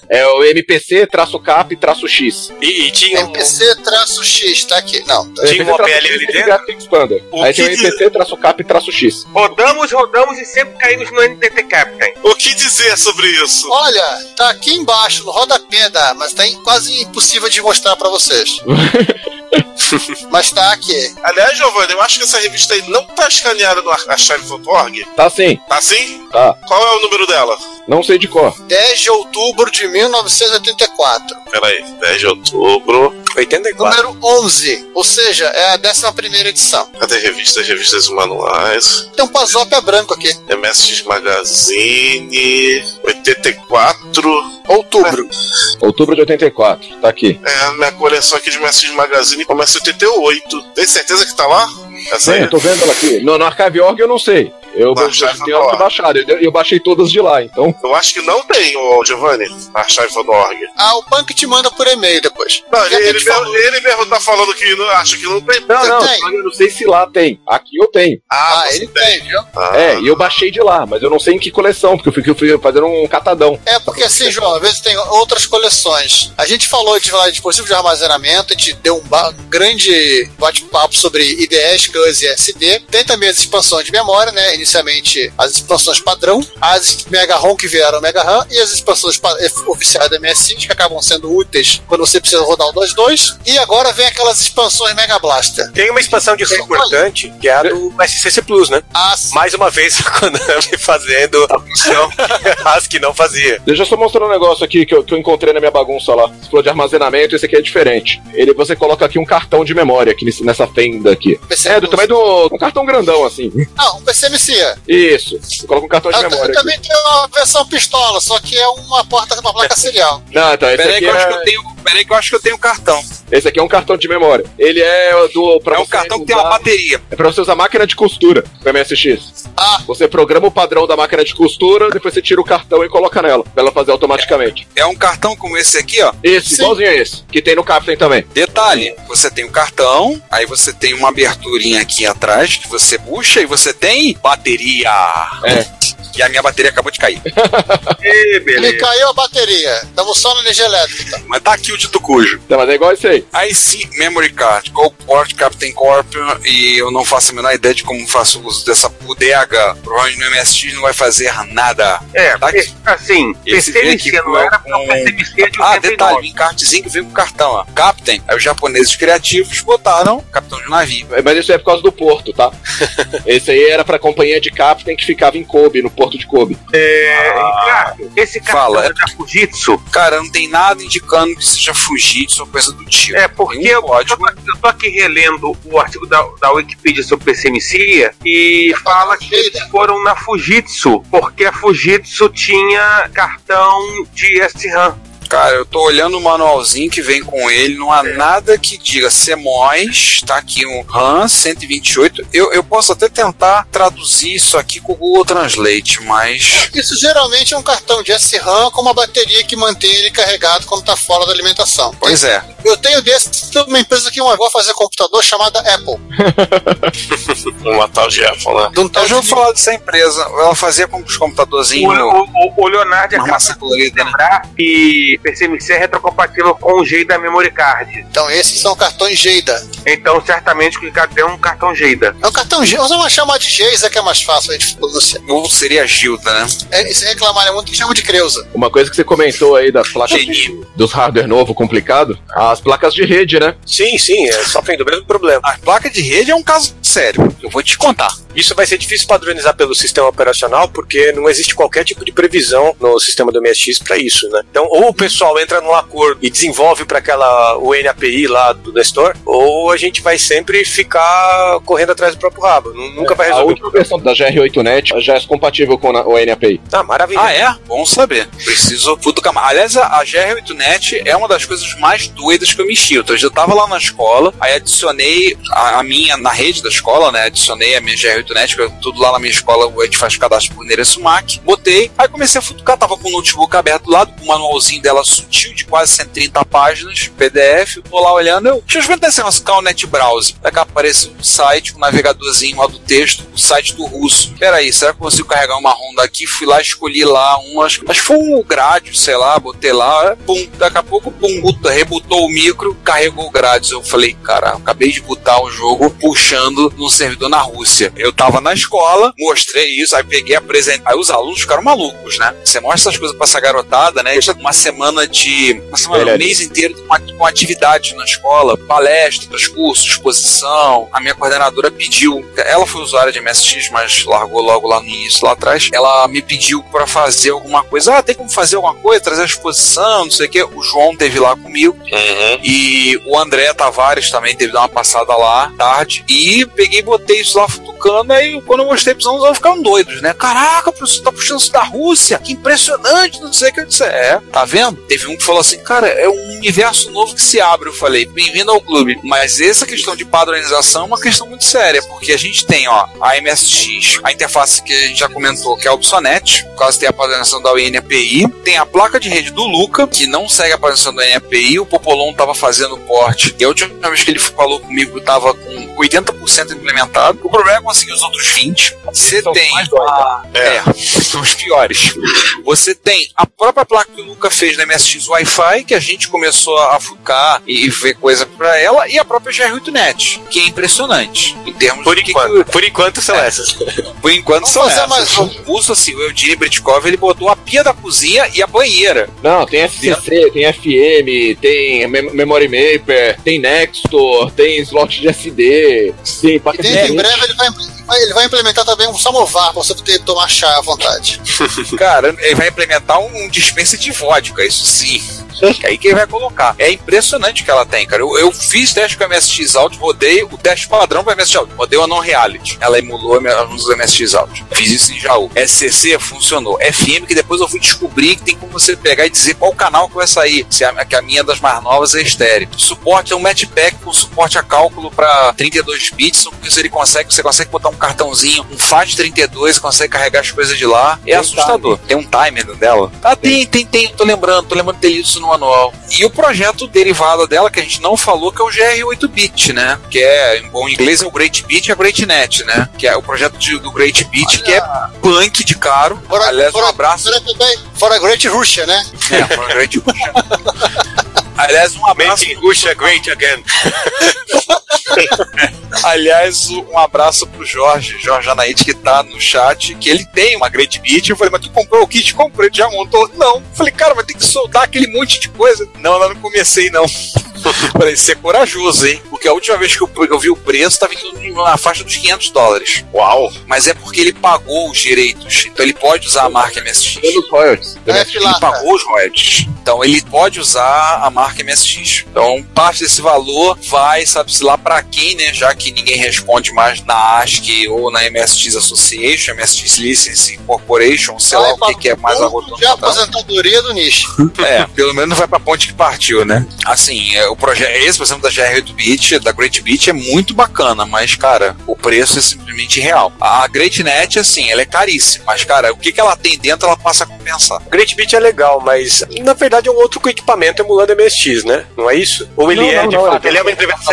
[SPEAKER 3] é o MPC traço cap traço X.
[SPEAKER 10] E, e tinha
[SPEAKER 6] É
[SPEAKER 10] um.
[SPEAKER 8] MPC-X, tá aqui. Não, tá
[SPEAKER 10] Tinha um OPL ali
[SPEAKER 3] Graphic
[SPEAKER 10] dentro?
[SPEAKER 3] Expander.
[SPEAKER 6] O
[SPEAKER 3] aí
[SPEAKER 6] que
[SPEAKER 3] tem o MPC traço cap traço X.
[SPEAKER 6] Rodamos, rodamos e sempre caímos no NTT Captain.
[SPEAKER 2] O que dizer sobre isso?
[SPEAKER 8] Olha, tá aqui embaixo, no rodapé da, mas tá em- quase impossível de mostrar pra vocês. mas tá aqui.
[SPEAKER 2] Aliás, Giovanni, eu acho que essa revista aí não tá escaneada no ar- archive.org.
[SPEAKER 3] Tá sim,
[SPEAKER 2] Tá sim?
[SPEAKER 3] tá.
[SPEAKER 2] Qual é o número dela?
[SPEAKER 3] Não sei de cor.
[SPEAKER 8] 10 de outubro de 1984.
[SPEAKER 2] Peraí, 10 de outubro.
[SPEAKER 10] 84.
[SPEAKER 8] Número 11, ou seja, é a 11 edição.
[SPEAKER 2] Cadê revistas? Revistas e manuais.
[SPEAKER 8] Tem um pasópia branco aqui.
[SPEAKER 2] MSX Magazine. 84.
[SPEAKER 8] Outubro.
[SPEAKER 3] Outubro de 84, tá aqui.
[SPEAKER 2] É, minha coleção aqui de MSX Magazine começa em 88. Tem certeza que tá lá? Essa
[SPEAKER 3] Sim,
[SPEAKER 2] aí?
[SPEAKER 3] eu tô vendo ela aqui. No, no Archive.org eu não sei. Eu,
[SPEAKER 2] No
[SPEAKER 3] eu,
[SPEAKER 2] Archive.org.
[SPEAKER 3] tenho ela que baixar, eu, eu baixei todas de lá, então.
[SPEAKER 2] Eu acho que não tem, ô Giovanni, archive.org.
[SPEAKER 8] Ah, o Punk te manda por e-mail depois.
[SPEAKER 2] Não,
[SPEAKER 8] Já
[SPEAKER 2] ele,
[SPEAKER 8] que
[SPEAKER 2] ele
[SPEAKER 8] te
[SPEAKER 2] mesmo,
[SPEAKER 8] falou.
[SPEAKER 2] ele mesmo tá falando que não, acha que não tem.
[SPEAKER 3] Não, não,
[SPEAKER 8] tem.
[SPEAKER 3] eu não sei se lá tem. Aqui eu tenho.
[SPEAKER 8] Ah, ele tem, viu?
[SPEAKER 2] Ah,
[SPEAKER 3] É, e eu baixei de lá, mas eu não sei em que coleção, porque eu fui, eu fui fazendo um catadão.
[SPEAKER 8] É, porque assim, João, às vezes tem outras coleções. A gente falou de lá de dispositivo de armazenamento, a gente deu um ba- grande bate-papo sobre IDEs, CANs e SD. Tem também as expansões de memória, né? Inicialmente as expansões padrão, as Mega ROM que vieram Mega RAM e as expansões pa- eh, oficiais da MSX que acabam sendo úteis quando você precisa rodar o 2.2. E agora vem aquelas expansões Mega Blaster.
[SPEAKER 10] Tem uma expansão de RAM importante, que é a do SCC Plus, né?
[SPEAKER 8] Ah,
[SPEAKER 10] Mais uma vez a Konami fazendo a função que a ASCII não fazia.
[SPEAKER 3] Deixa eu só mostrar um negócio aqui que eu, que eu encontrei na minha bagunça lá. Você falou de armazenamento, esse aqui é diferente. Ele, você coloca aqui um cartão de memória aqui nesse- nessa fenda aqui.
[SPEAKER 8] PC
[SPEAKER 3] É, do tamanho do. Um cartão grandão, assim.
[SPEAKER 8] Não, um PCMC.
[SPEAKER 3] Isso. Você coloca um cartão de
[SPEAKER 8] Eu, eu
[SPEAKER 3] memória. Aqui.
[SPEAKER 8] também tenho uma versão pistola, só que é uma porta, uma placa serial.
[SPEAKER 3] Não, então, esse
[SPEAKER 4] Peraí
[SPEAKER 3] aqui,
[SPEAKER 4] que, eu acho que eu
[SPEAKER 3] é,
[SPEAKER 4] tenho, peraí que eu acho que eu tenho cartão.
[SPEAKER 3] esse aqui é um cartão de memória. Ele é do. Pra
[SPEAKER 4] é um
[SPEAKER 3] você
[SPEAKER 4] cartão que tem uma
[SPEAKER 3] usar-
[SPEAKER 4] bateria.
[SPEAKER 3] É pra você usar máquina de costura do MSX.
[SPEAKER 8] Ah.
[SPEAKER 3] Você programa o padrão da máquina de costura, depois você tira o cartão e coloca nela, pra ela fazer automaticamente.
[SPEAKER 4] É um cartão como esse aqui, ó.
[SPEAKER 3] Esse,
[SPEAKER 8] Sim.
[SPEAKER 3] igualzinho a esse, que tem no Captain também.
[SPEAKER 4] Detalhe, você tem o cartão, aí você tem uma aberturinha aqui atrás que você puxa e você tem bateria. É. E a minha bateria acabou de cair.
[SPEAKER 6] Ê,
[SPEAKER 8] Me
[SPEAKER 6] beleza.
[SPEAKER 8] caiu a bateria. Estamos só na energia elétrica.
[SPEAKER 4] Mas tá aqui o dito cujo.
[SPEAKER 3] Tá, mas é igual esse aí.
[SPEAKER 4] Aí sim, Memory Card, GoPort, Captain Corp, e eu não faço a menor ideia de como faço uso dessa bodega. Provavelmente no MSX não vai fazer nada.
[SPEAKER 6] É,
[SPEAKER 4] Tá aqui.
[SPEAKER 6] assim,
[SPEAKER 4] Esse vem aqui
[SPEAKER 6] PCMC não
[SPEAKER 4] com-
[SPEAKER 6] era pra
[SPEAKER 4] com-
[SPEAKER 6] PCMC de
[SPEAKER 4] Ah, detalhe,
[SPEAKER 6] 89.
[SPEAKER 4] um encartezinho que veio com o cartão, ó. Captain, aí os japoneses criativos botaram capitão de navio.
[SPEAKER 3] Mas isso aí é por causa do porto, tá? esse aí era pra companhia de Captain que ficava em Kobe, no porto de Kobe.
[SPEAKER 6] É, Ricardo, esse cara
[SPEAKER 4] Ah. Fala.
[SPEAKER 6] é da Fujitsu.
[SPEAKER 4] Cara, não tem nada indicando que seja Fujitsu ou coisa do tipo.
[SPEAKER 6] É, porque eu, tô, eu tô aqui relendo o artigo da, da Wikipedia sobre PCMCia e fala que eles foram na Fujitsu, porque a Fujitsu tinha cartão de SRAM.
[SPEAKER 4] Cara, eu tô olhando o manualzinho que vem com ele, não há nada que diga Semóis, tá aqui um RAM 128. Eu, eu posso até tentar traduzir isso aqui com o Google Translate, mas.
[SPEAKER 8] Isso geralmente é um cartão de SRAM com uma bateria que mantém ele carregado quando tá fora da alimentação.
[SPEAKER 4] Pois é.
[SPEAKER 8] Eu tenho desse de uma empresa que eu vou fazer computador chamada Apple. um
[SPEAKER 2] Uma tal de Apple, né?
[SPEAKER 4] Eu já vou falar dessa empresa. Ela fazia com os
[SPEAKER 6] O,
[SPEAKER 4] computadorzinhos. né?
[SPEAKER 6] o, o- o Leonardo
[SPEAKER 4] Uma
[SPEAKER 6] acaba
[SPEAKER 4] massa
[SPEAKER 6] de
[SPEAKER 5] né?
[SPEAKER 6] lembrar que PCMC é retrocompatível com o Geida Memory Card.
[SPEAKER 8] Então esses são cartões Geida.
[SPEAKER 6] Então certamente que o Ricardo tem um cartão Geida.
[SPEAKER 8] É um cartão Geisa, vamos chamar de Geisa que é mais fácil a gente pronunciar.
[SPEAKER 4] Ou seria a Gilda, né?
[SPEAKER 8] É, se reclamarem muito, chama de Creuza.
[SPEAKER 3] Uma coisa que você comentou aí das placas de- dos hardware novo complicado, as placas de rede, né?
[SPEAKER 10] Sim, sim, é, sofrem do mesmo problema.
[SPEAKER 4] A placa de rede é um caso sério, eu vou te contar.
[SPEAKER 10] Isso vai ser difícil padronizar pelo sistema operacional, porque não existe qualquer tipo de previsão no sistema do MSX para isso, né? Então, ou o pessoal entra num acordo e desenvolve para aquela UNAPI lá do Nestor, ou a gente vai sempre ficar correndo atrás do próprio rabo. Nu-
[SPEAKER 5] É,
[SPEAKER 10] Nunca vai
[SPEAKER 3] A
[SPEAKER 10] resolver.
[SPEAKER 3] última versão da GR8net já é compatível com a- o NAPI.
[SPEAKER 10] Ah, maravilha.
[SPEAKER 4] Ah, é? Bom saber. Preciso futucar mais. Aliás, a, a GR8net é uma das coisas mais doidas que eu mexi. Outro dia eu tava lá na escola, aí adicionei a, a minha, na rede da escola, né? Adicionei a minha GR8net, que eu- tudo lá na minha escola a gente faz cadastro por endereço MAC. Botei, aí comecei a futucar, tava com o notebook aberto do lado, com o manualzinho dela sutil de quase 130 páginas, PDF. Eu tô lá olhando, eu, deixa eu experimentar esse negócio, cá o net browser. Daqui a pouco aparece um site, um navegadorzinho lá do texto, o site do russo. Peraí, será que eu consigo carregar uma Honda aqui? Fui lá, escolhi lá um, acho, acho que foi um Gradius, sei lá, botei lá, pum, daqui a pouco, pum, bota- rebutou o micro, carregou o Gradius. Eu falei, cara, acabei de botar o jogo puxando num servidor na Rússia. Eu tava na escola, mostrei isso, aí peguei, apresentei. Aí os alunos ficaram malucos, né? Você mostra essas coisas pra essa garotada, né? Isso é Uma semana de. Uma semana, um
[SPEAKER 3] Verdade.
[SPEAKER 4] mês inteiro com, a- com atividade na escola, palestras, cursos, exposição. A minha coordenadora pediu, ela foi usuária de MSX, mas largou logo lá no início, lá atrás. Ela me pediu pra fazer alguma coisa. Ah, tem como fazer alguma coisa, trazer a exposição, não sei o quê. O João teve lá comigo.
[SPEAKER 2] Uhum.
[SPEAKER 4] E o André Tavares também teve que dar uma passada lá tarde. E peguei e botei isso lá futucando. Aí quando eu mostrei pros alunos, eles ficaram doidos, né? Caraca, professor, tá puxando isso da Rússia, que impressionante, não sei o que eu disse. É, tá vendo? Teve um que falou assim, cara, é um universo novo que se abre. Eu falei, bem-vindo ao clube. Mas essa questão de padronização é uma questão muito séria, porque a gente tem, ó, a MSX, a interface que a gente já comentou, que é a Opsonet, por causa tem a padronização da UNPI, tem a placa de rede do Luca, que não segue a padronização da UNPI, o Popolon tava fazendo porte, e a última vez que ele falou comigo tava com 80% implementado, o problema é conseguir os outros 20. Você tem a... É, são os piores. Você tem a própria placa que o Luca fez na MSX Wi-Fi, que a gente começou a focar e ver coisa pra ela, e a própria GR8Net, que é impressionante. Em termos por, enquanto,
[SPEAKER 10] por enquanto são essas.
[SPEAKER 4] É. Por enquanto
[SPEAKER 10] Vamos
[SPEAKER 4] são
[SPEAKER 10] fazer
[SPEAKER 4] essas.
[SPEAKER 10] mais um.
[SPEAKER 4] O curso, assim, o Eudine Britkov, ele botou a pia da cozinha e a banheira.
[SPEAKER 3] Não, tem SCC, tem FM, tem Mem- Memory Maker, tem Nextor, tem slot de SD, tem placa
[SPEAKER 4] É,
[SPEAKER 8] E dentro, em breve ele vai, ele vai implementar também um samovar pra você poder tomar chá à vontade.
[SPEAKER 4] Cara, ele vai implementar um, um dispenser de vodka, isso sim. Que Aí que ele vai colocar. É impressionante o que ela tem, cara. Eu, eu fiz teste com a MSX Audio, rodei o teste padrão para MSX Audio, rodei a non-reality. Ela emulou alguns MSX Audio. Fiz isso em Jaú. SCC funcionou. FM, que depois eu fui descobrir que tem como você pegar e dizer qual canal que vai sair. Se a, que a minha das mais novas é estéreo. Suporte é um Matchpack com suporte a cálculo para 32 bits, com isso ele consegue, você consegue botar um cartãozinho, um FAT32, consegue carregar as coisas de lá. É
[SPEAKER 7] Tem
[SPEAKER 4] assustador. Tem um timer no dela? Ah, tem, tem, tem. Tô lembrando, tô lembrando de ter lido isso no manual. E o projeto derivado dela, que a gente não falou, que é o GR8-bit, né? Que é, em bom inglês, é o Great Bit e a Great Net, né? Que é o projeto de- do Great Bit, que é punk de caro. Aliás, um abraço.
[SPEAKER 8] Fora também, fora Great Russia, né?
[SPEAKER 4] É, fora Great Russia. Aliás, um abraço. Making
[SPEAKER 10] Russia great again.
[SPEAKER 4] Aliás, um abraço pro Jorge, Jorge Anaite, que tá no chat, que ele tem uma Great Beat. Eu falei, mas tu comprou o kit? Comprei, tu já montou? Não. Eu falei, cara, mas tem que soldar aquele monte de coisa. Não, eu não comecei, não. Eu falei, você é corajoso, hein? O porque a última vez que eu, eu vi o preço tá estava na faixa dos 500 dólares.
[SPEAKER 2] Uau!
[SPEAKER 4] Mas é porque ele pagou os direitos, então ele pode usar a marca MSX.
[SPEAKER 3] Pelos royalties.
[SPEAKER 4] Ele é tipo pagou os royalties. Então ele pode usar a marca MSX. Então parte desse valor vai, sabe-se lá para quem, né? Já que ninguém responde mais na ASCII ou na MSX Association, MSX License Corporation, sei lá o que, que é mais a rotunda.
[SPEAKER 8] Já a aposentadoria do nicho.
[SPEAKER 4] É, pelo menos não vai pra ponte que partiu, né? Assim, é, o projeto, esse, por exemplo, da GR8 Beat, da Great Beat, é muito bacana, mas, cara, o preço é simplesmente real. A Great Net, assim, ela é caríssima, mas, cara, o que, que ela tem dentro, ela passa a compensar.
[SPEAKER 5] Great Beat é legal, mas na verdade é um outro equipamento emulando MSX, né? Não é isso? Ou ele
[SPEAKER 3] Não,
[SPEAKER 5] é
[SPEAKER 3] não,
[SPEAKER 5] de
[SPEAKER 3] não,
[SPEAKER 5] fato?
[SPEAKER 3] ele
[SPEAKER 5] Ele é uma
[SPEAKER 3] é
[SPEAKER 10] um.
[SPEAKER 5] entrevista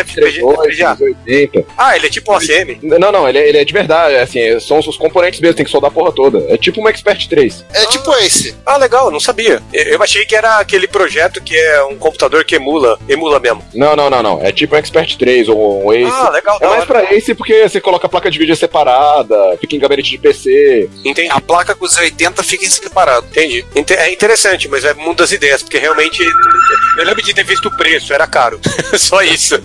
[SPEAKER 5] FPGA.
[SPEAKER 3] 80.
[SPEAKER 5] Ah, ele é tipo um ACM.
[SPEAKER 3] Não, não, ele, é- ele é de verdade, é assim, são os componentes mesmo, tem que soldar a porra toda. É tipo um Expert 3.
[SPEAKER 8] É tipo esse.
[SPEAKER 5] Ah, legal, não sabia. Eu- Eu achei que era aquele projeto que é um computador que emula, emula mesmo.
[SPEAKER 3] Não, não, não, não. É tipo um Expert 3 ou um Ace.
[SPEAKER 5] Ah, legal,
[SPEAKER 3] É
[SPEAKER 5] da
[SPEAKER 3] mais
[SPEAKER 5] hora.
[SPEAKER 3] pra Ace porque você coloca a placa de vídeo separada, fica em gabinete de PC.
[SPEAKER 5] Entendi.
[SPEAKER 4] A placa com os 80 fica em separado.
[SPEAKER 5] Entendi. Inte- É interessante, mas é mundo das ideias, porque realmente. Eu lembro de ter visto o preço, era caro. Só isso.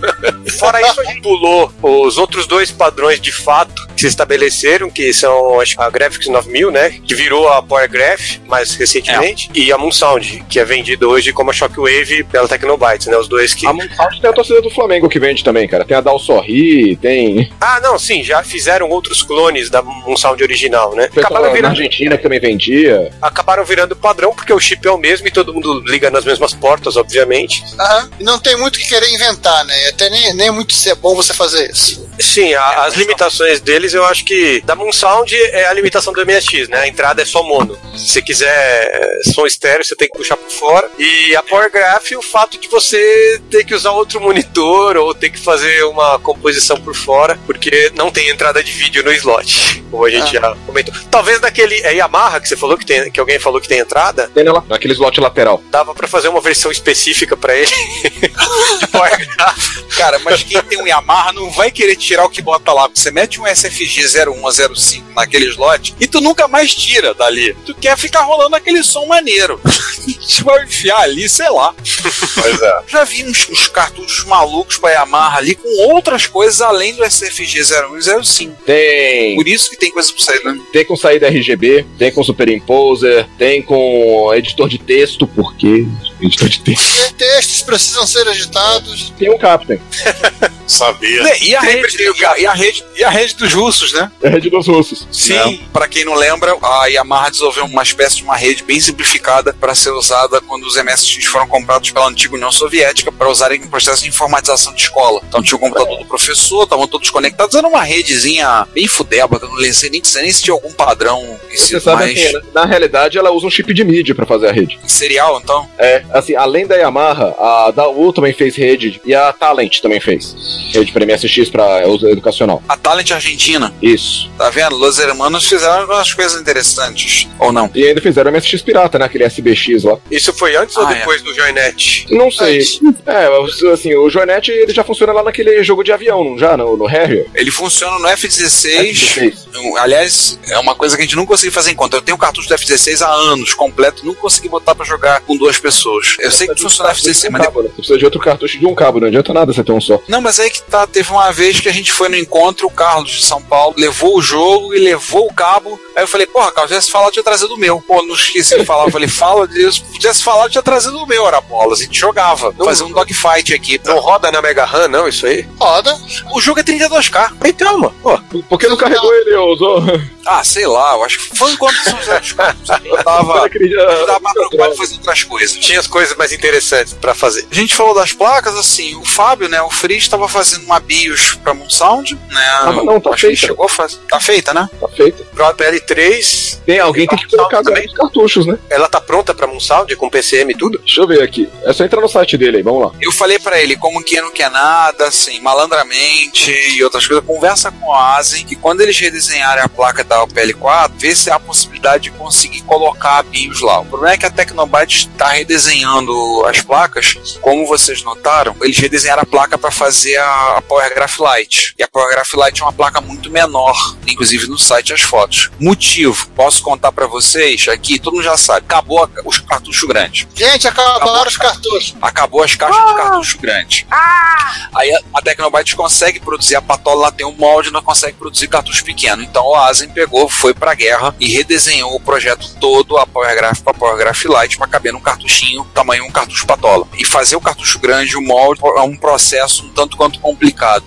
[SPEAKER 5] Fora isso, a gente pulou os outros dois padrões de fato que se estabeleceram, que são acho, a Graphics 9000, né? Que virou a Power Graph mais recentemente, e a Moonsound, que é vendida hoje como a Shockwave pela Tecnobytes, né? Os dois que.
[SPEAKER 3] A Monsanto tem a torcida do Flamengo que vende também, cara. Tem a Dal Sorri, tem.
[SPEAKER 5] Ah, não, sim, já fizeram outros clones da Moonsound original, né?
[SPEAKER 3] Pessoal
[SPEAKER 5] Acabaram
[SPEAKER 3] na
[SPEAKER 5] virando
[SPEAKER 3] Argentina que também vendia.
[SPEAKER 5] acabaram virando padrão, porque o chip é o mesmo e todo mundo liga nas mesmas portas, obviamente.
[SPEAKER 8] Aham. E não tem muito o que querer inventar, né? Até nem, nem muito se é bom você fazer isso.
[SPEAKER 5] Sim, a- as limitações deles eu acho que. Da Moonsound é a limitação do MSX, né? A entrada é só mono. Se você quiser eh, som estéreo, você tem que puxar por fora. E a Power Graph, o fato de você ter que usar outro monitor ou ter que fazer uma composição por fora, porque não tem entrada de vídeo no slot, como a gente já comentou. Talvez naquele. É Yamaha que você falou que tem. que alguém falou que tem entrada,
[SPEAKER 3] Tem lá, naquele slot lateral.
[SPEAKER 5] dava pra fazer uma versão específica pra ele. de Power Graph.
[SPEAKER 4] Cara, mas quem tem um Yamaha não vai querer tirar o que bota lá. Você mete um SFG 0105 naquele slot e tu nunca mais tira dali. Tu quer ficar rolando aquele som maneiro. tu vai enfiar ali, sei lá.
[SPEAKER 2] Pois é.
[SPEAKER 4] Já vi uns, uns cartuchos malucos pra Yamaha ali com outras coisas além do SFG 0105.
[SPEAKER 3] Tem.
[SPEAKER 4] Por isso que tem coisa pra sair, né?
[SPEAKER 3] Tem com saída RGB, tem com superimposer, tem com editor de texto, por quê? Editor de texto.
[SPEAKER 8] E textos precisam ser editados.
[SPEAKER 3] Tem um Captain.
[SPEAKER 2] Sabia.
[SPEAKER 4] E a, rede, e, a, e a rede, e a rede dos russos, né?
[SPEAKER 3] É a rede dos russos.
[SPEAKER 4] Sim, para Né? quem não lembra, a Yamaha desenvolveu uma espécie de uma rede bem simplificada para ser usada quando os MSX foram comprados pela antiga União Soviética para usarem em processo de informatização de escola. Então tinha o computador do professor, estavam todos conectados, era uma redezinha bem fudeba, que eu não lembro nem, sei nem se tinha algum padrão
[SPEAKER 3] Você
[SPEAKER 4] ensino
[SPEAKER 3] sabe
[SPEAKER 4] mais
[SPEAKER 3] assim, né? na realidade ela usa um chip de mídia pra fazer a rede.
[SPEAKER 4] serial, então.
[SPEAKER 3] É, assim, além da Yamaha, a Daewoo também fez rede e a Talent também fez. Rede pra MSX pra uso educacional.
[SPEAKER 4] A Talent Argentina,
[SPEAKER 3] Isso.
[SPEAKER 4] tá vendo? Los Hermanos fizeram algumas coisas interessantes, ou não?
[SPEAKER 3] E ainda fizeram MSX pirata, né? Aquele SBX lá.
[SPEAKER 5] Isso foi antes ou
[SPEAKER 4] Ah, é.
[SPEAKER 5] depois do Joynet?
[SPEAKER 3] Não sei. É, assim, o Joynet ele já funciona lá naquele jogo de avião, não já? No, no Harrier?
[SPEAKER 4] Ele funciona no F-16,
[SPEAKER 3] F16.
[SPEAKER 4] Eu, Aliás, é uma coisa que a gente não conseguiu fazer em conta. Eu tenho um cartucho do F-16 há anos, completo, não consegui botar pra jogar com duas pessoas. Eu sei que funciona o F-16, mas. é
[SPEAKER 3] Um cabo, né? Você precisa de outro cartucho de um cabo, não adianta nada você ter um só.
[SPEAKER 4] Não, mas aí que tá. Teve uma vez que a gente foi no encontro, o Carlos de São Paulo levou o jogo e levou o cabo. Aí eu falei, porra, Carlos, tivesse falado, eu tinha trazido o meu. Pô, não esqueci de falar. Eu falei, fala disso. Tivesse falado, eu tinha trazido o meu, era bolas. A gente jogava. Fazer um dogfight aqui.
[SPEAKER 5] Não roda na Mega RAM, não, isso aí?
[SPEAKER 8] Roda.
[SPEAKER 4] O jogo é 32K.
[SPEAKER 5] Então, mano. Pô,
[SPEAKER 3] Por que não carregou ele, ô Zô?
[SPEAKER 4] Ah, sei lá, eu acho que foi enquanto São José dos Campos. Eu tava. Eu tava preocupado em fazer outras coisas.
[SPEAKER 5] tinha as coisas mais interessantes pra fazer.
[SPEAKER 4] A gente falou das placas, assim, o Fábio, né, o Frizz estava fazendo uma BIOS pra Moonsound, né?
[SPEAKER 3] mas não, tá
[SPEAKER 4] acho que ele
[SPEAKER 3] feita.
[SPEAKER 4] chegou a fazer. Tá feita, né?
[SPEAKER 3] Tá feito.
[SPEAKER 5] Pra PL3,
[SPEAKER 3] Tem alguém tem que colocar agora os cartuchos, né?
[SPEAKER 5] ela tá pronta pra Moonsound com PCM e tudo?
[SPEAKER 3] Deixa eu ver aqui. É só entrar no site dele aí, vamos lá.
[SPEAKER 4] Eu falei pra ele como que não quer nada, assim, malandramente e outras coisas. Conversa com a Asen, que quando eles redesenharem a placa da da PL4, ver se há a possibilidade de conseguir colocar a BIOS lá. O problema é que a Tecnobyte está redesenhando as placas. Como vocês notaram, eles redesenharam a placa para fazer a, a Power Graph Lite. E a Power Graph Lite é uma placa muito menor, inclusive no site as fotos. Motivo, posso contar para vocês aqui, todo mundo já sabe, acabou a- os cartuchos grandes.
[SPEAKER 8] Gente, acabaram os cartuchos.
[SPEAKER 4] Acabou as caixas de cartucho grande. Aí a, a Tecnobyte consegue produzir a patola, lá tem um molde, não consegue produzir cartucho pequeno. Então o Asen pegou, foi pra guerra e redesenhou o projeto todo, a PowerGraph pra PowerGraph Lite, pra caber num cartuchinho, tamanho um cartucho patola. E fazer o cartucho grande, o molde, é um processo um tanto quanto complicado.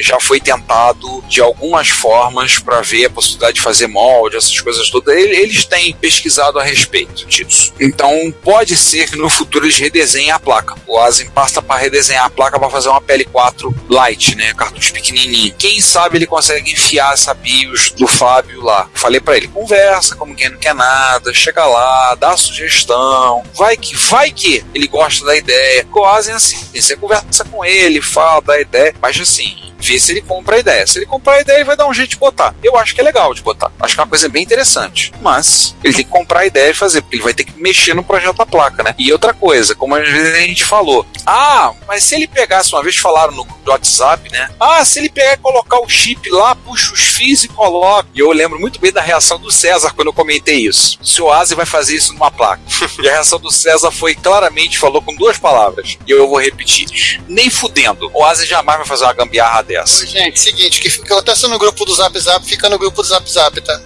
[SPEAKER 4] Já foi tentado de algumas formas pra ver a possibilidade de fazer molde, essas coisas todas. Ele- Eles têm pesquisado a respeito disso. Então pode ser que no futuro eles redesenhem a placa. O Asen passa pra redesenhar é a placa pra fazer uma PL4 Lite, né? Cartucho pequenininho. Quem sabe ele consegue enfiar essa BIOS do Fábio lá. Falei pra ele, conversa como quem não quer nada, chega lá, dá sugestão. Vai que, vai que ele gosta da ideia. Com O Asen é assim, você conversa com ele, fala, dá ideia, mas assim, ver se ele compra a ideia. Se ele comprar a ideia, ele vai dar um jeito de botar. Eu acho que é legal de botar. Acho que é uma coisa bem interessante. Mas ele tem que comprar a ideia e fazer, porque ele vai ter que mexer no projeto da placa, né? E outra coisa, como às vezes a gente falou, ah, mas se ele pegasse, uma vez falaram no grupo do WhatsApp, né? Ah, se ele pegar e colocar o chip lá, puxa os fios e coloca. E eu lembro muito bem da reação do César quando eu comentei isso. Se o Asi vai fazer isso numa placa. e a reação do César foi claramente, falou com duas palavras. E eu vou repetir. Nem fudendo. O Asi jamais vai fazer uma gambiarra dessa.
[SPEAKER 8] Gente, seguinte, que fica até no grupo do Zap Zap, fica no grupo do Zap Zap, tá?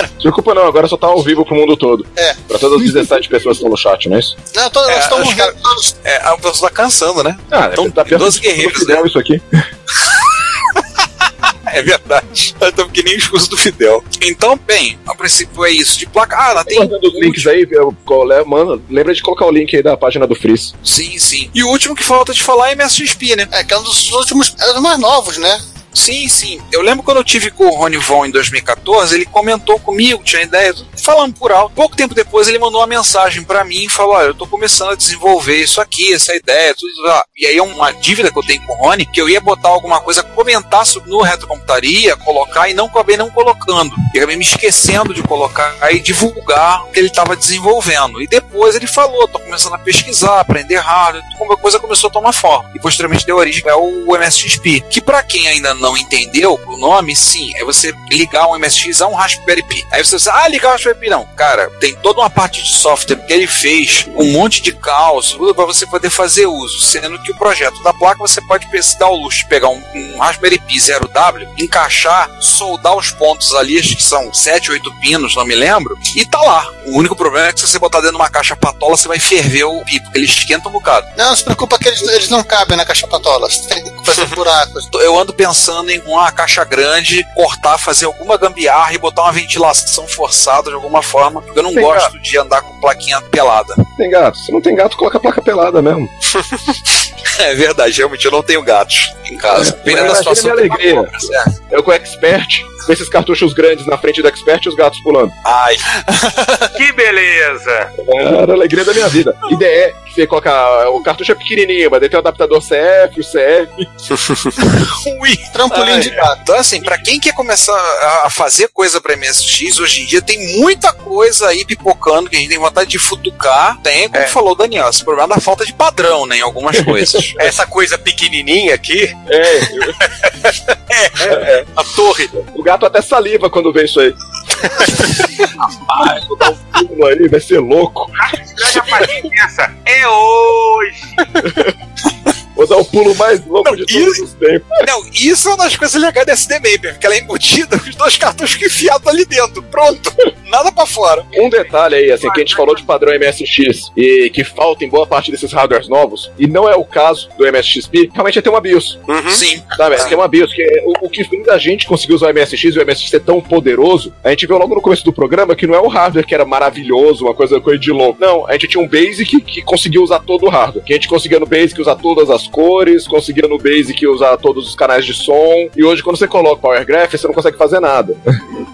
[SPEAKER 3] Se preocupa não, agora só tá ao vivo pro mundo todo.
[SPEAKER 8] É.
[SPEAKER 3] Pra todas as 17 pessoas que estão no chat, não é isso?
[SPEAKER 8] Não, todos
[SPEAKER 4] É,
[SPEAKER 8] elas estão
[SPEAKER 4] acho que
[SPEAKER 8] morrendo. todos.
[SPEAKER 4] É, a pessoa tá cansando, né?
[SPEAKER 3] Ah,
[SPEAKER 4] então,
[SPEAKER 3] tá pior
[SPEAKER 4] 12
[SPEAKER 3] que
[SPEAKER 4] guerreiros,
[SPEAKER 3] o Fidel
[SPEAKER 4] né?
[SPEAKER 3] isso aqui.
[SPEAKER 4] É verdade. Nós estamos que nem os cursos do Fidel. Então, bem, a princípio é isso. De placa. Ah, ela tem.
[SPEAKER 3] Tá Guardando os links aí, eu cole- mano, é, lembra de colocar o link aí da página do Freeze.
[SPEAKER 4] Sim, sim. E o último que falta de falar é MSXP, né?
[SPEAKER 8] É, que é um dos últimos, é um dos mais novos, né?
[SPEAKER 4] Sim, sim. Eu lembro quando eu tive com o Rony Von em 2014, ele comentou comigo, tinha ideia, falando por alto. Pouco tempo depois ele mandou uma mensagem pra mim e falou: Olha, eu tô começando a desenvolver isso aqui, essa ideia, tudo. lá." E aí é uma dívida que eu tenho com o Rony, que eu ia botar alguma coisa, comentar sobre no retrocomputaria, colocar e não acabei não colocando. E acabei me esquecendo de colocar e divulgar o que ele estava desenvolvendo. E depois ele falou: tô começando a pesquisar, aprender hardware, como a coisa começou a tomar forma. E posteriormente deu origem ao MSXP, que pra quem ainda não entendeu o nome, sim, é você ligar um MSX a um Raspberry Pi. Aí você diz, ah, ligar o Raspberry Pi não. Cara, tem toda uma parte de software que ele fez, um monte de caos, tudo pra você poder fazer uso, sendo que o projeto da placa você pode pe- se dar o luxo de pegar um, um Raspberry Pi 0W, encaixar, soldar os pontos ali, acho que são 7, 8 pinos, não me lembro, e tá lá. O único problema é que se você botar dentro de uma caixa patola, você vai ferver o pi, porque ele esquenta um bocado.
[SPEAKER 8] Não, não se preocupa que eles, eles não cabem na caixa patola. Você Tem que fazer buracos.
[SPEAKER 4] Tô- Eu ando pensando em uma caixa grande, cortar, fazer alguma gambiarra e botar uma ventilação forçada de alguma forma, porque eu não
[SPEAKER 3] Sim,
[SPEAKER 4] gosto de andar com plaquinha pelada.
[SPEAKER 3] Tem gato. Se não tem gato, coloca a placa pelada mesmo.
[SPEAKER 4] É verdade, realmente eu não tenho gatos em casa. Dependendo da
[SPEAKER 3] Imagina
[SPEAKER 4] situação.
[SPEAKER 3] a minha
[SPEAKER 4] tem uma
[SPEAKER 3] alegria.
[SPEAKER 4] cobra, né? certo?
[SPEAKER 3] Eu com o Expert, com esses cartuchos grandes na frente do Expert e os gatos pulando.
[SPEAKER 4] Ai,
[SPEAKER 6] Que beleza!
[SPEAKER 3] Era a alegria da minha vida. IDE, que você coloca. O cartucho é pequenininho, mas daí tem o adaptador CF, o CF.
[SPEAKER 4] Ui.
[SPEAKER 8] Trampolim
[SPEAKER 4] Ai,
[SPEAKER 8] de gato.
[SPEAKER 4] Então, assim, pra quem quer começar a- a fazer coisa pra MSX, hoje em dia tem muita coisa aí pipocando que a gente tem vontade de futucar. Tem, como falou o Daniel, esse problema da falta de padrão, né, em algumas coisas.
[SPEAKER 5] Essa coisa pequenininha aqui,
[SPEAKER 4] a torre.
[SPEAKER 3] O gato até saliva quando vê isso aí. Rapaz, vou dar um pulo aí, vai ser louco.
[SPEAKER 6] Grande aparência essa é hoje!
[SPEAKER 3] Vou dar o pulo mais louco de todos os tempos.
[SPEAKER 4] Não, isso é uma das coisas legais da SD Maker, porque ela é embutida com os dois cartuchos enfiados ali dentro. Pronto, nada pra fora.
[SPEAKER 3] Um detalhe aí, assim, que a gente falou de padrão MSX e que falta em boa parte desses hardwares novos, e não é o caso do MSXP, realmente é ter uma BIOS.
[SPEAKER 4] Sim.
[SPEAKER 3] Sabe? Tem uma BIOS, que é o, o que fez a gente conseguir usar o MSX e o MSX ser tão poderoso, a gente viu logo no começo do programa que não é o hardware que era maravilhoso, uma coisa, coisa de louco. Não, a gente tinha um Basic que conseguia usar todo o hardware. Que a gente conseguia no Basic usar todas as as cores, conseguia no Basic usar todos os canais de som. E hoje, quando você coloca o Power Graph, você não consegue fazer nada.
[SPEAKER 4] Ah,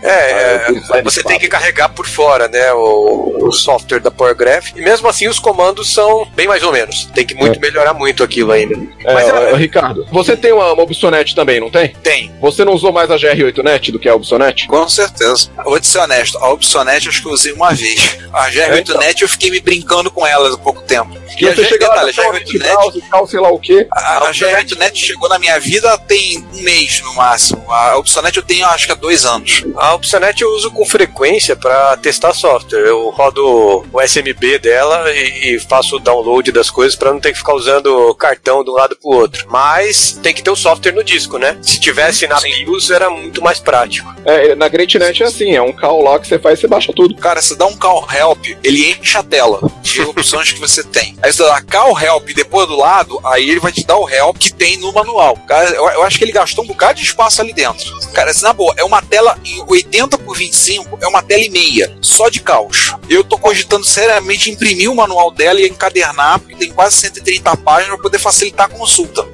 [SPEAKER 5] É, é, você tem que carregar por fora, né, o, o software da PowerGraph. E mesmo assim os comandos são bem mais ou menos. Tem que
[SPEAKER 4] É.
[SPEAKER 5] muito melhorar muito aquilo ainda.
[SPEAKER 3] É, ô, Ricardo, você tem uma, uma Opsonet também, não tem?
[SPEAKER 4] Tem.
[SPEAKER 3] Você não usou mais a GR8net do que a Opsonet?
[SPEAKER 4] Com certeza. Eu Vou te ser honesto, a Opsonet acho que eu usei uma vez. A GR8net eu fiquei me brincando com ela há pouco tempo.
[SPEAKER 3] É, então. E você
[SPEAKER 4] G-
[SPEAKER 3] chega lá,
[SPEAKER 4] detalhe, a
[SPEAKER 3] tá
[SPEAKER 4] GR8net
[SPEAKER 3] tal, sei lá o quê.
[SPEAKER 4] a, a GR8net chegou na minha vida tem um mês no máximo. A Opsonet eu tenho acho que há dois anos.
[SPEAKER 5] A Opsonet eu uso com frequência para testar software. Eu rodo o SMB dela e, e faço o download das coisas para não ter que ficar usando cartão de um lado pro outro. Mas tem que ter o software no disco, né? Se tivesse na BIOS era muito mais prático.
[SPEAKER 3] É, na GreatNet é assim, é um call lá que você faz e você baixa tudo.
[SPEAKER 4] Cara, você dá um call help, ele enche a tela de opções que você tem. Aí você dá call help e depois do lado, aí ele vai te dar o help que tem no manual. Cara, eu, eu acho que ele gastou um bocado de espaço ali dentro. Cara, assim, na boa, é uma tela em 80 por 25, é uma tela e meia, só de caos. Eu tô cogitando seriamente imprimir o manual dela e encadernar, porque tem quase 130 páginas pra poder facilitar a consulta.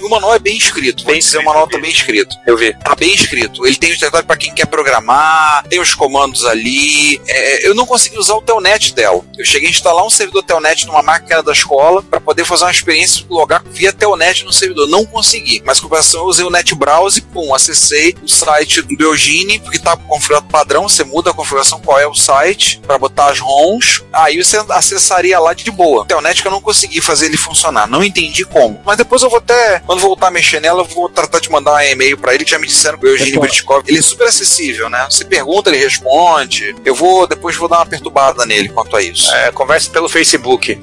[SPEAKER 4] e o manual é bem escrito, vou dizer, o manual tá bem escrito.
[SPEAKER 5] Eu vi.
[SPEAKER 4] Tá bem escrito. Ele tem os detalhes pra quem quer programar, tem os comandos ali. É, eu não consegui usar o Telnet dela. Eu cheguei a instalar um servidor Telnet numa máquina que era da escola pra poder fazer uma experiência logar via Telnet no servidor. Não consegui. Mas, em compensação, eu usei o NetBrowse, pum, acessei o site do Eugene, porque tá configurado padrão, você muda a configuração qual é o site pra botar as ROMs, aí você acessaria lá de boa. Telnet que eu não consegui fazer ele funcionar, não entendi como. Mas depois eu vou até, quando voltar a mexer nela, eu vou tratar de mandar um e-mail pra ele, que já me disseram que o Eugene Britkov, ele é super acessível, né? Você pergunta, ele responde. Eu vou, depois vou dar uma perturbada nele quanto a isso. Ah,
[SPEAKER 5] É, conversa pelo Facebook.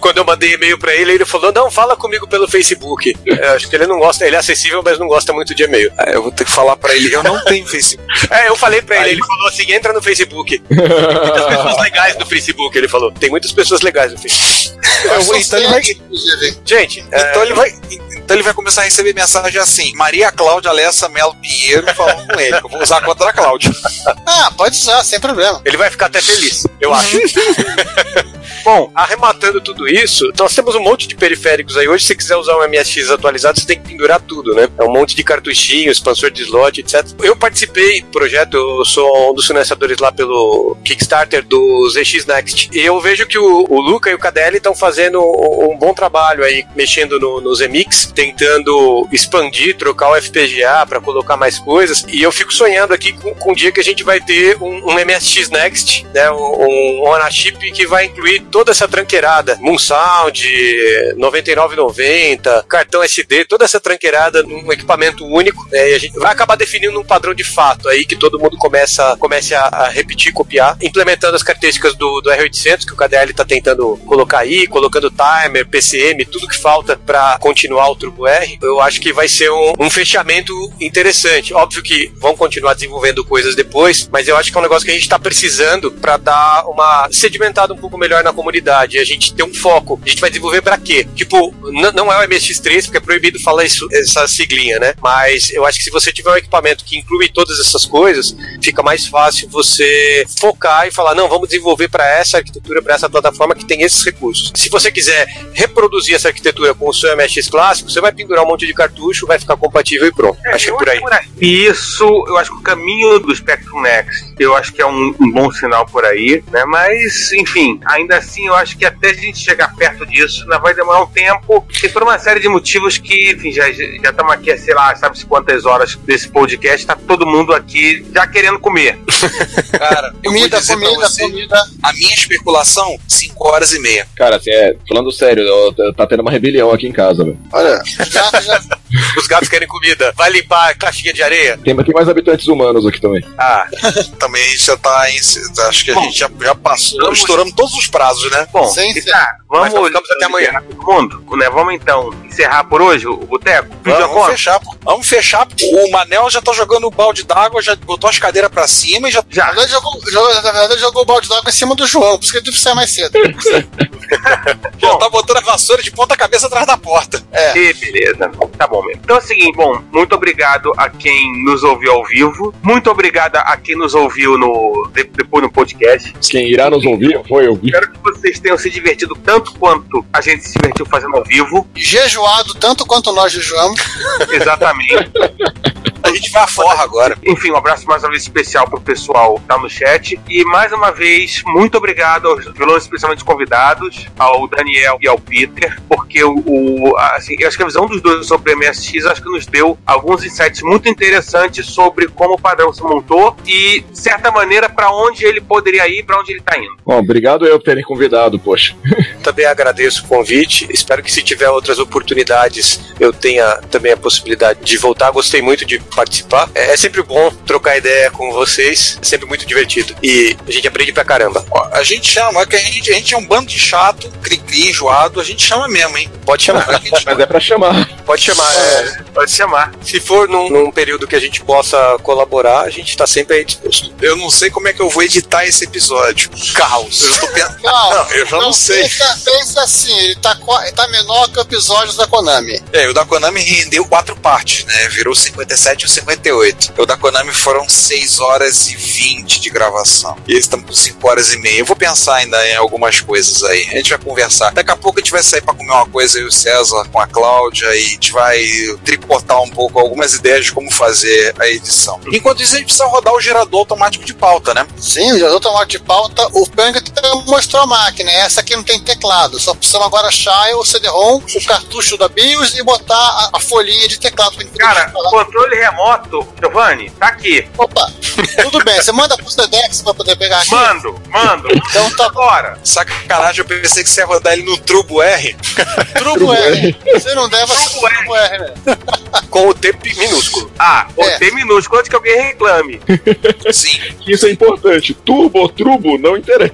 [SPEAKER 5] Quando eu mandei e-mail pra ele, ele falou: Não, fala comigo pelo Facebook. Eu acho que ele não gosta, ele é acessível, mas não gosta muito de e-mail.
[SPEAKER 4] É, eu vou ter que falar pra ele: Eu não tenho Facebook.
[SPEAKER 5] É, eu falei pra ele, ele falou assim: entra no Facebook. Tem muitas pessoas legais no Facebook, ele falou. Tem muitas pessoas legais no Facebook.
[SPEAKER 8] Eu sou
[SPEAKER 4] então ele vai-
[SPEAKER 8] sete, inclusive.
[SPEAKER 5] Gente,
[SPEAKER 4] Então ele vai. Então ele vai começar a receber mensagem assim: Maria Cláudia Alessa Melo Pinheiro falando com ele. que Eu vou usar contra a Cláudia.
[SPEAKER 8] Ah, pode usar, sem problema.
[SPEAKER 5] Ele vai ficar até feliz, eu acho. Bom, arrematando tudo isso, nós temos um monte de periféricos aí. Hoje, se você quiser usar um MSX atualizado, você tem que pendurar tudo, né? É um monte de cartuchinho, expansor de slot, etc. Eu participei do projeto, eu sou um dos financiadores lá pelo Kickstarter do ZX Next. E eu vejo que o, o Luca e o Cadelli estão fazendo um, um bom trabalho aí, mexendo no, no ZMix, tentando expandir, trocar o FPGA para colocar mais coisas. E eu fico sonhando aqui com, com o dia que a gente vai ter um, um MSX Next, né? Um, um Onachip que vai incluir toda essa tranqueirada. Moonsound, 9990, cartão SD, toda essa tranqueirada num equipamento único, né? E a gente vai acabar definindo um padrão de fato aí que todo mundo começa, comece a, a repetir, copiar, implementando as características do, do R800 que o KDL está tá tentando colocar aí, colocando timer, PCM, tudo que falta para continuar o Turbo R. Eu acho que vai ser um, um fechamento interessante. Óbvio que vão continuar desenvolvendo coisas depois, mas eu acho que é um negócio que a gente está precisando para dar uma sedimentada um pouco melhor na comunidade. A gente ter um foco. A gente vai desenvolver para quê? Tipo, n- não é o MSX3, porque é proibido falar isso, essa siglinha, né? Mas eu acho que se você tiver um equipamento que inclui todas essas coisas, fica mais fácil você focar e falar: não, vamos desenvolver para essa arquitetura, para essa plataforma que tem esses recursos. Se você quiser reproduzir essa arquitetura com o seu MSX clássico, você vai pendurar um monte de cartucho, vai ficar compatível e pronto. acho que é por aí.
[SPEAKER 6] E isso, eu acho que o caminho do Spectrum Next, eu acho que é um, um bom sinal por aí, né? Mas, enfim, ainda assim, eu acho que até a gente chegar perto disso, ainda vai demorar um tempo. E por uma série de motivos que, enfim, já já estamos aqui, há, sei lá, sabe-se quantas horas desse podcast, tá todo mundo aqui já querendo comer.
[SPEAKER 4] Cara, eu vou
[SPEAKER 8] Comida,
[SPEAKER 4] dizer pra
[SPEAKER 8] comida,
[SPEAKER 4] você,
[SPEAKER 8] comida.
[SPEAKER 4] a minha especulação, 5 horas e meia.
[SPEAKER 3] Cara, assim, é, falando sério, eu- eu- tá tendo uma rebelião aqui em casa, velho.
[SPEAKER 8] Olha, já, já,
[SPEAKER 5] Os gatos querem comida. Vai limpar a caixinha de areia?
[SPEAKER 3] Tem, tem mais habitantes humanos aqui também.
[SPEAKER 5] Ah,
[SPEAKER 4] Também já tá em. Acho que a gente já, já passou.
[SPEAKER 6] vamos-
[SPEAKER 4] Estouramos todos os prazos, né?
[SPEAKER 6] Bom,
[SPEAKER 8] Sim,
[SPEAKER 6] e
[SPEAKER 8] sim.
[SPEAKER 6] tá,
[SPEAKER 5] Mas nós
[SPEAKER 6] vamos
[SPEAKER 5] ficamos até amanhã.
[SPEAKER 6] encerrar todo mundo, né? Vamos então encerrar por hoje o boteco?
[SPEAKER 4] Vamos,
[SPEAKER 6] Vídeo a
[SPEAKER 4] vamos
[SPEAKER 6] conta?
[SPEAKER 4] fechar, pô. Vamos fechar. pô. O Manel já tá jogando o balde d'água, já botou as cadeiras pra cima e já.
[SPEAKER 8] na verdade, Tá, jogou, jogou, na verdade, jogou o balde d'água em cima do João, por isso que ele teve que sair mais cedo.
[SPEAKER 4] Já tá botando a vassoura de ponta cabeça atrás da porta.
[SPEAKER 8] É, É.
[SPEAKER 6] E beleza. Tá bom mesmo. Então é o seguinte, bom, muito obrigado a quem nos ouviu ao vivo. Muito obrigado a quem nos ouviu no, de- depois no podcast.
[SPEAKER 3] Quem irá nos ouvir foi ouvir.
[SPEAKER 6] Espero que vocês tenham se divertido tanto quanto a gente se divertiu fazendo ao vivo.
[SPEAKER 8] Jejuado tanto quanto nós jejuamos.
[SPEAKER 6] Exatamente. A gente vai à forra agora. Enfim, um abraço mais uma vez especial pro pessoal que tá no chat. E mais uma vez, muito obrigado aos vilões especialmente convidados, ao Daniel e ao Peter, porque o, o- assim, eu acho que a visão dos dois sobre o MSX acho que nos deu alguns insights muito interessantes sobre como o padrão se montou e, de certa maneira, para onde ele poderia ir, para onde ele tá indo.
[SPEAKER 3] Bom, obrigado eu por terem convidado, poxa.
[SPEAKER 10] Também agradeço o convite. Espero que se tiver outras oportunidades eu tenha também a possibilidade de voltar. Gostei muito de participar. É, é sempre bom trocar ideia com vocês. É sempre muito divertido. E a gente aprende pra caramba.
[SPEAKER 4] Ó, a gente chama, é que a gente, a gente é um bando de chato, cri-cri, enjoado, a gente chama mesmo, hein? tá
[SPEAKER 10] Pode chamar.
[SPEAKER 3] Mas é pra chamar.
[SPEAKER 10] Pode chamar, é.
[SPEAKER 6] Pode chamar.
[SPEAKER 10] Se for num, num período que a gente possa colaborar, a gente tá sempre aí disposto.
[SPEAKER 4] Eu não sei como é que eu vou editar esse episódio. Caos. Eu tô pensando. não, eu já não, sei.
[SPEAKER 8] Pensa, pensa assim, ele tá, qua- ele tá menor que episódios da Konami.
[SPEAKER 4] É, o da Konami rendeu quatro partes, né? Virou 57 e 58. O da Konami foram 6 horas e 20 de gravação. E eles estão com 5 horas e meia. Eu vou pensar ainda em algumas coisas aí. A gente vai conversar. Daqui a pouco a gente vai sair pra comer uma coisa, eu e o César, com a Cláudia, e a gente vai tricotar um pouco algumas ideias de como fazer a edição. Enquanto isso, a gente precisa rodar o gerador automático de pauta, né?
[SPEAKER 8] Sim, o gerador automático de pauta, o Pang mostrou a máquina. Essa aqui não tem teclado. Só precisamos agora achar o CD-ROM, o cartucho da BIOS e botar a, a folhinha de teclado. pra gente poder
[SPEAKER 6] Cara,
[SPEAKER 8] falar.
[SPEAKER 6] controle remoto, Giovanni, tá aqui.
[SPEAKER 8] Opa, tudo bem. Você manda pro Sedex pra poder pegar aqui?
[SPEAKER 6] Mando, mando.
[SPEAKER 8] Então tá
[SPEAKER 6] Bora.
[SPEAKER 4] Sacanagem, eu pensei que você ia rodar ele no Trubo R.
[SPEAKER 8] Trubo R. Você não deve ser
[SPEAKER 6] Trubo
[SPEAKER 8] Trubo R, né?
[SPEAKER 10] Com o T minúsculo.
[SPEAKER 6] Ah, ou
[SPEAKER 8] É.
[SPEAKER 6] tem minúsculo antes que alguém reclame.
[SPEAKER 4] Sim.
[SPEAKER 3] Isso é importante. Turbo ou trubo, não interessa.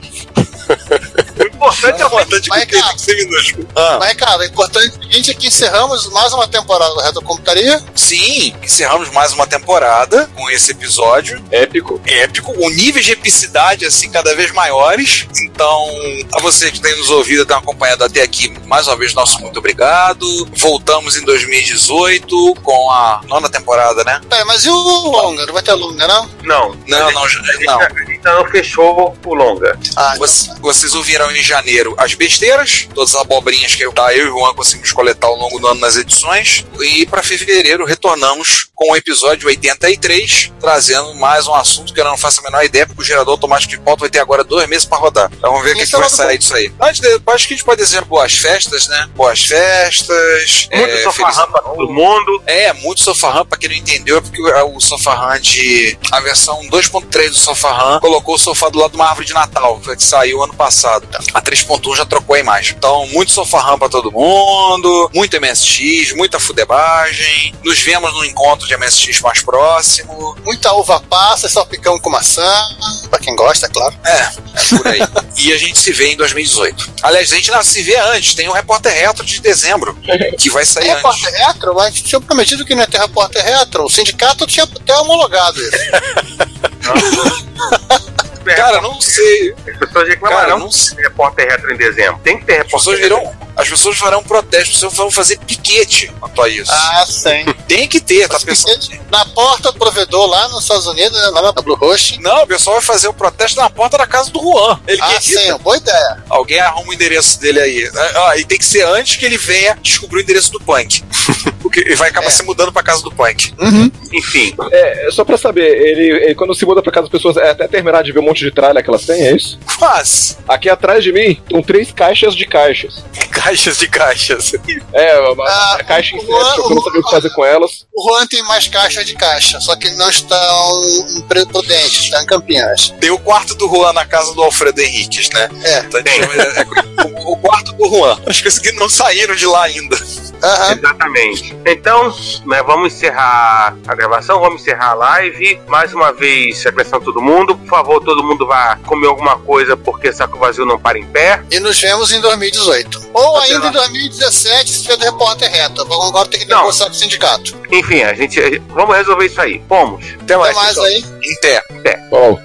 [SPEAKER 6] O importante é o
[SPEAKER 8] Mas,
[SPEAKER 4] Importante
[SPEAKER 8] Ah.
[SPEAKER 4] que tem
[SPEAKER 8] cara-
[SPEAKER 4] que ser minúsculo.
[SPEAKER 8] Mas, Ricardo, o importante é o seguinte é que encerramos mais uma temporada do Reto Computaria.
[SPEAKER 4] Sim, encerramos mais uma temporada com esse episódio.
[SPEAKER 3] Épico.
[SPEAKER 4] épico, com níveis de epicidade assim cada vez maiores. Então, a você que tem nos ouvido e tem acompanhado até aqui, mais uma vez, nosso muito obrigado. Voltamos em 2018 com a nona temporada, né?
[SPEAKER 8] Pera, mas e o longa? Não vai ter longa, não?
[SPEAKER 6] Não,
[SPEAKER 4] Não, não, já- não.
[SPEAKER 6] a gente ainda não fechou o longa.
[SPEAKER 8] Ah,
[SPEAKER 4] Vocês- Vocês ouviram em janeiro as besteiras, todas as abobrinhas que eu, tá, eu e o Juan conseguimos coletar ao longo do ano nas edições. E para fevereiro retornamos com o episódio 83, trazendo mais um assunto que eu não faço a menor ideia, porque o gerador automático de pauta vai ter agora dois meses para rodar. Então vamos ver o que,
[SPEAKER 8] Isso
[SPEAKER 4] que
[SPEAKER 8] é
[SPEAKER 4] vai
[SPEAKER 8] logo
[SPEAKER 4] sair disso aí. Antes de, acho que a gente pode desejar boas festas, né? Boas festas.
[SPEAKER 6] Muito
[SPEAKER 4] é,
[SPEAKER 6] sofarrão pra todo mundo.
[SPEAKER 4] é, muito Sofarran, pra quem não entendeu, é porque o o Sofarran de. A versão 2.3 do Sofarran colocou o sofá do lado de uma árvore de Natal, foi que saiu ano passado. A 3.1 já trocou a imagem. Então, muito Sofarran pra todo mundo, muito MSX, muita fudebagem. Nos vemos no encontro de MSX mais próximo.
[SPEAKER 8] Muita uva passa, salpicão com maçã. Pra quem gosta, é claro.
[SPEAKER 4] É por aí. e a gente se vê em 2018. Aliás, a gente não se vê antes, tem o Repórter Retro de dezembro, que vai sair
[SPEAKER 8] Tem
[SPEAKER 4] antes.
[SPEAKER 8] repórter retro? Mas tinha prometido que não ia ter repórter retro. O sindicato tinha até homologado isso.
[SPEAKER 4] Cara, não sei.
[SPEAKER 6] As pessoas
[SPEAKER 4] Cara,
[SPEAKER 6] reclamaram.
[SPEAKER 4] não sei.
[SPEAKER 6] Tem repórter retro em dezembro. Tem que ter
[SPEAKER 4] As pessoas
[SPEAKER 6] repórter retro.
[SPEAKER 4] virão. As pessoas farão protesto, as pessoas vão fazer piquete quanto a isso.
[SPEAKER 8] Ah, sim.
[SPEAKER 4] Tem que ter, tá
[SPEAKER 8] Mas
[SPEAKER 4] pensando.
[SPEAKER 8] piquete Na porta do provedor lá nos Estados Unidos, né, lá na Blue Host.
[SPEAKER 4] Não, o pessoal vai fazer o protesto na porta da casa do Juan. Ele que
[SPEAKER 8] Ah,
[SPEAKER 4] edita.
[SPEAKER 8] sim, boa ideia.
[SPEAKER 4] Alguém arruma o endereço dele aí. Ah, ah, e tem que ser antes que ele venha descobrir o endereço do punk. Porque ele vai acabar
[SPEAKER 8] É.
[SPEAKER 4] se mudando pra casa do punk.
[SPEAKER 8] Uhum.
[SPEAKER 6] Enfim,
[SPEAKER 3] É, só pra saber, ele, ele quando se muda pra casa das pessoas, é até terminar de ver um monte de tralha que elas têm, é isso?
[SPEAKER 4] Quase.
[SPEAKER 3] Aqui atrás de mim estão três caixas de caixas.
[SPEAKER 10] Caixas de caixas.
[SPEAKER 3] É, uma,
[SPEAKER 8] Ah,
[SPEAKER 3] a caixa em
[SPEAKER 8] o-
[SPEAKER 3] sete, eu não sabia o que fazer com elas.
[SPEAKER 8] O Juan tem mais caixas de caixa, só que não estão em Pre- prudentes, estão em Campinas.
[SPEAKER 4] Tem o quarto do Juan na casa do Alfredo Henriques, né?
[SPEAKER 8] É.
[SPEAKER 4] Então, a gente chama- é, o, o quarto do Juan. As coisas que não saíram de lá ainda.
[SPEAKER 8] Aham.
[SPEAKER 6] exatamente. Então, né, vamos encerrar a gravação, vamos encerrar a live. Mais uma vez, atenção a todo mundo. Por favor, todo mundo vá comer alguma coisa, porque saco vazio não para em pé.
[SPEAKER 8] E nos vemos em 2018. Ou Ou ainda em 2017, se tiver do repórter reto. Agora tem que negociar com o sindicato.
[SPEAKER 6] Enfim, a gente. a gente- Vamos resolver isso aí. Vamos.
[SPEAKER 8] Até mais, pessoal. aí.
[SPEAKER 4] Inter.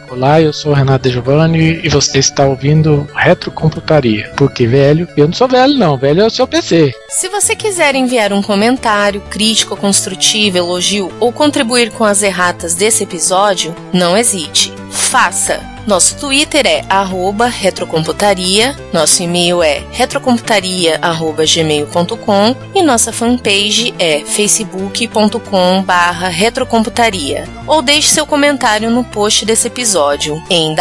[SPEAKER 14] Olá, eu sou o Renato Giovanni e você está ouvindo Retrocomputaria. Porque, velho, eu não sou velho, não. Velho é o seu PC.
[SPEAKER 15] Se você quiser enviar um comentário, crítica, construtiva, elogio ou contribuir com as erratas desse episódio, não hesite. Faça! Nosso Twitter é arroba retrocomputaria, nosso e-mail é retrocomputaria.gmail.com e nossa fanpage é facebook.com retrocomputaria. Ou deixe seu comentário no post desse episódio em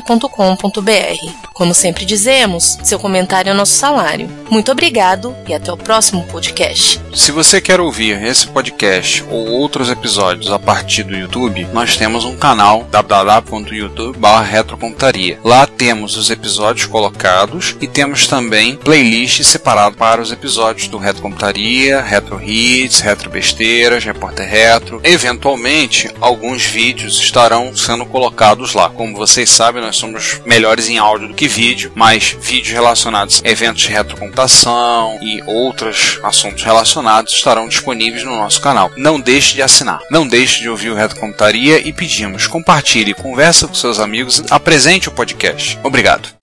[SPEAKER 15] www.retrocomputaria.com.br. Como sempre dizemos, seu comentário é nosso salário. Muito obrigado e até o próximo podcast.
[SPEAKER 4] Se você quer ouvir esse podcast ou outros episódios a partir do YouTube, nós temos um canal www.youtube.retrocomputaria. Lá temos os episódios colocados e temos também playlists separadas para os episódios do Retro Computaria, Retro Hits, Retro Besteiras, Repórter Retro. Eventualmente, alguns vídeos estarão sendo colocados lá. Como vocês sabem, nós somos melhores em áudio do que vídeo, mas vídeos relacionados a eventos de retrocomputação e outros assuntos relacionados estarão disponíveis no nosso canal. Não deixe de assinar, não deixe de ouvir o Retrocomputaria e pedimos, compartilhe, conversa com seus amigos, apresente o podcast. Obrigado.